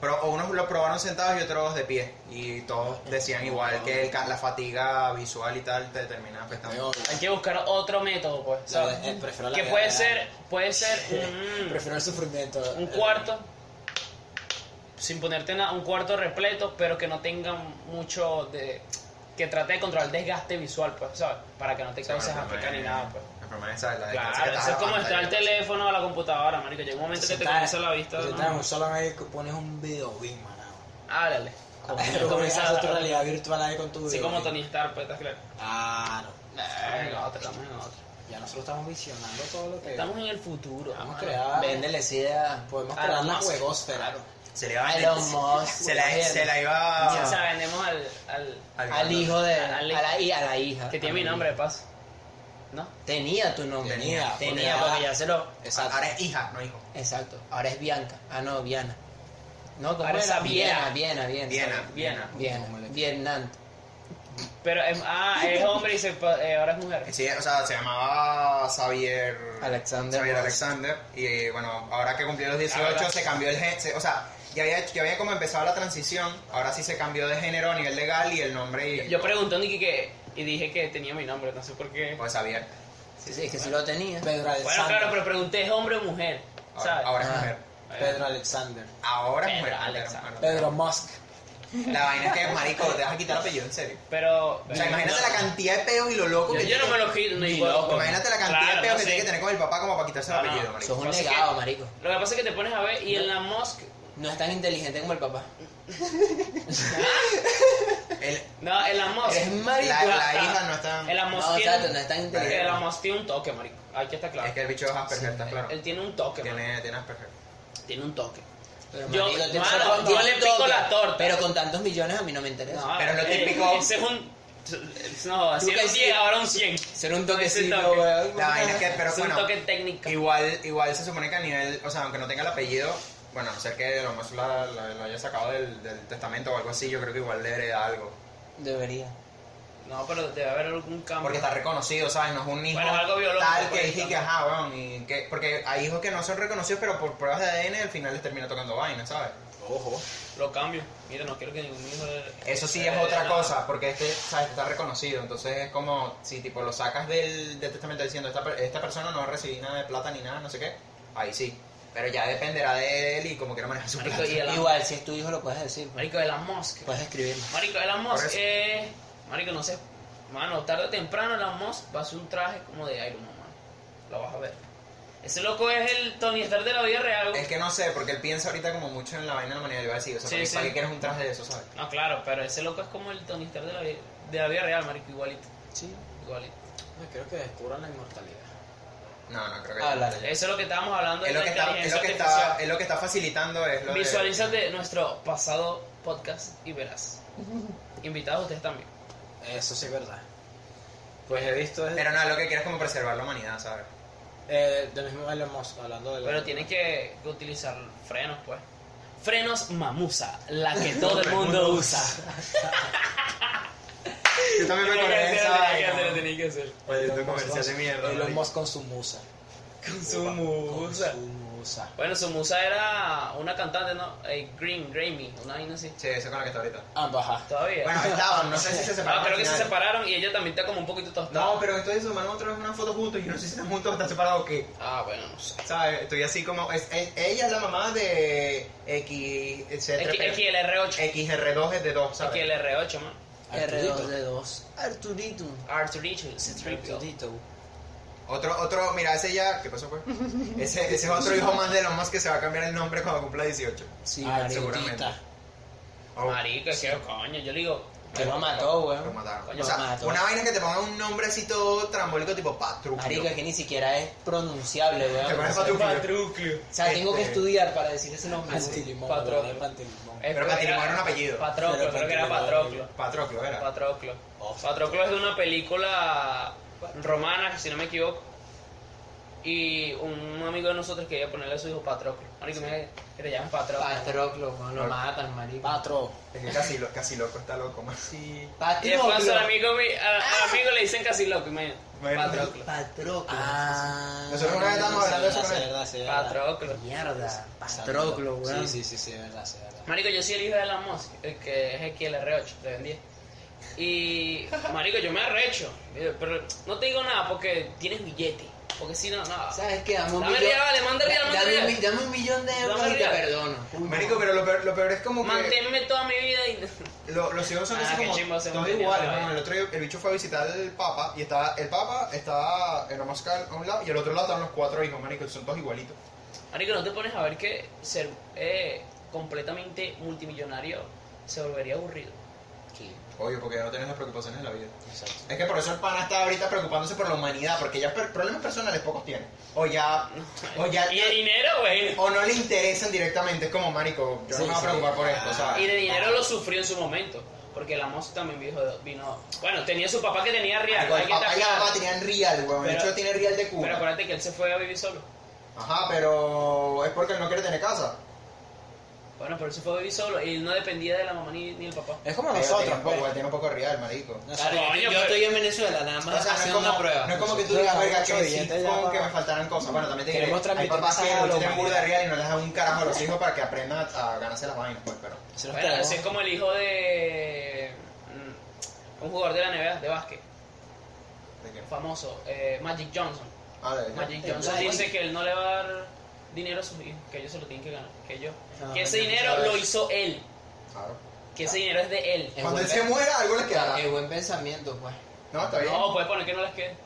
[SPEAKER 1] pero o unos lo probaron sentados y otros de pie. Y todos decían igual que el ca- la fatiga visual y tal te termina afectando.
[SPEAKER 4] Veo-
[SPEAKER 2] Hay que buscar otro método, pues. ¿sabes?
[SPEAKER 4] Eh, prefiero la
[SPEAKER 2] Que
[SPEAKER 4] vida
[SPEAKER 2] puede
[SPEAKER 4] real.
[SPEAKER 2] ser, puede ser un,
[SPEAKER 4] Prefiero el sufrimiento.
[SPEAKER 2] Mm. un
[SPEAKER 4] eh,
[SPEAKER 2] cuarto, sin ponerte nada, un cuarto repleto, pero que no tenga mucho de. que trate de controlar el desgaste visual, pues, ¿sabes? Para que no te causes afecta ni nada, pues.
[SPEAKER 1] La permanencia de la distancia que
[SPEAKER 2] Claro,
[SPEAKER 1] estás
[SPEAKER 2] eso es
[SPEAKER 1] a la
[SPEAKER 2] como estar
[SPEAKER 1] pantalla,
[SPEAKER 2] el
[SPEAKER 1] pues.
[SPEAKER 2] teléfono o la computadora, marico. Llega un momento que te
[SPEAKER 4] sentada-
[SPEAKER 2] comienza la vista. ¿no?
[SPEAKER 4] sentada en un salón ahí que pones un video game, mano.
[SPEAKER 2] Háblale.
[SPEAKER 4] Pero
[SPEAKER 2] Comienza
[SPEAKER 4] haces tu
[SPEAKER 2] a-
[SPEAKER 4] realidad virtual ahí con tu
[SPEAKER 2] Así como
[SPEAKER 4] videobeam.
[SPEAKER 2] Tony Stark, pues, ¿estás claro?
[SPEAKER 4] Claro.
[SPEAKER 2] En otra, estamos en otra.
[SPEAKER 4] Ya nosotros estamos visionando todo lo que.
[SPEAKER 2] Estamos en el futuro.
[SPEAKER 4] Podemos
[SPEAKER 2] mano.
[SPEAKER 4] crear.
[SPEAKER 3] Véndele esa idea.
[SPEAKER 4] Podemos
[SPEAKER 2] Ah,
[SPEAKER 4] crear la
[SPEAKER 2] Musk.
[SPEAKER 4] juegosfera.
[SPEAKER 1] Se le va a
[SPEAKER 3] Elon Musk,
[SPEAKER 1] se la,
[SPEAKER 3] bien.
[SPEAKER 1] se la iba
[SPEAKER 2] O sea, vendemos al, al-
[SPEAKER 3] Al hijo de. A
[SPEAKER 2] Al-
[SPEAKER 3] la, hi- a la hija.
[SPEAKER 2] Que
[SPEAKER 1] Ah,
[SPEAKER 2] tiene mi nombre, de paso. ¿No?
[SPEAKER 3] Tenía tu nombre.
[SPEAKER 4] Tenía, porque
[SPEAKER 3] Tenía,
[SPEAKER 4] ahora-
[SPEAKER 3] porque ya se lo.
[SPEAKER 4] Exacto.
[SPEAKER 1] Ahora es hija, no hijo.
[SPEAKER 3] Exacto. Ahora es Bianca. Ah, no, Viana. No, ¿cómo
[SPEAKER 2] Ahora
[SPEAKER 3] era?
[SPEAKER 2] es Viena.
[SPEAKER 3] Viena, Viena, Viena.
[SPEAKER 1] Viena, Viena.
[SPEAKER 2] Viena.
[SPEAKER 3] Viena.
[SPEAKER 4] Como le-
[SPEAKER 3] Vietnam.
[SPEAKER 2] Pero es, ah, es hombre y se, pa- eh, ahora es mujer.
[SPEAKER 1] Sí, o sea, se llamaba Xavier
[SPEAKER 3] Alexander
[SPEAKER 1] Xavier
[SPEAKER 3] Musk.
[SPEAKER 1] Alexander. Y bueno, ahora que cumplió los 18
[SPEAKER 2] Ahora-
[SPEAKER 1] se cambió el gen- se- O sea, ya había, hecho- ya había como empezado la transición. Ahora sí se cambió de género a nivel legal y el nombre. Y,
[SPEAKER 2] Yo pregunté a Nicky que. Y dije que tenía mi nombre, no sé por qué.
[SPEAKER 1] Pues Xavier.
[SPEAKER 3] Sí, sí, es que sí lo tenía.
[SPEAKER 4] Pedro Alexander.
[SPEAKER 2] Bueno, claro, pero pregunté, ¿es hombre o mujer?
[SPEAKER 1] Ahora,
[SPEAKER 2] ¿Sabes?
[SPEAKER 1] ahora es
[SPEAKER 3] Ah.
[SPEAKER 1] mujer.
[SPEAKER 4] Pedro Alexander.
[SPEAKER 1] Ahora es
[SPEAKER 2] Pedro
[SPEAKER 1] mujer.
[SPEAKER 2] Alexander.
[SPEAKER 1] Bueno,
[SPEAKER 4] Pedro Musk.
[SPEAKER 1] La vaina es que, marico, te vas a quitar el apellido, en serio.
[SPEAKER 2] Pero.
[SPEAKER 1] O sea, imagínate la cantidad de peos y lo loco
[SPEAKER 2] Yo,
[SPEAKER 1] que
[SPEAKER 2] yo no me lo quito, ni loco.
[SPEAKER 1] Imagínate la cantidad
[SPEAKER 2] Claro,
[SPEAKER 1] de peos
[SPEAKER 2] no
[SPEAKER 1] que
[SPEAKER 2] sé.
[SPEAKER 1] tiene que tener con el papá como para quitarse el
[SPEAKER 2] No, no.
[SPEAKER 1] apellido, marico.
[SPEAKER 3] Sos un
[SPEAKER 2] Así que-
[SPEAKER 3] negado, marico.
[SPEAKER 2] Lo que pasa es que te pones a ver y en la mosque.
[SPEAKER 3] No es tan inteligente como el papá.
[SPEAKER 1] El-
[SPEAKER 2] No, en la
[SPEAKER 3] Eres
[SPEAKER 2] mosque.
[SPEAKER 3] marico.
[SPEAKER 1] la, la
[SPEAKER 2] está-
[SPEAKER 1] hija no está.
[SPEAKER 2] En la
[SPEAKER 3] No,
[SPEAKER 2] mosque.
[SPEAKER 3] exacto, no es tan inteligente.
[SPEAKER 2] En la mosque tiene un toque, marico. Aquí está claro.
[SPEAKER 1] Es que el bicho es Asperger, está claro.
[SPEAKER 2] Él tiene un toque, marico.
[SPEAKER 1] Tiene, tiene Asperger.
[SPEAKER 2] Tiene un toque.
[SPEAKER 3] Pero,
[SPEAKER 2] Yo-
[SPEAKER 3] marico, te-
[SPEAKER 2] mano,
[SPEAKER 3] con-
[SPEAKER 2] yo
[SPEAKER 3] con
[SPEAKER 2] le
[SPEAKER 3] un
[SPEAKER 2] pico
[SPEAKER 3] toque,
[SPEAKER 2] la torta.
[SPEAKER 3] Pero con tantos millones a mí no me interesa.
[SPEAKER 2] No,
[SPEAKER 1] Pero lo
[SPEAKER 2] eh,
[SPEAKER 1] típico-
[SPEAKER 2] Ese es un. No, así
[SPEAKER 3] Nunca
[SPEAKER 2] era un
[SPEAKER 3] he
[SPEAKER 2] 100,
[SPEAKER 3] sido-
[SPEAKER 2] ahora un 100.
[SPEAKER 3] Ser un
[SPEAKER 2] Ese
[SPEAKER 3] toquecito,
[SPEAKER 2] toque.
[SPEAKER 3] weón.
[SPEAKER 1] La vaina es que, pero
[SPEAKER 2] es un
[SPEAKER 1] bueno,
[SPEAKER 2] toque técnico.
[SPEAKER 1] igual, igual se supone que a nivel, o sea, aunque no tenga el apellido, bueno, a no ser que lo más la, la- lo haya sacado del, del testamento o algo así, yo creo que igual le hereda algo.
[SPEAKER 3] Debería.
[SPEAKER 2] No, pero debe haber algún cambio.
[SPEAKER 1] Porque está reconocido, ¿sabes? No es un hijo
[SPEAKER 2] Bueno, es algo biológico,
[SPEAKER 1] tal que
[SPEAKER 2] pues,
[SPEAKER 1] dije que,
[SPEAKER 2] también.
[SPEAKER 1] ajá, weón, y que, porque hay hijos que no son reconocidos, pero por pruebas de ADN al final les termina tocando vaina, ¿sabes?
[SPEAKER 4] Ojo.
[SPEAKER 2] Lo cambio. Mira, no quiero que ningún hijo. de-
[SPEAKER 1] Eso sí
[SPEAKER 2] Eh,
[SPEAKER 1] es otra
[SPEAKER 2] no.
[SPEAKER 1] cosa, porque este, ¿sabes? Está reconocido, entonces es como, si tipo lo sacas del, del testamento diciendo, esta, per- esta persona no va a recibir nada de plata ni nada, no sé qué, ahí sí. Pero ya dependerá de él y cómo quiera manejar su
[SPEAKER 2] Marico,
[SPEAKER 1] plata.
[SPEAKER 2] y el-
[SPEAKER 3] Igual, si es tu hijo lo puedes decir.
[SPEAKER 2] Marico de la Musk.
[SPEAKER 3] Puedes escribirlo.
[SPEAKER 2] Marico de la
[SPEAKER 1] Por
[SPEAKER 2] Musk
[SPEAKER 1] eso.
[SPEAKER 2] es. Marico, no sé. Mano, tarde o temprano la Musk va a hacer un traje como de Iron Man, mano. Lo vas a ver. Ese loco es el Tony Stark de la vida real. güey.
[SPEAKER 1] Es que no sé, porque él piensa ahorita como mucho en la vaina de la manera del vacío. O sea,
[SPEAKER 2] Sí,
[SPEAKER 1] ¿para qué-
[SPEAKER 2] sí.
[SPEAKER 1] ¿para qué quieres un traje de eso, sabes?
[SPEAKER 2] No, claro, pero ese loco es como el Tony Stark de la vida, de la vida real, marico. Igualito.
[SPEAKER 4] Sí.
[SPEAKER 2] Igualito.
[SPEAKER 4] Ay, creo que descubran la inmortalidad.
[SPEAKER 1] No, no, creo que
[SPEAKER 3] Habla.
[SPEAKER 2] Eso es lo que estábamos hablando
[SPEAKER 1] Es
[SPEAKER 2] de
[SPEAKER 1] lo
[SPEAKER 2] la
[SPEAKER 1] que, está, es,
[SPEAKER 2] inteligencia
[SPEAKER 1] lo que está,
[SPEAKER 2] artificial.
[SPEAKER 1] es lo que está facilitando es lo de-
[SPEAKER 2] Visualízate nuestro pasado podcast y verás. Invitados ustedes también.
[SPEAKER 4] Eso sí es verdad. Pues he visto desde,
[SPEAKER 1] Pero no, es lo que quieres como preservar la humanidad, ¿sabes?
[SPEAKER 4] eh, del mismo Elon Musk, hablando de
[SPEAKER 2] Pero tienen que que utilizar frenos, pues. Frenos Mamusa, la que todo el mundo usa.
[SPEAKER 1] Yo también me acordé de esa vaina.
[SPEAKER 2] que hacer.
[SPEAKER 1] Oye, tu
[SPEAKER 4] Elon Musk
[SPEAKER 1] comercial
[SPEAKER 4] con-
[SPEAKER 1] Pues, de mierda.
[SPEAKER 4] Elon
[SPEAKER 1] marico.
[SPEAKER 4] Musk con su musa.
[SPEAKER 2] Con
[SPEAKER 4] Upa,
[SPEAKER 2] su
[SPEAKER 4] Con su musa.
[SPEAKER 2] Bueno, su musa era una cantante, ¿no? Eh, Green, Grammy, una vaina así.
[SPEAKER 1] Sí, eso con la que está ahorita.
[SPEAKER 4] Ambas. ah.
[SPEAKER 2] Todavía.
[SPEAKER 1] Bueno, estaban, no sé si se separaron.
[SPEAKER 2] no, creo Ah, que se
[SPEAKER 1] al final.
[SPEAKER 2] separaron y ella también está como un poquito tostada.
[SPEAKER 1] No, pero entonces tomaron otra vez una foto juntos y yo no sé si están juntos o están separados o qué.
[SPEAKER 2] Ah, bueno, no sé.
[SPEAKER 1] ¿Sabes? Estoy así como. es- es- ella es la mamá de X.
[SPEAKER 2] X- XLR8.
[SPEAKER 1] XR2 es de 2, ¿sabes?
[SPEAKER 2] XLR8, man.
[SPEAKER 4] Arturito.
[SPEAKER 3] R2D2. Arturito.
[SPEAKER 2] Arturito, C-Tripio.
[SPEAKER 3] Arturito.
[SPEAKER 1] Otro, otro, mira, ese ya. ¿Qué pasó, pues? Ese, ese es otro hijo más de los más que se va a cambiar el nombre cuando cumpla 18.
[SPEAKER 3] Sí,
[SPEAKER 4] Ah,
[SPEAKER 3] marico.
[SPEAKER 1] seguramente.
[SPEAKER 4] Arturita.
[SPEAKER 1] Oh,
[SPEAKER 2] Marico, qué coño. Yo le digo,
[SPEAKER 3] Que lo mató,
[SPEAKER 1] Lo
[SPEAKER 3] weón.
[SPEAKER 1] mataron.
[SPEAKER 2] Coño,
[SPEAKER 1] O sea,
[SPEAKER 3] lo mató.
[SPEAKER 1] una vaina que te ponga un nombre así todo trambólico tipo Patruclo.
[SPEAKER 3] Marico, es que ni siquiera es pronunciable,
[SPEAKER 1] Te pones
[SPEAKER 3] weón.
[SPEAKER 1] Patruclo.
[SPEAKER 3] O sea, tengo que
[SPEAKER 1] Este,
[SPEAKER 3] estudiar para decir ese nombre.
[SPEAKER 4] Pantilimón.
[SPEAKER 2] Patrón.
[SPEAKER 4] ¿verdad? Pantilimón.
[SPEAKER 2] Eh,
[SPEAKER 1] Pero Patrimonio
[SPEAKER 2] era-
[SPEAKER 1] era un apellido.
[SPEAKER 2] Patroclo,
[SPEAKER 4] Pero
[SPEAKER 2] creo que era
[SPEAKER 4] Patroclo.
[SPEAKER 2] Patroclo.
[SPEAKER 1] Patroclo, ¿verdad?
[SPEAKER 2] Patroclo.
[SPEAKER 4] Oh,
[SPEAKER 2] Patroclo es de una película romana, si no me equivoco. Y un amigo de nosotros quería ponerle a su hijo Patroclo. Marico, me que le llaman Patroclo.
[SPEAKER 3] Patroclo, weón. Lo matan, marico.
[SPEAKER 4] Patro.
[SPEAKER 1] Es que casi, lo- casi loco está loco, man. Sí.
[SPEAKER 2] Y después al
[SPEAKER 3] Patroclo.
[SPEAKER 2] amigo, mi- al- al amigo le dicen casi loco, imagínate.
[SPEAKER 1] Bueno.
[SPEAKER 2] Patroclo.
[SPEAKER 3] Patroclo.
[SPEAKER 4] Ah.
[SPEAKER 1] Nosotros una vez estábamos hablando de eso con él.
[SPEAKER 4] Sí, verdad.
[SPEAKER 2] Patroclo.
[SPEAKER 3] Mierda.
[SPEAKER 4] Sabiendo.
[SPEAKER 3] Patroclo, weón.
[SPEAKER 4] Sí, sí, sí, sí, es verdad, sí, es verdad.
[SPEAKER 2] Marico, yo soy el hijo de la Musk, el que es XLR8, te vendí. Y, marico, yo me arrecho. Pero no te digo nada porque tienes billete. Porque si no, nada.
[SPEAKER 3] ¿Sabes qué? Dame un
[SPEAKER 2] Dame
[SPEAKER 3] millón.
[SPEAKER 2] real, manda real,
[SPEAKER 3] Da-
[SPEAKER 2] manda
[SPEAKER 3] dame
[SPEAKER 2] real.
[SPEAKER 3] un mi- Dame un millón de euros
[SPEAKER 2] Dame
[SPEAKER 3] y te
[SPEAKER 2] real.
[SPEAKER 3] perdono.
[SPEAKER 1] Marico, pero lo peor, lo peor es como que.
[SPEAKER 2] Manténme toda mi vida y...
[SPEAKER 1] Lo- los hijos son
[SPEAKER 2] Ah,
[SPEAKER 1] así
[SPEAKER 2] qué
[SPEAKER 1] como
[SPEAKER 2] chimbo, se Ah.
[SPEAKER 1] todos
[SPEAKER 2] mantenía
[SPEAKER 1] iguales.
[SPEAKER 2] todavía.
[SPEAKER 1] ¿no? El otro día el bicho fue a visitar al Papa y estaba el Papa estaba en la mosca a un lado y al otro lado estaban los cuatro hijos, marico, son todos igualitos.
[SPEAKER 2] Marico, ¿no te pones a ver que ser eh, completamente multimillonario se volvería aburrido?
[SPEAKER 4] Sí,
[SPEAKER 1] Obvio, porque no tienes las preocupaciones de la vida.
[SPEAKER 4] exacto.
[SPEAKER 1] Es que por eso el pana está ahorita preocupándose por la humanidad, porque ya per- problemas personales pocos tiene. O ya, o ya,
[SPEAKER 2] Y de dinero, güey.
[SPEAKER 1] o no le interesan directamente. Es como, marico, yo
[SPEAKER 4] Sí,
[SPEAKER 1] no me voy a
[SPEAKER 4] sí.
[SPEAKER 1] preocupar por esto, ¿sabes?
[SPEAKER 2] Y de dinero lo sufrió en su momento. Porque la Musk también vino, vino... Bueno, tenía su papá que tenía real.
[SPEAKER 1] Marico,
[SPEAKER 2] hay
[SPEAKER 1] el
[SPEAKER 2] que
[SPEAKER 1] papá y la
[SPEAKER 2] estar
[SPEAKER 1] mamá
[SPEAKER 2] claro.
[SPEAKER 1] tenían real, weón. De
[SPEAKER 2] Pero-
[SPEAKER 1] hecho, tiene real de
[SPEAKER 2] Pero
[SPEAKER 1] Cuba.
[SPEAKER 2] acuérdate que él se fue a vivir solo.
[SPEAKER 1] Ajá, pero es porque él no quiere tener casa.
[SPEAKER 2] Bueno, pero él se fue a vivir solo y él no dependía de la mamá ni, ni el papá.
[SPEAKER 4] Es como
[SPEAKER 1] Pero tiene
[SPEAKER 4] nosotros,
[SPEAKER 1] un poco-
[SPEAKER 4] pues.
[SPEAKER 1] Él tiene un poco real, marico.
[SPEAKER 4] Nosotros-
[SPEAKER 2] Claro. Coño,
[SPEAKER 3] Yo
[SPEAKER 2] pero-
[SPEAKER 3] estoy en Venezuela, nada
[SPEAKER 1] O
[SPEAKER 3] más
[SPEAKER 1] sea, no es
[SPEAKER 3] haciendo
[SPEAKER 1] como,
[SPEAKER 3] una prueba.
[SPEAKER 1] no es como que tú
[SPEAKER 4] Nosotros
[SPEAKER 1] digas, verga,
[SPEAKER 4] ganamos
[SPEAKER 1] que
[SPEAKER 4] ocho
[SPEAKER 1] sí,
[SPEAKER 4] billetes ya
[SPEAKER 1] con
[SPEAKER 4] va.
[SPEAKER 1] que me faltaran cosas. Bueno, también te diré,
[SPEAKER 4] Queremos
[SPEAKER 1] hay
[SPEAKER 4] transmitir
[SPEAKER 1] papás que
[SPEAKER 4] mensajes a la
[SPEAKER 1] no tienen burda de
[SPEAKER 4] humanidad.
[SPEAKER 1] real y no les dan un carajo a los hijos para que aprendan a, a ganarse las vainas, pues, pero...
[SPEAKER 4] Si nos
[SPEAKER 2] Bueno,
[SPEAKER 4] queremos-
[SPEAKER 2] así es como el hijo de... mm, Un jugador de la NBA, de básquet,
[SPEAKER 1] ¿de qué?
[SPEAKER 2] famoso, eh, Magic Johnson.
[SPEAKER 1] Ah, de-
[SPEAKER 2] Magic
[SPEAKER 4] El
[SPEAKER 2] Johnson
[SPEAKER 4] Magic.
[SPEAKER 2] dice que él no le va a dar dinero a sus hijos, que ellos se lo tienen que ganar, que yo.
[SPEAKER 4] Ah,
[SPEAKER 2] que ese
[SPEAKER 4] ya
[SPEAKER 2] dinero
[SPEAKER 4] sabes.
[SPEAKER 2] lo hizo él,
[SPEAKER 1] Claro.
[SPEAKER 2] que
[SPEAKER 1] Ah.
[SPEAKER 2] ese dinero es de él.
[SPEAKER 3] Es
[SPEAKER 1] Cuando él
[SPEAKER 3] buen
[SPEAKER 1] se muera, algo les quedará.
[SPEAKER 3] Qué buen pensamiento, pues.
[SPEAKER 1] No, está bien.
[SPEAKER 2] No, puedes poner que no les quede
[SPEAKER 1] Eh,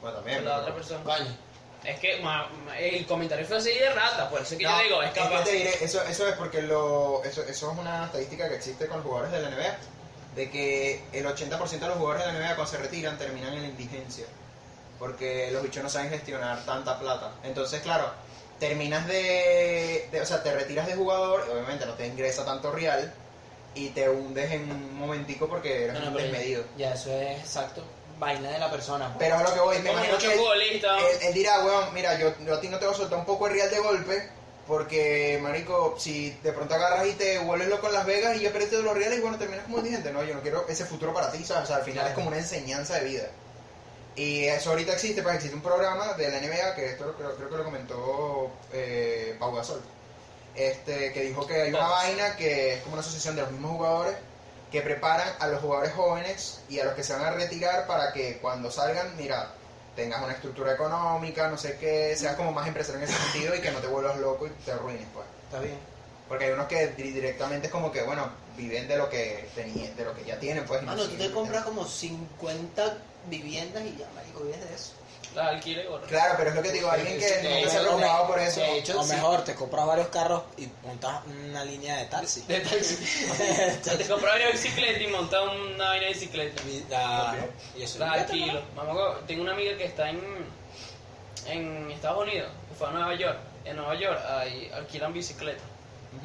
[SPEAKER 1] Bueno,
[SPEAKER 2] a
[SPEAKER 1] también.
[SPEAKER 2] la otra
[SPEAKER 1] pero-
[SPEAKER 2] persona.
[SPEAKER 3] Coño.
[SPEAKER 2] Es que ma- ma- el comentario fue así de rata, por eso es que
[SPEAKER 1] No,
[SPEAKER 2] yo digo, es capaz.
[SPEAKER 1] que te diré, eso, eso es porque lo, eso, eso es una estadística que existe con los jugadores de la NBA, de que el 80% de los jugadores de la NBA cuando se retiran terminan en la indigencia, porque los bichos no saben gestionar tanta plata. Entonces, claro, terminas de, de- o sea, te retiras de jugador, y obviamente no te ingresa tanto real, y te hundes en un momentico porque eres
[SPEAKER 3] No, no,
[SPEAKER 1] un
[SPEAKER 3] pero
[SPEAKER 1] desmedido.
[SPEAKER 3] Ya, eso es exacto. Vaina de la persona. pues.
[SPEAKER 1] Pero es a lo que voy, me
[SPEAKER 2] Como
[SPEAKER 1] imagino
[SPEAKER 2] muchos
[SPEAKER 1] que... él-
[SPEAKER 2] futbolistas.
[SPEAKER 1] él, él dirá, weón, mira, yo, yo a ti no te voy a soltar un poco el real de golpe, porque, marico, si de pronto agarras y te vuelves loco en Las Vegas y ya perdiste los reales, y bueno, terminas como indigente, no, yo no quiero ese futuro para ti, ¿sabes? O sea, al final
[SPEAKER 3] Claro.
[SPEAKER 1] es como una enseñanza de vida. Y eso ahorita existe, pues existe un programa de la NBA, que esto lo- creo, creo que lo comentó eh, Pau Gasol, este, que dijo que hay una
[SPEAKER 2] Pau.
[SPEAKER 1] vaina que es como una asociación de los mismos jugadores que preparan a los jugadores jóvenes y a los que se van a retirar para que cuando salgan, mira, tengas una estructura económica, no sé qué, seas como más empresario en ese sentido y que no te vuelvas loco y te arruines, pues.
[SPEAKER 3] Está bien.
[SPEAKER 1] Porque hay unos que di- directamente es como que, bueno, viven de lo que tenían, de lo que ya tienen, pues. y no
[SPEAKER 3] Mano, Ah, tú
[SPEAKER 1] siguen
[SPEAKER 3] te
[SPEAKER 1] viviendo.
[SPEAKER 3] compras como 50 viviendas y ya, marico, vives de eso.
[SPEAKER 2] La alquiler gorda.
[SPEAKER 1] Claro, pero es lo que te digo, alguien que nunca se ha preocupado por eso.
[SPEAKER 3] de hecho,
[SPEAKER 4] o
[SPEAKER 3] sí.
[SPEAKER 4] mejor, te compras varios carros y montas una línea de taxi.
[SPEAKER 2] De taxi. Te compraba una bicicleta y montaba una vaina de bicicleta.
[SPEAKER 4] Y la- y eso.
[SPEAKER 2] La alquilo. Mamá, tengo una amiga que está en, en Estados Unidos, que fue a Nueva York. En Nueva York ahí alquilan bicicletas,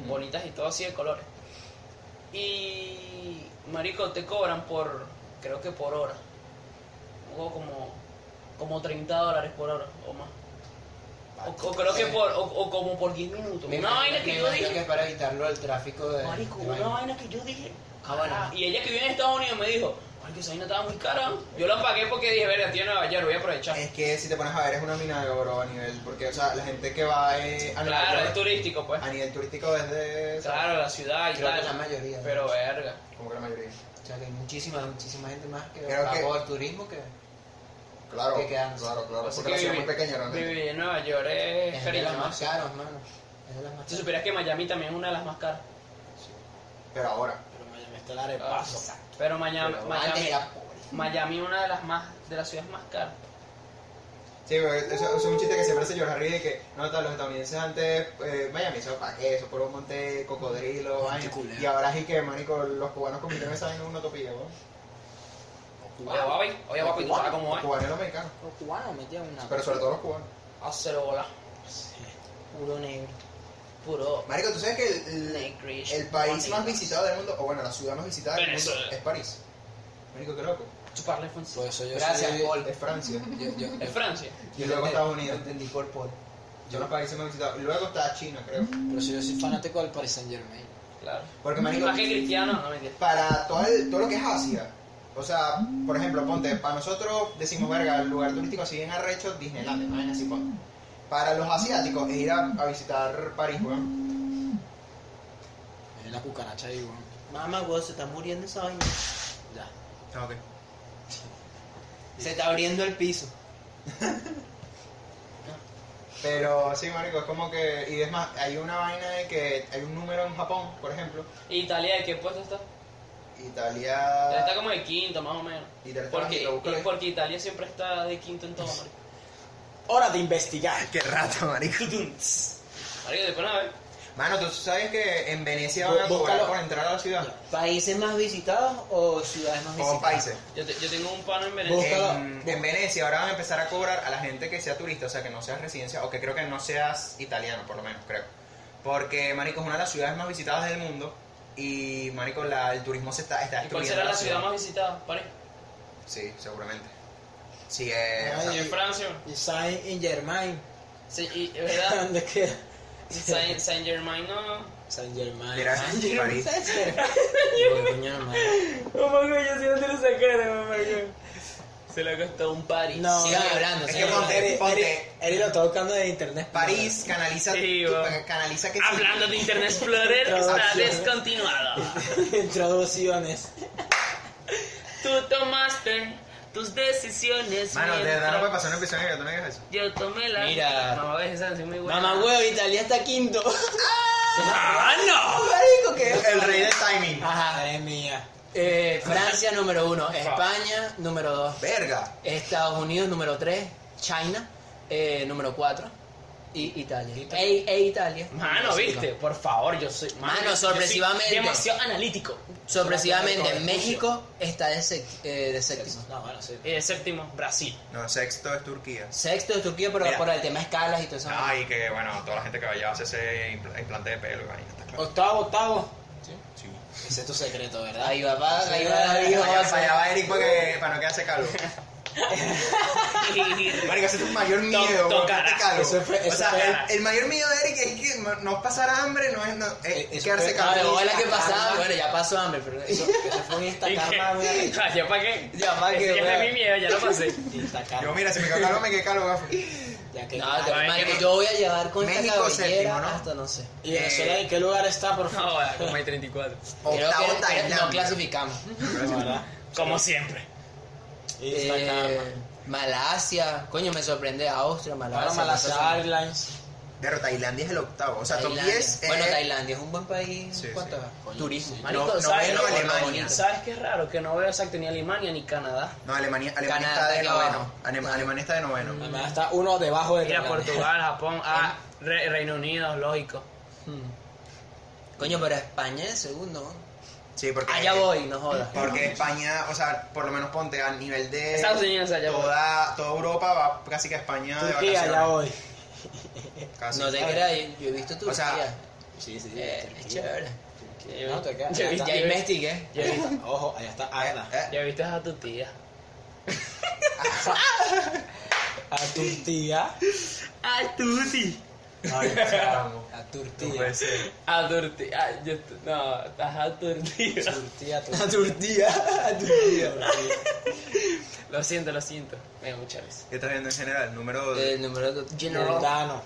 [SPEAKER 2] bonitas y todo así de colores. Y, marico, te cobran por, creo que por hora. Luego como, como 30 dólares por hora o más. O, o creo que por, o, o como por 10 minutos.
[SPEAKER 3] Me
[SPEAKER 2] Una
[SPEAKER 3] imagino-
[SPEAKER 2] vaina
[SPEAKER 3] me
[SPEAKER 2] que yo
[SPEAKER 3] imagino
[SPEAKER 2] dije,
[SPEAKER 3] que es para evitarlo el tráfico de.
[SPEAKER 2] Marico,
[SPEAKER 3] de
[SPEAKER 2] una
[SPEAKER 3] vaina.
[SPEAKER 2] vaina que yo dije.
[SPEAKER 3] Ah, bueno.
[SPEAKER 2] "Carajo". Y ella que vive en Estados Unidos me dijo, Marico, esa vaina estaba muy cara. Yo la pagué porque dije, verga, tío, Nueva York, voy a aprovechar.
[SPEAKER 1] Es que si te pones a ver es una mina de oro a nivel, porque o sea, la gente que va eh, a, Nueva
[SPEAKER 2] Claro,
[SPEAKER 1] York,
[SPEAKER 2] es turístico, pues.
[SPEAKER 1] a nivel turístico es de
[SPEAKER 2] Claro, la ciudad y
[SPEAKER 3] Creo que la
[SPEAKER 2] tal.
[SPEAKER 3] mayoría. ¿no?
[SPEAKER 2] Pero verga.
[SPEAKER 1] como que la mayoría.
[SPEAKER 3] O sea, que hay muchísima, muchísima gente más que
[SPEAKER 1] Creo
[SPEAKER 3] pagó
[SPEAKER 1] que-
[SPEAKER 3] el turismo que.
[SPEAKER 1] Claro,
[SPEAKER 3] Que quedan.
[SPEAKER 1] claro, claro.
[SPEAKER 2] Así
[SPEAKER 1] porque la
[SPEAKER 2] que
[SPEAKER 1] ciudad es
[SPEAKER 2] vivi-
[SPEAKER 1] muy pequeña realmente.
[SPEAKER 2] vivir en Nueva York es
[SPEAKER 3] Es de las más
[SPEAKER 2] carísimo.
[SPEAKER 3] caras, mano. Es de las más
[SPEAKER 2] Si
[SPEAKER 3] caras.
[SPEAKER 2] supieras que Miami también es una de las más caras.
[SPEAKER 1] Pero ahora.
[SPEAKER 4] Pero Miami está el arepazo.
[SPEAKER 2] Pero Miami,
[SPEAKER 1] Pero
[SPEAKER 3] Antes
[SPEAKER 2] Miami,
[SPEAKER 3] era pobre.
[SPEAKER 2] Miami es una de las más, de las ciudades más caras.
[SPEAKER 1] Sí, pero eso, eso es un chiste que siempre se llora arriba y que no, tal, los estadounidenses antes, eh, Miami, eso para qué, eso por un monte cocodrilo,
[SPEAKER 4] Monte
[SPEAKER 1] vaina.
[SPEAKER 4] culero.
[SPEAKER 1] y ahora sí que, marico, los cubanos convirtieron esa vaina en una utopía, ¿no?
[SPEAKER 2] Oye, papi, oye, papi, tú sabes cómo
[SPEAKER 1] Los
[SPEAKER 2] es.
[SPEAKER 1] cubanos y los mexicanos,
[SPEAKER 4] Los cubanos metían una.
[SPEAKER 1] pero sobre todo los cubanos.
[SPEAKER 2] Hacelo bola.
[SPEAKER 3] Puro negro.
[SPEAKER 2] Puro.
[SPEAKER 1] Marico, ¿tú sabes que el, el-
[SPEAKER 2] negrish,
[SPEAKER 1] el país
[SPEAKER 2] bonito.
[SPEAKER 1] más visitado del mundo, o bueno, la ciudad más visitada del mundo
[SPEAKER 2] Venezuela.
[SPEAKER 1] es París? Marico, qué loco,
[SPEAKER 2] Chuparle Fonsi.
[SPEAKER 4] Por
[SPEAKER 1] Pues,
[SPEAKER 4] eso yo
[SPEAKER 3] Gracias,
[SPEAKER 4] soy-
[SPEAKER 3] Paul.
[SPEAKER 1] es Francia.
[SPEAKER 4] yo- yo-
[SPEAKER 2] Es Francia.
[SPEAKER 1] Y luego Estados Unidos,
[SPEAKER 3] Entendí por Paul.
[SPEAKER 1] son los países más visitados. Y luego está China, creo.
[SPEAKER 4] por eso yo soy fanático del Paris Saint Germain.
[SPEAKER 2] Claro.
[SPEAKER 1] Porque,
[SPEAKER 2] Y
[SPEAKER 1] marico,
[SPEAKER 2] Más que cristiano, no mentira.
[SPEAKER 1] para todo, el- todo lo que es Asia. O sea, por ejemplo, ponte, para nosotros decimos, verga, el lugar turístico así bien arrecho, Disneyland, imagínate así ponte. Para los asiáticos es ir a, a visitar París, weón.
[SPEAKER 4] Es una cucaracha ahí, weón.
[SPEAKER 3] Mamá, weón, se está muriendo esa vaina.
[SPEAKER 4] Ya.
[SPEAKER 3] Se está abriendo el piso.
[SPEAKER 1] Pero sí, marico, es como que... Y es más, hay una vaina de que hay un número en Japón, por ejemplo.
[SPEAKER 2] Italia, ¿de qué puesto está?
[SPEAKER 1] Italia...
[SPEAKER 2] Está como de quinto, más o menos.
[SPEAKER 1] Italia está
[SPEAKER 2] Porque,
[SPEAKER 1] bajito, búscalo ahí.
[SPEAKER 2] porque Italia siempre está de quinto en todo, marico.
[SPEAKER 4] Hora de investigar.
[SPEAKER 1] Qué rato, marico.
[SPEAKER 2] Marico, después a ver.
[SPEAKER 1] Mano, ¿tú sabes que en Venecia van a cobrar
[SPEAKER 4] Bú- búscalo.
[SPEAKER 1] por entrar a la ciudad?
[SPEAKER 3] ¿Países más visitados o ciudades más
[SPEAKER 1] O
[SPEAKER 3] visitadas?
[SPEAKER 1] países.
[SPEAKER 2] Yo, te- yo tengo un pano en
[SPEAKER 4] Vos-
[SPEAKER 2] Venecia.
[SPEAKER 4] Búscalo.
[SPEAKER 1] En, en Venecia ahora van a empezar a cobrar a la gente que sea turista, o sea, que no seas residencia, o que creo que no seas italiano, por lo menos, creo. Porque, marico, es una de las ciudades más visitadas del mundo y, marico, la- el turismo se está, está
[SPEAKER 2] ¿Y cuál
[SPEAKER 1] destruyendo.
[SPEAKER 2] será la ciudad más visitada? París.
[SPEAKER 1] Sí, seguramente. Sí, eh, o sea,
[SPEAKER 4] Ay,
[SPEAKER 2] En Francia.
[SPEAKER 4] Y Saint en Germain.
[SPEAKER 2] Sí, y, es ¿Verdad?
[SPEAKER 4] ¿Dónde queda?
[SPEAKER 2] Saint, Saint Germain no.
[SPEAKER 4] Saint Germain.
[SPEAKER 1] mira, París.
[SPEAKER 2] Oh my god, yo sí no te lo sacaron, oh Se le costó un París.
[SPEAKER 4] No,
[SPEAKER 3] Sigan
[SPEAKER 4] no,
[SPEAKER 3] hablando,
[SPEAKER 1] Es
[SPEAKER 3] sigan
[SPEAKER 1] que
[SPEAKER 3] hablando.
[SPEAKER 1] ponte-
[SPEAKER 4] Eri, Eri, Eri lo está buscando de internet.
[SPEAKER 1] París canaliza,
[SPEAKER 2] Sí, Ah,
[SPEAKER 1] tu-
[SPEAKER 2] va.
[SPEAKER 1] canaliza que sí.
[SPEAKER 2] Hablando de Internet Explorer, está descontinuado.
[SPEAKER 4] Introducciones.
[SPEAKER 2] Tú tomaste tus decisiones.
[SPEAKER 1] Mano, de verdad
[SPEAKER 2] mientras
[SPEAKER 1] no puede pasar una episodio en el que tú no digas eso.
[SPEAKER 2] Yo tomé la.
[SPEAKER 4] Mira.
[SPEAKER 2] Mamá, ves, esa canción es muy buena.
[SPEAKER 4] Mamá, huevo, Italia está quinto.
[SPEAKER 2] ¡Ah, no!
[SPEAKER 3] Marico, ¿qué es?
[SPEAKER 1] El rey del timing.
[SPEAKER 4] Ajá, Ah, madre mía.
[SPEAKER 3] Eh, Francia número uno, España número dos,
[SPEAKER 1] Verga.
[SPEAKER 3] Estados Unidos número tres, China eh, número cuatro y Italia. E, e Italia.
[SPEAKER 2] Mano, viste, por favor, yo soy.
[SPEAKER 3] Mano,
[SPEAKER 2] yo soy
[SPEAKER 3] sorpresivamente.
[SPEAKER 2] demasiado analítico.
[SPEAKER 3] Sorpresivamente,
[SPEAKER 4] Con
[SPEAKER 3] México está de, sec- eh, de séptimo.
[SPEAKER 4] No, bueno, sí.
[SPEAKER 2] Eh, séptimo, Brasil.
[SPEAKER 1] No, sexto es Turquía.
[SPEAKER 3] Sexto es Turquía, pero
[SPEAKER 1] Mira.
[SPEAKER 3] por el tema de escalas y todo eso.
[SPEAKER 1] Ah, y que, bueno, toda la gente que vaya a hacer ese impl- implante de pelo y vaina, está claro.
[SPEAKER 4] Octavo, octavo.
[SPEAKER 1] Sí.
[SPEAKER 4] Ese es tu secreto, ¿verdad?
[SPEAKER 3] Ahí va, va, ahí va, ahí va.
[SPEAKER 1] Allá, allá va Eric porque, para no quedarse calvo. Marico, ese es tu mayor miedo.
[SPEAKER 2] Toc-
[SPEAKER 1] weón, que esté
[SPEAKER 2] tocará.
[SPEAKER 1] calvo.
[SPEAKER 4] Eso fue-
[SPEAKER 1] o
[SPEAKER 4] eso
[SPEAKER 1] sea,
[SPEAKER 4] fue-
[SPEAKER 1] el, el mayor miedo de Eric es que no- no pasar hambre, no es, no, es
[SPEAKER 4] Eh, eso
[SPEAKER 1] quedarse
[SPEAKER 4] fue-
[SPEAKER 3] Ah,
[SPEAKER 1] calvo.
[SPEAKER 3] pero hola, ¿qué pasaba? Bueno, ya pasó hambre, pero eso,
[SPEAKER 4] Ese fue un Instacarma, güey.
[SPEAKER 2] ¿Ya para qué?
[SPEAKER 3] Ya pa' qué,
[SPEAKER 2] Ese Ya
[SPEAKER 3] weón.
[SPEAKER 2] fue mi miedo, ya lo pasé.
[SPEAKER 1] Yo,
[SPEAKER 4] Instacarma.
[SPEAKER 1] mira, si me quedo calvo, me quedé calvo, gafo.
[SPEAKER 4] Ya que.
[SPEAKER 3] No, te-
[SPEAKER 2] Ay,
[SPEAKER 3] marico,
[SPEAKER 2] qué-
[SPEAKER 3] yo voy a llevar con esta
[SPEAKER 1] México
[SPEAKER 3] cabellera
[SPEAKER 1] séptimo, ¿no?
[SPEAKER 3] hasta no sé.
[SPEAKER 4] ¿Y Venezuela en qué lugar está, por favor?
[SPEAKER 2] No, bueno, como hay 34.
[SPEAKER 3] Creo
[SPEAKER 1] Octavo
[SPEAKER 3] que no
[SPEAKER 1] Tailandia.
[SPEAKER 3] clasificamos.
[SPEAKER 4] No, ¿verdad?
[SPEAKER 2] Como siempre.
[SPEAKER 4] Instacarma.
[SPEAKER 3] Eh, Malasia, coño, me sorprende Austria, Malasia.
[SPEAKER 4] Claro, Malasia
[SPEAKER 3] Malasia.
[SPEAKER 4] Airlines.
[SPEAKER 1] Pero Tailandia es el octavo. O sea, top
[SPEAKER 3] Tailandia.
[SPEAKER 1] 10 es. eh,
[SPEAKER 3] Bueno, Tailandia es un buen país.
[SPEAKER 1] Sí,
[SPEAKER 3] ¿Cuánto
[SPEAKER 1] sí.
[SPEAKER 3] es?
[SPEAKER 4] Coño,
[SPEAKER 3] Turismo.
[SPEAKER 4] sí.
[SPEAKER 2] Marico,
[SPEAKER 1] No-
[SPEAKER 2] ¿sabes,
[SPEAKER 1] noveno
[SPEAKER 2] qué-
[SPEAKER 1] Alemania.
[SPEAKER 2] ¿sabes qué es raro? Que no veo exacto ni Alemania ni Canadá.
[SPEAKER 1] No, Alemania, Alemania
[SPEAKER 3] Canadá
[SPEAKER 1] está de
[SPEAKER 3] está abajo.
[SPEAKER 1] noveno. Ale- Alemania está de noveno.
[SPEAKER 4] Además está uno debajo de
[SPEAKER 2] Mira,
[SPEAKER 4] Tailandia.
[SPEAKER 2] Portugal, Japón, ah, Re- Reino Unido, lógico. Hmm.
[SPEAKER 3] Coño, pero España es segundo. ¿no?
[SPEAKER 1] Sí, porque.
[SPEAKER 3] Allá voy, no jodas.
[SPEAKER 1] Porque España, o sea, por lo menos ponte a nivel de.
[SPEAKER 2] Estados Unidos allá voy.
[SPEAKER 1] Toda, toda Europa va casi que a España de
[SPEAKER 4] Turquía
[SPEAKER 1] vacaciones.
[SPEAKER 4] ya hoy.
[SPEAKER 1] Casi.
[SPEAKER 3] No te creas, yo- yo he visto Turquía.
[SPEAKER 1] O sea,
[SPEAKER 4] Sí, sí,
[SPEAKER 3] Eh, es chévere.
[SPEAKER 4] No, te quedas.
[SPEAKER 2] Yo
[SPEAKER 4] Allá
[SPEAKER 2] vi-
[SPEAKER 4] está.
[SPEAKER 2] yo
[SPEAKER 3] Ya
[SPEAKER 2] vi-
[SPEAKER 3] investigué.
[SPEAKER 2] yo
[SPEAKER 4] Ahí
[SPEAKER 2] vi-
[SPEAKER 4] está. Ojo, allá está Agda.
[SPEAKER 1] Eh,
[SPEAKER 2] Ya viste a tu tía.
[SPEAKER 4] A tu tía.
[SPEAKER 2] A tu tía.
[SPEAKER 4] Ay, chamo. A tu
[SPEAKER 1] no
[SPEAKER 4] tía.
[SPEAKER 1] puede ser.
[SPEAKER 2] A tu tía. Ah, yo t- No, estás a tu tía.
[SPEAKER 4] A tu tía, a tu
[SPEAKER 3] A Turquía, a Turquía.
[SPEAKER 2] Lo siento, lo siento. Venga, muchas veces.
[SPEAKER 1] ¿Qué estás viendo en general? Número.
[SPEAKER 3] El número dos. General.
[SPEAKER 4] Jordano.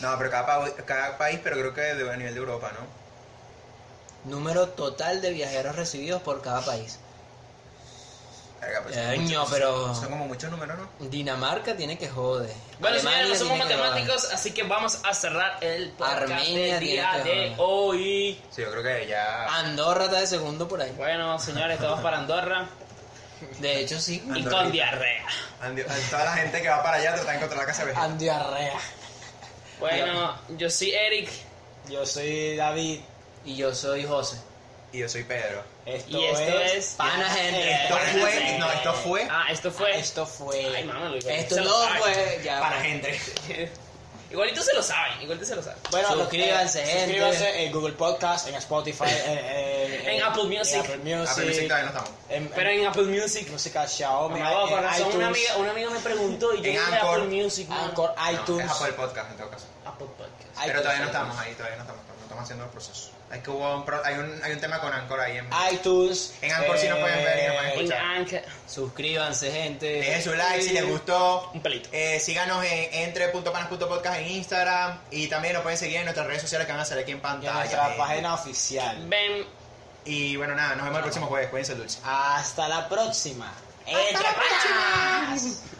[SPEAKER 1] No, pero cada, pa- cada país, pero creo que de- a nivel de Europa, ¿no?
[SPEAKER 3] Número total de viajeros recibidos por cada país.
[SPEAKER 1] Verga, pero son
[SPEAKER 4] Eh.
[SPEAKER 3] Coño,
[SPEAKER 1] muchos-
[SPEAKER 3] pero-
[SPEAKER 1] Son como muchos números, ¿no?
[SPEAKER 3] Dinamarca tiene que joder.
[SPEAKER 2] Bueno,
[SPEAKER 3] Alemania
[SPEAKER 2] señores, no somos
[SPEAKER 3] tiene que
[SPEAKER 2] matemáticos, así que vamos a cerrar el podcast
[SPEAKER 3] Armenia
[SPEAKER 2] del día
[SPEAKER 3] tiene que
[SPEAKER 2] de
[SPEAKER 3] joder.
[SPEAKER 2] hoy.
[SPEAKER 1] Sí, yo creo que
[SPEAKER 3] joder.
[SPEAKER 4] Ah.
[SPEAKER 1] ya.
[SPEAKER 3] Andorra está de segundo por ahí.
[SPEAKER 2] Bueno, señores, todos para Andorra
[SPEAKER 3] De hecho, sí.
[SPEAKER 2] y
[SPEAKER 1] Andorrita.
[SPEAKER 2] con diarrea.
[SPEAKER 1] Andi- toda la gente que va para allá trata de encontrar la
[SPEAKER 4] Ah.
[SPEAKER 1] casa vegetal.
[SPEAKER 4] Andiarrea.
[SPEAKER 2] Bueno, yo soy Eric
[SPEAKER 4] Yo soy David.
[SPEAKER 3] Y yo soy José.
[SPEAKER 1] Y yo soy Pedro.
[SPEAKER 4] Esto,
[SPEAKER 2] y esto es.
[SPEAKER 3] Pana gente.
[SPEAKER 4] Eh.
[SPEAKER 1] Esto
[SPEAKER 2] Para
[SPEAKER 1] fue.
[SPEAKER 2] gente.
[SPEAKER 1] No, esto fue.
[SPEAKER 2] Ah, esto fue.
[SPEAKER 4] Esto fue.
[SPEAKER 2] Ay, mamá, lo igual.
[SPEAKER 3] Esto
[SPEAKER 2] Se lo
[SPEAKER 3] no
[SPEAKER 2] saben.
[SPEAKER 3] fue. Ya.
[SPEAKER 1] Para gente.
[SPEAKER 2] Igualito se lo saben, igualito se lo saben.
[SPEAKER 4] Bueno,
[SPEAKER 3] Suscríbanse,
[SPEAKER 4] eh,
[SPEAKER 3] gente.
[SPEAKER 4] Suscríbanse en Google Podcast, en Spotify, eh, eh,
[SPEAKER 2] En Apple Music.
[SPEAKER 4] En Apple Music.
[SPEAKER 1] Apple Music Ah, todavía no estamos.
[SPEAKER 4] En,
[SPEAKER 2] Pero en Apple Music.
[SPEAKER 4] música Xiaomi,
[SPEAKER 2] Mamá, con
[SPEAKER 4] en
[SPEAKER 2] razón,
[SPEAKER 4] iTunes,
[SPEAKER 2] una amiga, una amiga me preguntó y yo
[SPEAKER 1] En
[SPEAKER 2] dije
[SPEAKER 1] Anchor.
[SPEAKER 2] Apple Music. man.
[SPEAKER 4] Anchor, iTunes.
[SPEAKER 1] No, es Apple Podcast en todo caso.
[SPEAKER 2] Apple Podcast.
[SPEAKER 1] Pero todavía no
[SPEAKER 4] iTunes.
[SPEAKER 1] estamos ahí, todavía no estamos, no estamos haciendo el proceso. Hay que hubo un, pro- hay un, hay un tema con Anchor ahí en
[SPEAKER 4] iTunes. eh,
[SPEAKER 1] En Anchor sí nos pueden ver y nos pueden
[SPEAKER 2] En
[SPEAKER 1] escuchar.
[SPEAKER 2] Anchor.
[SPEAKER 3] Suscríbanse, gente.
[SPEAKER 1] Dejen su like si les gustó.
[SPEAKER 2] Un pelito.
[SPEAKER 1] Eh, síganos en entre.panas.podcast en Instagram. Y también nos pueden seguir en nuestras redes sociales que van a salir aquí en
[SPEAKER 4] Y en
[SPEAKER 1] pantalla.
[SPEAKER 4] nuestra
[SPEAKER 1] gente.
[SPEAKER 4] página oficial.
[SPEAKER 2] Ven.
[SPEAKER 1] Y bueno, nada, nos vemos el próximo jueves. Cuídense, dulce.
[SPEAKER 4] Hasta la próxima.
[SPEAKER 2] Entre panas.